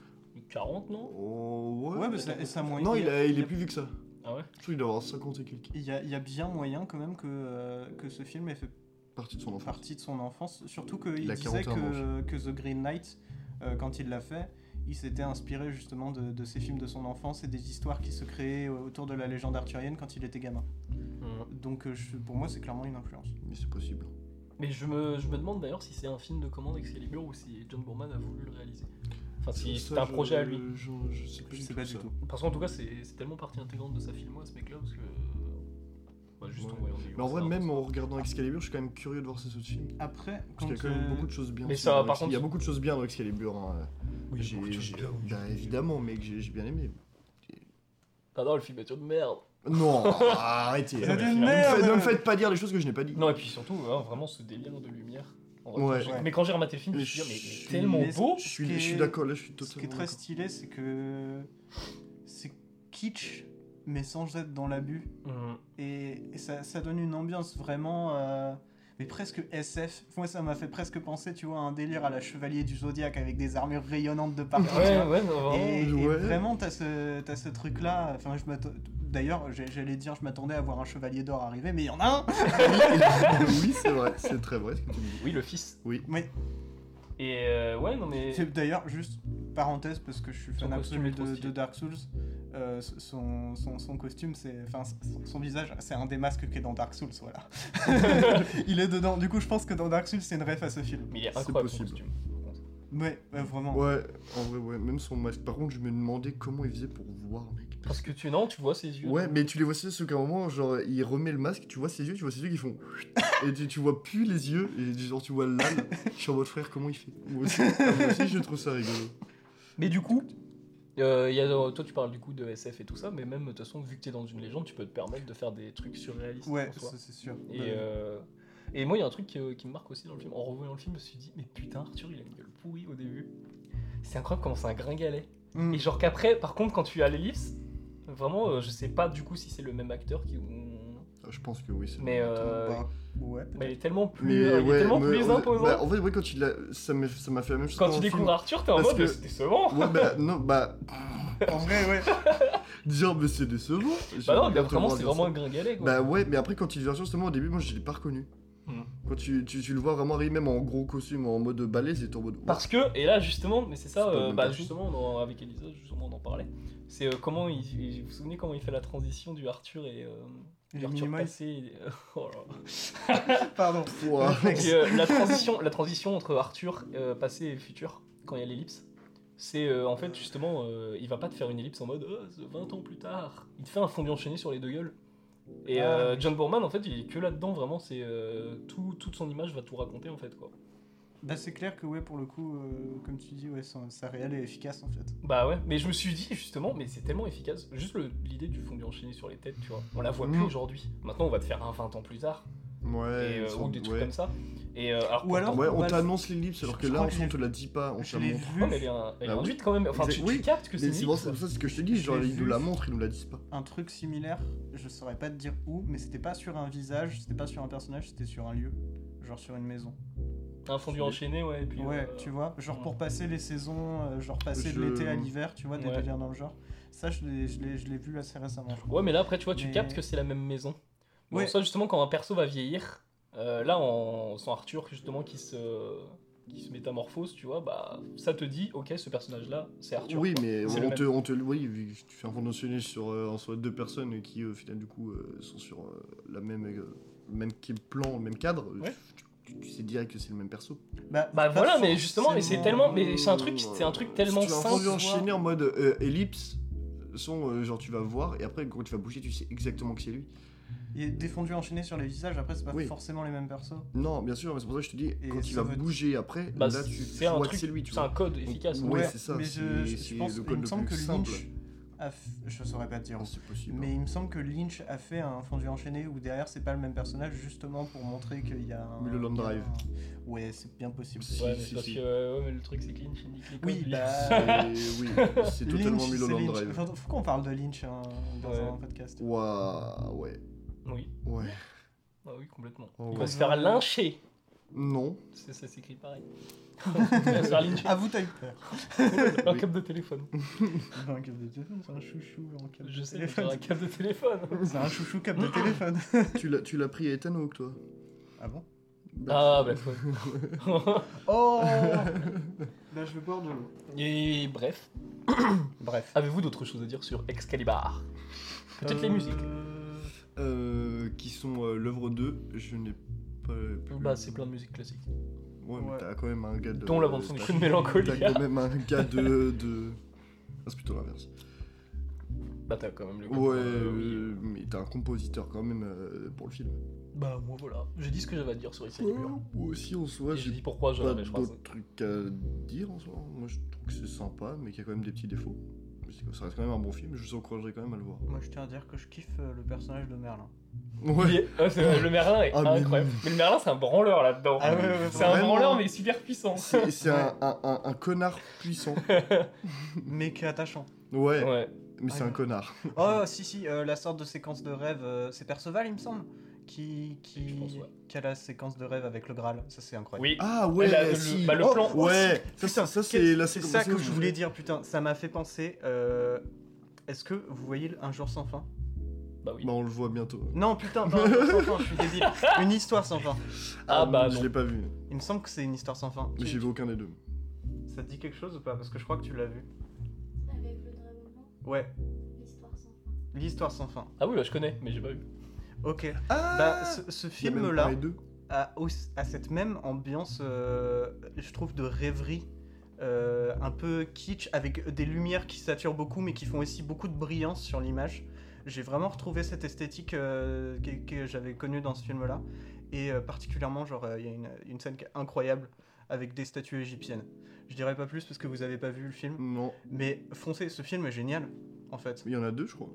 [SPEAKER 1] 40, non
[SPEAKER 3] Oh,
[SPEAKER 2] Ouais, mais ça, ça moyen.
[SPEAKER 3] Non, il, a- il
[SPEAKER 2] y
[SPEAKER 3] est plus vieux que ça.
[SPEAKER 1] Ah ouais
[SPEAKER 3] Je trouve qu'il doit avoir 50 et quelques.
[SPEAKER 2] Il y, a, il y a bien moyen quand même que, euh, que ce film ait fait
[SPEAKER 3] Partie de son enfant.
[SPEAKER 2] partie de son enfance. Surtout qu'il
[SPEAKER 3] Il a
[SPEAKER 2] disait
[SPEAKER 3] 41
[SPEAKER 2] que, que The Green Knight, euh, quand il l'a fait, il s'était inspiré justement de, de ces films de son enfance et des histoires qui se créaient euh, autour de la légende arthurienne quand il était gamin.
[SPEAKER 1] Mm.
[SPEAKER 2] Donc euh, je- pour moi, c'est clairement une influence.
[SPEAKER 1] Ah.
[SPEAKER 3] Mais c'est possible.
[SPEAKER 1] Mais je me, je me demande d'ailleurs si c'est un film de commande Excalibur ou si John Boorman a voulu le réaliser. Enfin, Ah, si
[SPEAKER 3] Ça,
[SPEAKER 1] c'est un
[SPEAKER 3] je-
[SPEAKER 1] projet à lui.
[SPEAKER 3] Je, je sais plus,
[SPEAKER 2] Je sais pas du
[SPEAKER 3] ça.
[SPEAKER 2] tout.
[SPEAKER 1] Parce qu'en tout cas, c'est c'est tellement partie intégrante de sa filmo, ce mec-là, parce que. Bah, juste
[SPEAKER 3] Ouais.
[SPEAKER 1] en voyant des
[SPEAKER 3] Mais en vrai,
[SPEAKER 1] ça,
[SPEAKER 3] même
[SPEAKER 1] ça-
[SPEAKER 3] en regardant Excalibur, je suis quand même curieux de voir ces autres films.
[SPEAKER 2] Après, quand
[SPEAKER 3] Parce qu'il y a quand même
[SPEAKER 2] euh,
[SPEAKER 3] beaucoup de choses bien.
[SPEAKER 1] Mais
[SPEAKER 3] aussi
[SPEAKER 1] ça,
[SPEAKER 3] dans
[SPEAKER 1] par
[SPEAKER 3] Exc- Il y a
[SPEAKER 1] contre-
[SPEAKER 3] beaucoup de choses bien dans Excalibur. hein. J'ai- j'ai- Bah, évidemment, mec, j'ai j'ai bien aimé.
[SPEAKER 1] Ah non, le film est une merde
[SPEAKER 3] Non, arrêtez.
[SPEAKER 2] Vous
[SPEAKER 3] Ne
[SPEAKER 2] êtes
[SPEAKER 1] Ouais,
[SPEAKER 2] une
[SPEAKER 1] finalement,
[SPEAKER 3] me faites- ne
[SPEAKER 2] merde
[SPEAKER 3] me
[SPEAKER 2] euh.
[SPEAKER 3] faites pas dire les choses que je n'ai pas dit.
[SPEAKER 1] Non, et puis surtout, hein, vraiment ce délire de lumière. En vrai,
[SPEAKER 3] Ouais.
[SPEAKER 1] quand j'ai-
[SPEAKER 2] Ouais.
[SPEAKER 1] Mais quand j'ai rematé le film, je me suis dit, mais, mais tellement
[SPEAKER 2] mais-
[SPEAKER 1] beau
[SPEAKER 3] Je
[SPEAKER 2] Ce qui
[SPEAKER 3] suis, je suis
[SPEAKER 2] est-
[SPEAKER 3] d'accord, là je suis
[SPEAKER 2] Ce qui est
[SPEAKER 3] totalement.
[SPEAKER 2] très
[SPEAKER 3] d'accord.
[SPEAKER 2] stylé, c'est que c'est kitsch, mais sans être dans l'abus.
[SPEAKER 1] Hum.
[SPEAKER 2] et, et ça, ça donne une ambiance vraiment euh, mais presque SF. Moi ça m'a fait presque penser tu vois à un délire à la Chevalier du Zodiaque avec des armures rayonnantes de partout. tu
[SPEAKER 1] Ouais,
[SPEAKER 2] vois.
[SPEAKER 1] ouais, non, vraiment.
[SPEAKER 2] Et, et
[SPEAKER 3] ouais.
[SPEAKER 2] vraiment t'as ce t'as ce truc là. Enfin je m'attends- D'ailleurs, j'ai- j'allais dire, je m'attendais à voir un chevalier d'or arriver, mais il y en a un
[SPEAKER 3] oui, c'est vrai, c'est très vrai ce que tu me dis.
[SPEAKER 1] Oui, le fils.
[SPEAKER 2] Ouais.
[SPEAKER 1] Et euh, ouais, non mais.
[SPEAKER 2] C'est D'ailleurs, juste parenthèse, parce que je suis fan
[SPEAKER 1] costume est
[SPEAKER 2] absolu
[SPEAKER 1] trop
[SPEAKER 2] de,
[SPEAKER 1] stylé.
[SPEAKER 2] de Dark Souls, euh, son, son, son costume, c'est enfin son, son visage, c'est un des masques qui est dans Dark Souls, voilà. il est dedans. Du coup, je pense que dans Dark Souls, c'est une ref à ce film.
[SPEAKER 1] Mais il est
[SPEAKER 3] C'est
[SPEAKER 1] incroyable son
[SPEAKER 3] possible.
[SPEAKER 1] costume.
[SPEAKER 2] Ouais, ouais, vraiment.
[SPEAKER 3] Ouais, en vrai, ouais, même son masque. Par contre, je me demandais comment il faisait pour voir, mec.
[SPEAKER 1] Parce que tu non, tu vois ses yeux.
[SPEAKER 3] Ouais, mais tu les vois, c'est ce qu'à un moment, genre, il remet le masque, tu vois ses yeux, tu vois ses yeux qui font. Et tu, tu vois plus les yeux, et genre, tu vois le lal. Je suis en mode frère, comment il fait Moi aussi, moi aussi, je trouve ça rigolo.
[SPEAKER 1] Mais du coup, euh, il y a, euh, toi tu parles du coup de SF et tout ça, mais même de toute façon, vu que t'es dans une légende, tu peux te permettre de faire des trucs surréalistes.
[SPEAKER 2] Ouais,
[SPEAKER 1] en soi.
[SPEAKER 2] ça, c'est sûr.
[SPEAKER 1] Et, euh, et moi, il y a un truc qui, euh, qui me marque aussi dans le film. En revoyant le film, je me suis dit, mais putain, Arthur, il a une gueule pourrie au début. C'est incroyable comment c'est un gringalet.
[SPEAKER 2] Mm.
[SPEAKER 1] Et genre qu'après, par contre, quand tu as l'ellipse, vraiment, euh, je sais pas du coup si c'est le même acteur qui. ou-
[SPEAKER 3] Ah, je pense que oui, c'est le
[SPEAKER 1] Mais,
[SPEAKER 3] même temps.
[SPEAKER 1] euh,
[SPEAKER 2] Bah, ouais. peut-être.
[SPEAKER 1] mais il est tellement
[SPEAKER 3] Mais
[SPEAKER 1] plus, il est
[SPEAKER 3] ouais,
[SPEAKER 1] tellement
[SPEAKER 3] mais
[SPEAKER 1] plus
[SPEAKER 3] on-
[SPEAKER 1] imposant.
[SPEAKER 3] bah, en fait, ouais, quand tu l'as- ça m'a ça m'a fait la même chose.
[SPEAKER 1] Quand tu
[SPEAKER 3] dans le film.
[SPEAKER 1] découvres Arthur, t'es en
[SPEAKER 3] Parce
[SPEAKER 1] mode
[SPEAKER 3] que-
[SPEAKER 1] c'est décevant.
[SPEAKER 3] Ouais, bah non, bah,
[SPEAKER 2] En vrai, ouais.
[SPEAKER 3] dire, mais c'est décevant.
[SPEAKER 1] Bah non,
[SPEAKER 3] J'ai
[SPEAKER 1] mais
[SPEAKER 3] pas
[SPEAKER 1] vraiment, c'est
[SPEAKER 3] dire
[SPEAKER 1] vraiment
[SPEAKER 3] ça.
[SPEAKER 1] un gringalet quoi.
[SPEAKER 3] Bah ouais, mais après, quand il vient justement, au début, moi, je l'ai pas reconnu.
[SPEAKER 1] Hmm.
[SPEAKER 3] Quand tu, tu, tu le vois vraiment arriver, même en gros costume, en mode balai, c'est en mode.
[SPEAKER 1] Parce que, et là justement, mais c'est ça,
[SPEAKER 3] C'est pas
[SPEAKER 1] euh,
[SPEAKER 3] le même
[SPEAKER 1] bah,
[SPEAKER 3] perso.
[SPEAKER 1] justement, on en- avec Elisa, justement, on en parlait. C'est euh, comment, il, il- vous vous souvenez comment il fait la transition du Arthur et. euh, du
[SPEAKER 2] Et les
[SPEAKER 1] Arthur
[SPEAKER 2] Minimoys.
[SPEAKER 1] passé et- oh là là.
[SPEAKER 2] Pardon.
[SPEAKER 3] Ouah.
[SPEAKER 1] Et, euh, la, transition, la transition entre Arthur euh, passé et futur, quand il y a l'ellipse, c'est euh, en fait justement, euh, il va pas te faire une ellipse en mode oh, c'est 20 ans plus tard. Il te fait un fondu enchaîné sur les deux gueules. Et
[SPEAKER 2] Ah,
[SPEAKER 1] euh, John Boorman, en fait, il est que là-dedans, vraiment, c'est euh, tout, toute son image va tout raconter en fait quoi.
[SPEAKER 2] Bah, c'est clair que, ouais, pour le coup, euh, comme tu dis, ouais, ça, ça réel et efficace en fait.
[SPEAKER 1] Bah ouais, mais je me suis dit justement, mais c'est tellement efficace. Juste le- l'idée du fondu enchaîné sur les têtes, tu vois. On la voit plus
[SPEAKER 3] Mm.
[SPEAKER 1] aujourd'hui. Maintenant, on va te faire un 20 ans plus tard,
[SPEAKER 3] Ouais,
[SPEAKER 1] et, euh,
[SPEAKER 3] ils sont-
[SPEAKER 1] ou des trucs
[SPEAKER 3] ouais.
[SPEAKER 1] comme ça. Et euh, alors,
[SPEAKER 2] Ou
[SPEAKER 1] pourtant-
[SPEAKER 2] alors-
[SPEAKER 3] Ouais, on
[SPEAKER 2] Bah,
[SPEAKER 3] t'annonce l'ellipse alors
[SPEAKER 2] je-
[SPEAKER 3] que
[SPEAKER 2] je
[SPEAKER 3] là,
[SPEAKER 2] crois
[SPEAKER 3] en
[SPEAKER 2] que
[SPEAKER 3] fait, on
[SPEAKER 2] j'ai-
[SPEAKER 3] te la dit pas, on te
[SPEAKER 2] Je
[SPEAKER 3] la
[SPEAKER 2] l'ai
[SPEAKER 3] montre.
[SPEAKER 1] Oh, mais
[SPEAKER 2] vu
[SPEAKER 1] elle est, un- elle est
[SPEAKER 3] Bah oui.
[SPEAKER 1] induite quand même. Enfin, tu,
[SPEAKER 3] Exact- oui.
[SPEAKER 1] tu captes que c'est
[SPEAKER 3] Mais
[SPEAKER 1] une
[SPEAKER 3] c'est bon,
[SPEAKER 1] ellipse,
[SPEAKER 3] c'est
[SPEAKER 1] quoi.
[SPEAKER 3] ça, c'est ce que je te dis,
[SPEAKER 2] Je
[SPEAKER 3] genre,
[SPEAKER 2] l'ai
[SPEAKER 3] ils nous
[SPEAKER 2] vu.
[SPEAKER 3] la montrent, ils nous la disent pas.
[SPEAKER 2] un truc similaire, je saurais pas te dire où, mais c'était pas sur un visage, c'était pas sur un personnage, c'était sur un lieu, genre sur une maison.
[SPEAKER 1] Un fondu enchaîné, ouais. Et puis,
[SPEAKER 2] ouais,
[SPEAKER 1] euh,
[SPEAKER 2] tu vois, genre
[SPEAKER 1] ouais.
[SPEAKER 2] pour passer les saisons, euh, genre passer
[SPEAKER 3] Je-
[SPEAKER 2] de l'été à l'hiver, tu vois, des
[SPEAKER 1] Ouais.
[SPEAKER 2] délires dans le genre. Ça, je l'ai, je l'ai, je l'ai vu assez récemment. je crois.
[SPEAKER 1] Ouais, mais là après, tu vois, tu
[SPEAKER 2] Mais-
[SPEAKER 1] captes que c'est la même maison. Bon,
[SPEAKER 2] Ouais.
[SPEAKER 1] ça, justement, quand un perso va vieillir, euh, là, on sent Arthur, justement, qui se, qui se métamorphose, tu vois, bah, ça te dit, ok, ce personnage-là, c'est Arthur.
[SPEAKER 3] Oui,
[SPEAKER 1] quoi.
[SPEAKER 3] mais
[SPEAKER 1] C'est le
[SPEAKER 3] on
[SPEAKER 1] même.
[SPEAKER 3] te, on te, oui, vu que tu fais un conditionnel sur euh, en soi deux personnes qui, euh, au final, du coup, euh, sont sur euh, la même, euh, le même qui- plan, le même cadre.
[SPEAKER 1] Ouais.
[SPEAKER 3] Tu, tu- tu sais direct que c'est le même perso.
[SPEAKER 1] Bah
[SPEAKER 2] pas
[SPEAKER 1] voilà, mais justement, mais c'est
[SPEAKER 2] forcément-
[SPEAKER 1] tellement, mais c'est un truc,
[SPEAKER 3] Euh,
[SPEAKER 1] c'est un truc tellement
[SPEAKER 3] si tu vas
[SPEAKER 1] simple.
[SPEAKER 3] entendu enchaîner en mode euh, ellipse, son, euh, genre tu vas voir et après quand tu vas bouger, tu sais exactement que c'est lui.
[SPEAKER 2] Et défendu enchaîné sur les visages, après, c'est pas
[SPEAKER 3] Oui.
[SPEAKER 2] forcément les mêmes persos.
[SPEAKER 3] Non, bien sûr, mais c'est pour ça que je te dis
[SPEAKER 2] Et
[SPEAKER 3] quand tu
[SPEAKER 2] ça
[SPEAKER 3] vas
[SPEAKER 2] veut-
[SPEAKER 3] bouger après,
[SPEAKER 1] Bah,
[SPEAKER 3] là tu
[SPEAKER 1] c'est un
[SPEAKER 3] vois
[SPEAKER 1] truc,
[SPEAKER 3] que c'est lui. Tu
[SPEAKER 1] c'est un
[SPEAKER 3] vois.
[SPEAKER 1] code efficace.
[SPEAKER 3] Ouais,
[SPEAKER 1] ouais.
[SPEAKER 3] c'est ça,
[SPEAKER 2] Mais je,
[SPEAKER 3] c'est-
[SPEAKER 2] je- je
[SPEAKER 3] c'est
[SPEAKER 2] pense,
[SPEAKER 3] le
[SPEAKER 2] il
[SPEAKER 3] code
[SPEAKER 2] me
[SPEAKER 3] le
[SPEAKER 2] semble que
[SPEAKER 3] plus simple.
[SPEAKER 2] Lynch a f- je saurais pas te dire.
[SPEAKER 3] Non, c'est possible.
[SPEAKER 2] Mais il me semble que Lynch a fait un fondu enchaîné où derrière c'est pas le même personnage justement pour montrer qu'il y a un.
[SPEAKER 3] Mulholland
[SPEAKER 2] qu'il y a
[SPEAKER 3] Drive.
[SPEAKER 2] un- Ouais, c'est bien possible.
[SPEAKER 3] Si,
[SPEAKER 1] Ouais, mais
[SPEAKER 3] si,
[SPEAKER 1] c'est parce
[SPEAKER 3] si.
[SPEAKER 1] que euh, ouais, mais le truc, c'est que Lynch, il nique les codes,
[SPEAKER 2] Oui,
[SPEAKER 1] lui.
[SPEAKER 2] bah.
[SPEAKER 3] Et Euh, oui, c'est totalement
[SPEAKER 2] Lynch, c'est
[SPEAKER 3] Mulholland
[SPEAKER 2] Lynch.
[SPEAKER 3] Drive.
[SPEAKER 2] Faut, faut qu'on parle de Lynch hein, dans
[SPEAKER 1] Ouais.
[SPEAKER 2] un podcast.
[SPEAKER 3] Waouh, ouais,
[SPEAKER 1] Oui,
[SPEAKER 3] ouais.
[SPEAKER 1] ah oui, complètement.
[SPEAKER 3] Oh,
[SPEAKER 1] il va
[SPEAKER 3] ouais.
[SPEAKER 1] se faire lyncher.
[SPEAKER 3] Non.
[SPEAKER 1] Ça, ça s'écrit pareil. il va se faire lyncher.
[SPEAKER 2] À vous, t'as eu peur.
[SPEAKER 1] Un
[SPEAKER 3] Oui.
[SPEAKER 1] câble de téléphone.
[SPEAKER 2] C'est un câble de téléphone, c'est un chouchou en câble
[SPEAKER 1] Je
[SPEAKER 2] de
[SPEAKER 1] sais, mais
[SPEAKER 2] téléphone.
[SPEAKER 1] j'aurais un câble de téléphone.
[SPEAKER 2] C'est un chouchou câble de téléphone.
[SPEAKER 3] tu l'as, tu l'as pris à Ethan Hawke, toi
[SPEAKER 2] Ah
[SPEAKER 3] Bah,
[SPEAKER 2] bon
[SPEAKER 1] Ah, Black Phone.
[SPEAKER 2] Oh Là, je vais boire de l'eau.
[SPEAKER 1] Et bref. bref. Avez-vous d'autres choses à dire sur Excalibur Peut-être les
[SPEAKER 2] Euh,
[SPEAKER 1] musiques.
[SPEAKER 3] Euh, qui sont euh, l'œuvre 2, je n'ai pas. plus-
[SPEAKER 1] Bah, c'est plein de musique classique.
[SPEAKER 3] Ouais, mais
[SPEAKER 2] Ouais.
[SPEAKER 3] t'as quand même un gars de.
[SPEAKER 1] Dont la bande son
[SPEAKER 3] t'as-
[SPEAKER 1] de mélancolie.
[SPEAKER 3] T'as quand même un gars de. de... Ah, c'est plutôt l'inverse.
[SPEAKER 1] Bah, t'as quand même le.
[SPEAKER 3] Ouais,
[SPEAKER 1] Euh, oui.
[SPEAKER 3] euh, mais t'as un compositeur quand même euh, pour le film.
[SPEAKER 1] Bah moi voilà, j'ai dit ce que j'avais à dire sur
[SPEAKER 3] Ouais,
[SPEAKER 1] Excalibur.
[SPEAKER 3] Ou aussi en soi,
[SPEAKER 1] Et j'ai
[SPEAKER 3] j'ai
[SPEAKER 1] dit pourquoi je
[SPEAKER 3] pas
[SPEAKER 1] l'avais, je crois.
[SPEAKER 3] d'autres trucs à dire en soi. Moi, je trouve que c'est sympa, mais qu'il y a quand même des petits défauts. Mais c'est- Ça reste quand même un bon film, je vous encouragerais quand même à le voir.
[SPEAKER 2] Moi, je tiens à dire que je kiffe euh, le personnage de Merlin.
[SPEAKER 1] Il
[SPEAKER 3] Ouais.
[SPEAKER 1] est- ah, c'est vrai, le Merlin est
[SPEAKER 3] Ah, mais-
[SPEAKER 1] incroyable. Mais... le Merlin c'est un branleur là-dedans.
[SPEAKER 2] Ah ouais, ouais, ouais,
[SPEAKER 1] c'est un
[SPEAKER 3] vraiment.
[SPEAKER 1] branleur mais super puissant.
[SPEAKER 3] C'est c'est un, un- un- un connard puissant.
[SPEAKER 2] Mais qui est attachant.
[SPEAKER 3] Ouais,
[SPEAKER 1] Ouais.
[SPEAKER 3] mais c'est
[SPEAKER 2] Ah,
[SPEAKER 3] un
[SPEAKER 2] ouais.
[SPEAKER 3] connard.
[SPEAKER 2] Oh, si, si, euh, la sorte de séquence de rêve, euh, c'est Perceval, il me semble,
[SPEAKER 1] Je
[SPEAKER 2] qui, qui,
[SPEAKER 1] pense, ouais.
[SPEAKER 2] qui a la séquence de rêve avec le Graal. Ça, c'est incroyable.
[SPEAKER 1] Oui.
[SPEAKER 3] Ah ouais,
[SPEAKER 1] la- le-
[SPEAKER 3] si.
[SPEAKER 1] bah, le
[SPEAKER 3] Oh,
[SPEAKER 1] plan-
[SPEAKER 3] Ouais, ça,
[SPEAKER 2] Putain,
[SPEAKER 3] ça, ça, c'est la
[SPEAKER 2] C'est
[SPEAKER 3] séquence-
[SPEAKER 2] ça que je voulais dire, putain. Ça m'a fait penser. euh, Est-ce que vous voyez Un jour sans fin
[SPEAKER 1] Bah oui.
[SPEAKER 3] Bah, on le voit bientôt.
[SPEAKER 2] Non, putain, pas Un jour sans fin, je suis débile. Une histoire sans fin.
[SPEAKER 1] Ah, bah
[SPEAKER 3] Je
[SPEAKER 1] non.
[SPEAKER 3] l'ai pas vu,
[SPEAKER 2] Il me semble que c'est une histoire sans fin.
[SPEAKER 3] mais
[SPEAKER 2] Tu-
[SPEAKER 3] j'ai vu aucun des deux.
[SPEAKER 2] Ça te dit quelque chose ou pas Parce que je crois que tu l'as vu.
[SPEAKER 4] Avec le dragon blanc,
[SPEAKER 2] Ouais,
[SPEAKER 4] l'histoire sans fin.
[SPEAKER 2] l'histoire sans fin.
[SPEAKER 1] Ah oui, bah, je connais, mais j'ai pas vu.
[SPEAKER 2] Ok.
[SPEAKER 3] Ah
[SPEAKER 2] Bah, ce, ce
[SPEAKER 3] Il y a même
[SPEAKER 2] film-là.
[SPEAKER 3] pas les deux.
[SPEAKER 2] à, aussi- à cette même ambiance, euh, je trouve, de rêverie. euh, un peu kitsch avec des lumières qui saturent beaucoup mais qui font aussi beaucoup de brillance sur l'image. J'ai vraiment retrouvé cette esthétique euh, que, que j'avais connue dans ce film là et euh, particulièrement genre euh, il y a une, une scène qui est incroyable avec des statues égyptiennes. Je dirais pas plus parce que vous avez pas vu le film
[SPEAKER 3] Non,
[SPEAKER 2] mais foncez ce film est génial en fait.
[SPEAKER 3] il y en a deux, je crois.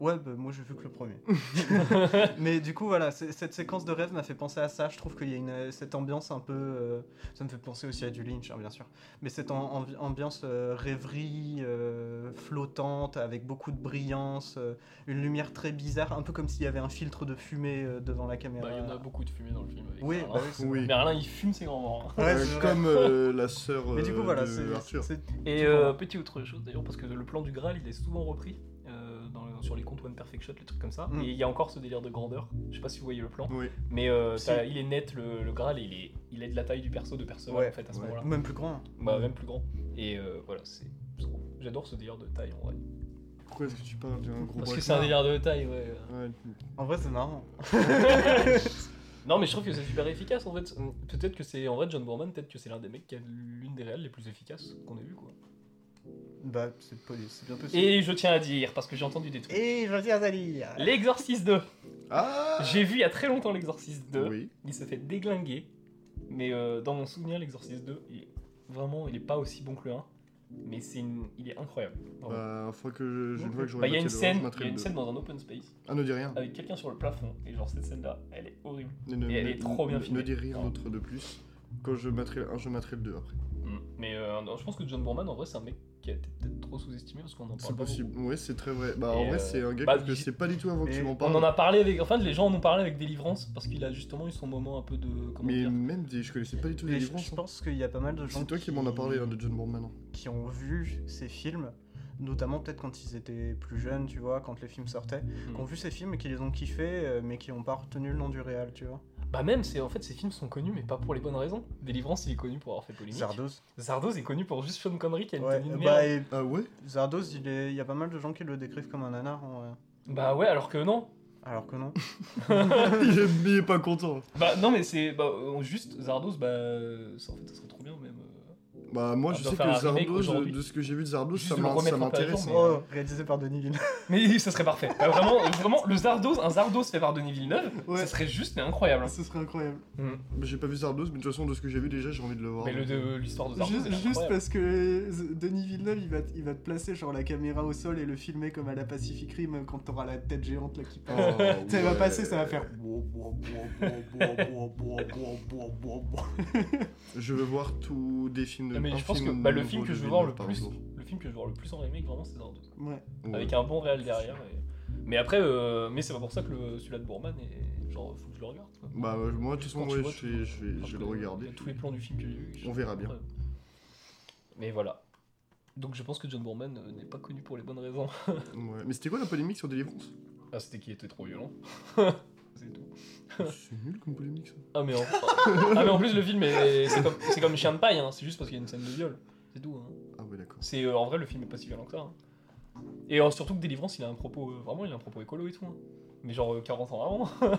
[SPEAKER 2] Ouais, bah, moi j'ai vu que le premier. Mais du coup, voilà, c'est- cette séquence de rêve m'a fait penser à ça. Je trouve qu'il y a une, cette ambiance un peu. euh, ça me fait penser aussi à du Lynch, hein, bien sûr. Mais cette am- ambi- ambiance euh, rêverie, euh, flottante, avec beaucoup de brillance, euh, une lumière très bizarre, un peu comme s'il y avait un filtre de fumée euh, devant la
[SPEAKER 1] Bah,
[SPEAKER 2] caméra.
[SPEAKER 1] il y en a beaucoup de fumée dans le film. Avec
[SPEAKER 2] Oui,
[SPEAKER 1] Merlin.
[SPEAKER 2] bah oui, c'est
[SPEAKER 3] Oui.
[SPEAKER 1] Mais Merlin, il fume ses grands morts. hein.
[SPEAKER 2] Ouais,
[SPEAKER 3] Euh,
[SPEAKER 2] c'est vrai.
[SPEAKER 3] comme euh, la sœur
[SPEAKER 2] Mais du coup,
[SPEAKER 3] euh,
[SPEAKER 2] voilà,
[SPEAKER 3] de
[SPEAKER 2] c'est.
[SPEAKER 3] Arthur.
[SPEAKER 2] c'est-
[SPEAKER 1] Et
[SPEAKER 2] C'est pas
[SPEAKER 1] euh,
[SPEAKER 2] mal.
[SPEAKER 1] petite autre chose d'ailleurs, parce que le plan du Graal, il est souvent repris euh, dans- sur les comptes One Perfect Shot, les trucs comme ça.
[SPEAKER 2] Mm.
[SPEAKER 1] Et il y a encore ce délire de grandeur. Je sais pas si vous voyez le plan,
[SPEAKER 3] Oui.
[SPEAKER 1] mais euh,
[SPEAKER 2] Si.
[SPEAKER 1] t'as- il est net le, le Graal, et il est, il est de la taille du perso de Perceval
[SPEAKER 2] Ouais,
[SPEAKER 1] en fait à ce
[SPEAKER 3] ouais.
[SPEAKER 1] moment-là.
[SPEAKER 2] Même plus grand.
[SPEAKER 1] Bah, même plus grand. Et euh, voilà, c'est. je trouve- J'adore ce délire de taille en vrai.
[SPEAKER 3] Pourquoi est-ce que tu parles d'un gros
[SPEAKER 1] Parce que
[SPEAKER 3] braqueur
[SPEAKER 1] c'est un délire de taille, ouais.
[SPEAKER 3] Ouais.
[SPEAKER 2] En vrai, c'est marrant.
[SPEAKER 1] Non, mais je trouve que c'est super efficace en fait. Mm, Peut-être que c'est. En vrai, John Borman, peut-être que c'est l'un des mecs qui a l'une des réelles les plus efficaces qu'on ait vu quoi.
[SPEAKER 2] Bah, c'est pas- c'est bien possible.
[SPEAKER 1] Et je tiens à dire, parce que j'ai entendu des trucs.
[SPEAKER 2] Et je tiens à lire.
[SPEAKER 1] L'Exorciste 2
[SPEAKER 3] Ah
[SPEAKER 1] J'ai vu il y a très longtemps l'Exorciste 2.
[SPEAKER 3] Oui.
[SPEAKER 1] Il se fait déglinguer. Mais euh, dans mon souvenir, l'Exorciste 2, il est- vraiment, il est pas aussi bon que le 1. Mais c'est une... il est incroyable. Vraiment.
[SPEAKER 3] Bah, une fois que je, je
[SPEAKER 2] Ok.
[SPEAKER 3] vois que
[SPEAKER 1] Oh. Bah,
[SPEAKER 3] j'aurais
[SPEAKER 1] il y a
[SPEAKER 3] noté
[SPEAKER 1] une
[SPEAKER 3] le
[SPEAKER 1] scène,
[SPEAKER 3] reste, je
[SPEAKER 1] il y a une
[SPEAKER 3] mettrai
[SPEAKER 1] scène dans un open space
[SPEAKER 3] le- Ah, ne dis rien.
[SPEAKER 1] avec quelqu'un sur le plafond. Et genre, cette scène-là, elle est horrible.
[SPEAKER 3] Ne- ne-
[SPEAKER 1] Et elle
[SPEAKER 3] ne-
[SPEAKER 1] est trop bien
[SPEAKER 3] ne-
[SPEAKER 1] filmée. Oh.
[SPEAKER 3] Ne dis rien
[SPEAKER 1] Non.
[SPEAKER 3] d'autre de plus. Quand je mettrai le 1, je mettrai le 2 après.
[SPEAKER 1] Mm. Mais euh, non, je pense que John Boorman, en vrai, c'est un mec qui a été peut-être trop sous-estimé parce qu'on en parle
[SPEAKER 3] C'est
[SPEAKER 1] pas
[SPEAKER 3] possible.
[SPEAKER 1] beaucoup.
[SPEAKER 3] Oui, c'est très vrai. Bah,
[SPEAKER 1] Ah, Et,
[SPEAKER 3] en
[SPEAKER 1] euh,
[SPEAKER 3] vrai, c'est un gars
[SPEAKER 1] bah,
[SPEAKER 3] que je
[SPEAKER 1] j-
[SPEAKER 3] sais pas du tout avant que
[SPEAKER 2] Et
[SPEAKER 3] tu m'en
[SPEAKER 1] On
[SPEAKER 3] parles.
[SPEAKER 1] en a parlé avec. Enfin, les gens en ont parlé avec Délivrance parce qu'il a justement eu son moment un peu de. Comment
[SPEAKER 3] Mais
[SPEAKER 1] dire
[SPEAKER 3] même des... je connaissais pas du tout les
[SPEAKER 2] Mais je,
[SPEAKER 3] livres.
[SPEAKER 2] je pense qu'il y a pas mal de gens.
[SPEAKER 3] C'est toi qui m'en as parlé hein, de John Boorman.
[SPEAKER 2] qui ont vu ces films, notamment peut-être quand ils étaient plus jeunes, tu vois, quand les films sortaient,
[SPEAKER 3] Hmm.
[SPEAKER 2] qui ont vu ces films et qui les ont kiffés, euh, mais qui n'ont pas retenu le nom du réal, tu vois.
[SPEAKER 1] Bah, même, c'est en fait, ces films sont connus, mais pas pour les bonnes raisons. Délivrance, il est connu pour avoir fait polémique.
[SPEAKER 2] Zardos.
[SPEAKER 1] Zardoz est connu pour juste Sean Connery qui a une
[SPEAKER 2] Ouais,
[SPEAKER 1] tenue de
[SPEAKER 2] euh,
[SPEAKER 1] merde.
[SPEAKER 2] bah, et
[SPEAKER 3] Ah ouais
[SPEAKER 2] Zardos, il est- il y a pas mal de gens qui le décrivent comme un nanar, en vrai.
[SPEAKER 1] Bah ouais, alors que non.
[SPEAKER 2] alors que non.
[SPEAKER 3] il, est, il est pas content.
[SPEAKER 1] Bah non, mais c'est bah, euh, juste Zardoz, bah euh, ça, en fait, ça serait trop bien même. euh.
[SPEAKER 3] Bah, moi,
[SPEAKER 1] Ah,
[SPEAKER 3] je
[SPEAKER 1] doit
[SPEAKER 3] sais
[SPEAKER 1] faire un
[SPEAKER 3] que
[SPEAKER 1] remake
[SPEAKER 3] Zardos,
[SPEAKER 1] aujourd'hui.
[SPEAKER 3] de ce que j'ai vu de Zardos,
[SPEAKER 1] Juste
[SPEAKER 3] ça
[SPEAKER 1] de le
[SPEAKER 3] m'in- ça
[SPEAKER 1] remettre en page,
[SPEAKER 3] m'intéresse.
[SPEAKER 1] mais-
[SPEAKER 2] Oh, réalisé par Denis Villeneuve.
[SPEAKER 1] Mais ça serait parfait. Bah, vraiment, euh, vraiment, le Zardoz, un Zardoz fait par Denis Villeneuve,
[SPEAKER 3] Ouais.
[SPEAKER 1] ça serait juste mais incroyable.
[SPEAKER 2] Ce serait incroyable.
[SPEAKER 1] Mm.
[SPEAKER 3] Bah, J'ai pas vu Zardos, mais de toute façon, de ce que j'ai vu déjà, j'ai envie de le voir.
[SPEAKER 1] Mais le- de- l'histoire de Zardoz. elle est incroyable.
[SPEAKER 2] parce que Denis Villeneuve, il va, il va te placer genre la caméra au sol et le filmer comme à la Pacific Rim quand t'auras la tête géante là qui
[SPEAKER 3] Oh,
[SPEAKER 2] Ça va
[SPEAKER 3] ouais.
[SPEAKER 2] passer, ça va faire.
[SPEAKER 3] Je veux voir tous des films de
[SPEAKER 1] Non, mais
[SPEAKER 3] euh, un
[SPEAKER 1] je pense que
[SPEAKER 3] film
[SPEAKER 1] bah, le
[SPEAKER 3] nouveau
[SPEAKER 1] film que
[SPEAKER 3] de
[SPEAKER 1] je veux voir le
[SPEAKER 3] Villeneuve par
[SPEAKER 1] plus,
[SPEAKER 3] jour.
[SPEAKER 1] le film que je veux voir le plus en remake, vraiment, c'est Zardoz.
[SPEAKER 2] Ouais.
[SPEAKER 3] Ouais.
[SPEAKER 1] Avec un bon réel derrière. et- Mais après, euh, mais c'est pas pour ça que le- celui-là de Bourman est genre faut que je le regarde. quoi.
[SPEAKER 3] Bah, euh, moi, de toute façon,
[SPEAKER 1] Quand tu
[SPEAKER 3] ouais,
[SPEAKER 1] vois
[SPEAKER 3] je
[SPEAKER 1] tout-
[SPEAKER 3] vais, je vais-
[SPEAKER 1] Parce
[SPEAKER 3] je vais
[SPEAKER 1] que
[SPEAKER 3] le regarder.
[SPEAKER 1] Tous les plans du film que j'ai vu. je-
[SPEAKER 3] On verra bien.
[SPEAKER 1] Mais voilà. Donc je pense que John Boorman euh, n'est pas connu pour les bonnes raisons.
[SPEAKER 3] Ouais. Mais c'était quoi la polémique sur Deliverance
[SPEAKER 1] Ah, c'était qu'il était trop violent. c'est tout.
[SPEAKER 3] C'est nul comme polémique, ça.
[SPEAKER 1] Ah mais, en... ah, mais en plus le film est... c'est comme... c'est comme Chien de paille, hein. c'est juste parce qu'il y a une scène de viol. C'est tout. hein.
[SPEAKER 3] Ah ouais, d'accord.
[SPEAKER 1] C'est euh, en vrai le film est pas si violent que ça. hein. Et euh, surtout que Délivrance il a un propos euh, vraiment il a un propos écolo et tout. hein. Mais genre euh, 40 ans avant.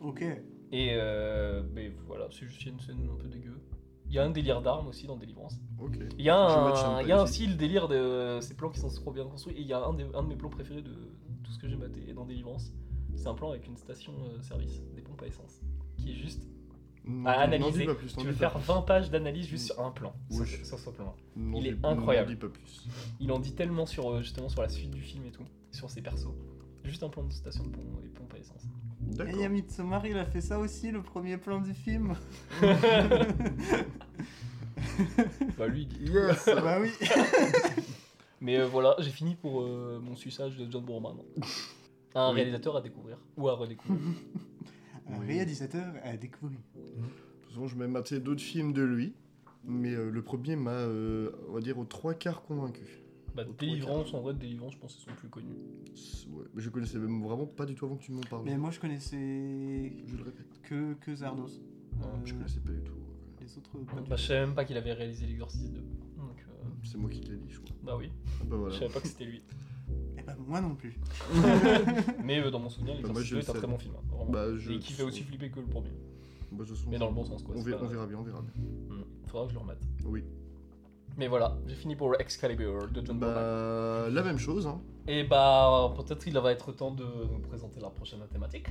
[SPEAKER 2] Ok.
[SPEAKER 1] Et euh, mais voilà c'est juste il y a une scène un peu dégueu. Il y a un délire d'armes aussi dans Délivrance.
[SPEAKER 3] Ok.
[SPEAKER 1] Il y a,
[SPEAKER 3] Je vais mettre ça
[SPEAKER 1] un,
[SPEAKER 3] un peu
[SPEAKER 1] il y a
[SPEAKER 3] ici.
[SPEAKER 1] aussi le délire de euh, ces plans qui sont trop bien construits. Et il y a un, des- un de mes plans préférés de tout ce que j'ai maté dans Délivrance. C'est un plan avec une station-service, des pompes à essence, qui est juste.
[SPEAKER 3] Non,
[SPEAKER 1] À
[SPEAKER 3] non,
[SPEAKER 1] analyser.
[SPEAKER 3] dis pas plus, non,
[SPEAKER 1] Tu veux
[SPEAKER 3] dis
[SPEAKER 1] faire
[SPEAKER 3] pas plus.
[SPEAKER 1] 20 pages d'analyse juste sur un plan, sur,
[SPEAKER 3] Wesh.
[SPEAKER 1] sur ce plan.
[SPEAKER 3] Non,
[SPEAKER 1] Il
[SPEAKER 3] dis-
[SPEAKER 1] est
[SPEAKER 3] non,
[SPEAKER 1] incroyable.
[SPEAKER 3] dis pas plus.
[SPEAKER 1] Il en dit tellement sur euh, justement sur la suite du film et tout, sur ses persos. Juste un plan de station de pompe, et pompe à essence.
[SPEAKER 2] Et il y a
[SPEAKER 3] D'accord.
[SPEAKER 2] Midsommar, il a fait ça aussi, le premier plan du film.
[SPEAKER 1] Bah lui, il dit.
[SPEAKER 3] Yes
[SPEAKER 2] bah oui.
[SPEAKER 1] Mais euh, voilà, j'ai fini pour euh, mon suçage de John Borman. Un
[SPEAKER 3] Oui.
[SPEAKER 1] réalisateur à découvrir ou à redécouvrir.
[SPEAKER 2] Un
[SPEAKER 3] Oui.
[SPEAKER 2] réalisateur à découvrir.
[SPEAKER 3] De toute façon, je m'ai maté d'autres films de lui, mais euh, le premier m'a, euh, on va dire, aux trois quarts convaincu.
[SPEAKER 1] Bah,
[SPEAKER 3] Au trois
[SPEAKER 1] Délivrance, en vrai, Délivrance, je pense que c'est son plus connu.
[SPEAKER 3] C'est- ouais. Mais Je connaissais même vraiment pas du tout avant que tu m'en parles.
[SPEAKER 2] Mais moi, je connaissais
[SPEAKER 3] Je le répète.
[SPEAKER 2] que, que Zardos. Euh,
[SPEAKER 3] Ah, Je connaissais pas du tout.
[SPEAKER 2] Les autres. pas du
[SPEAKER 1] Bah,
[SPEAKER 2] tout.
[SPEAKER 1] je savais même pas qu'il avait réalisé l'exorciste 2. Donc, euh,
[SPEAKER 3] C'est moi qui te l'ai dit, je crois.
[SPEAKER 1] bah oui,
[SPEAKER 3] Ah bah
[SPEAKER 1] je
[SPEAKER 3] voilà.
[SPEAKER 1] savais pas que c'était lui.
[SPEAKER 2] Eh bah, moi non plus.
[SPEAKER 1] Mais euh, dans mon souvenir,
[SPEAKER 3] moi,
[SPEAKER 1] l'exorciste
[SPEAKER 3] je
[SPEAKER 1] 2
[SPEAKER 3] le
[SPEAKER 1] est un
[SPEAKER 3] savais.
[SPEAKER 1] très bon film. hein, vraiment.
[SPEAKER 3] Bah, je-
[SPEAKER 1] Et qui fait aussi flipper que le premier.
[SPEAKER 3] Bah, je sens-
[SPEAKER 1] Mais dans le bon sens, quoi.
[SPEAKER 3] on,
[SPEAKER 1] c'est
[SPEAKER 3] verra,
[SPEAKER 1] pas-
[SPEAKER 3] on verra bien, on verra bien.
[SPEAKER 1] Hmm, Faudra que je le remate.
[SPEAKER 3] Oui.
[SPEAKER 1] Mais voilà, j'ai fini pour Excalibur de John Boorman.
[SPEAKER 3] Bah, la même chose, hein.
[SPEAKER 1] Et bah, peut-être il va être temps de nous présenter la prochaine thématique.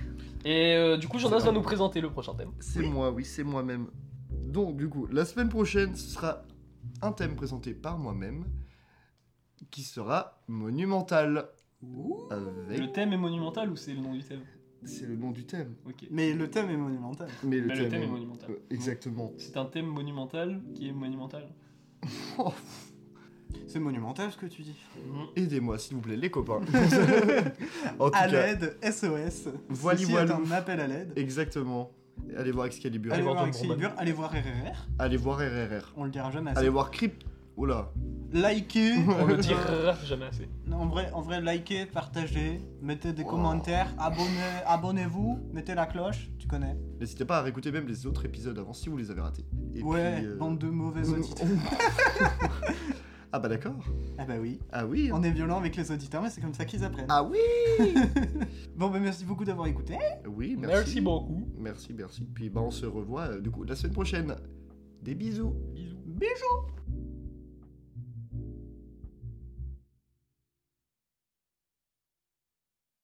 [SPEAKER 1] Et euh, du coup, Jonas
[SPEAKER 3] C'est
[SPEAKER 1] va
[SPEAKER 3] pas
[SPEAKER 1] nous
[SPEAKER 3] bon.
[SPEAKER 1] présenter le prochain thème.
[SPEAKER 3] C'est moi, oui, c'est moi-même. Donc, du coup, la semaine prochaine, ce sera un thème présenté par moi-même qui sera monumental. avec.
[SPEAKER 1] Le thème est monumental ou c'est le nom du thème
[SPEAKER 3] C'est le nom du thème.
[SPEAKER 1] Ok.
[SPEAKER 2] Mais le thème est monumental.
[SPEAKER 3] Mais le,
[SPEAKER 1] Bah,
[SPEAKER 3] thème,
[SPEAKER 1] est monumental.
[SPEAKER 3] euh, Exactement.
[SPEAKER 1] C'est un thème monumental qui est monumental.
[SPEAKER 2] C'est monumental ce que tu dis.
[SPEAKER 3] Aidez-moi, s'il vous plaît, les copains. en tout
[SPEAKER 2] À
[SPEAKER 3] cas,
[SPEAKER 2] l'aide, SOS.
[SPEAKER 3] Voili
[SPEAKER 2] Ceci est
[SPEAKER 3] voilou.
[SPEAKER 2] un appel à l'aide.
[SPEAKER 3] exactement. Allez voir Excalibur.
[SPEAKER 2] Allez
[SPEAKER 3] Allez,
[SPEAKER 1] voir
[SPEAKER 2] voir
[SPEAKER 1] Tom
[SPEAKER 2] Excalibur,
[SPEAKER 1] Brumman.
[SPEAKER 2] allez voir RRR.
[SPEAKER 3] voir RRR.
[SPEAKER 2] On le dira jamais assez.
[SPEAKER 3] Allez voir Crypt. Oula.
[SPEAKER 2] Likez.
[SPEAKER 1] On le
[SPEAKER 2] euh,
[SPEAKER 1] dira jamais assez.
[SPEAKER 2] Non, En vrai, en vrai, likez, partagez, mettez des
[SPEAKER 3] Wow.
[SPEAKER 2] commentaires, abonnez- abonnez-vous, mettez la cloche, tu connais.
[SPEAKER 3] N'hésitez pas à réécouter même les autres épisodes avant si vous les avez ratés. Et
[SPEAKER 2] ouais,
[SPEAKER 3] puis, euh,
[SPEAKER 2] bande de mauvais auditeurs.
[SPEAKER 3] ah bah d'accord.
[SPEAKER 2] Ah bah oui,
[SPEAKER 3] Ah oui.
[SPEAKER 2] on est violent avec les auditeurs, mais c'est comme ça qu'ils apprennent.
[SPEAKER 3] Ah oui.
[SPEAKER 2] Bon bah merci beaucoup d'avoir écouté.
[SPEAKER 3] Oui, merci.
[SPEAKER 1] Merci beaucoup.
[SPEAKER 3] ben, Merci, merci. Puis bah on se revoit euh, du coup la semaine prochaine. Des bisous.
[SPEAKER 1] Bisous.
[SPEAKER 2] Bisous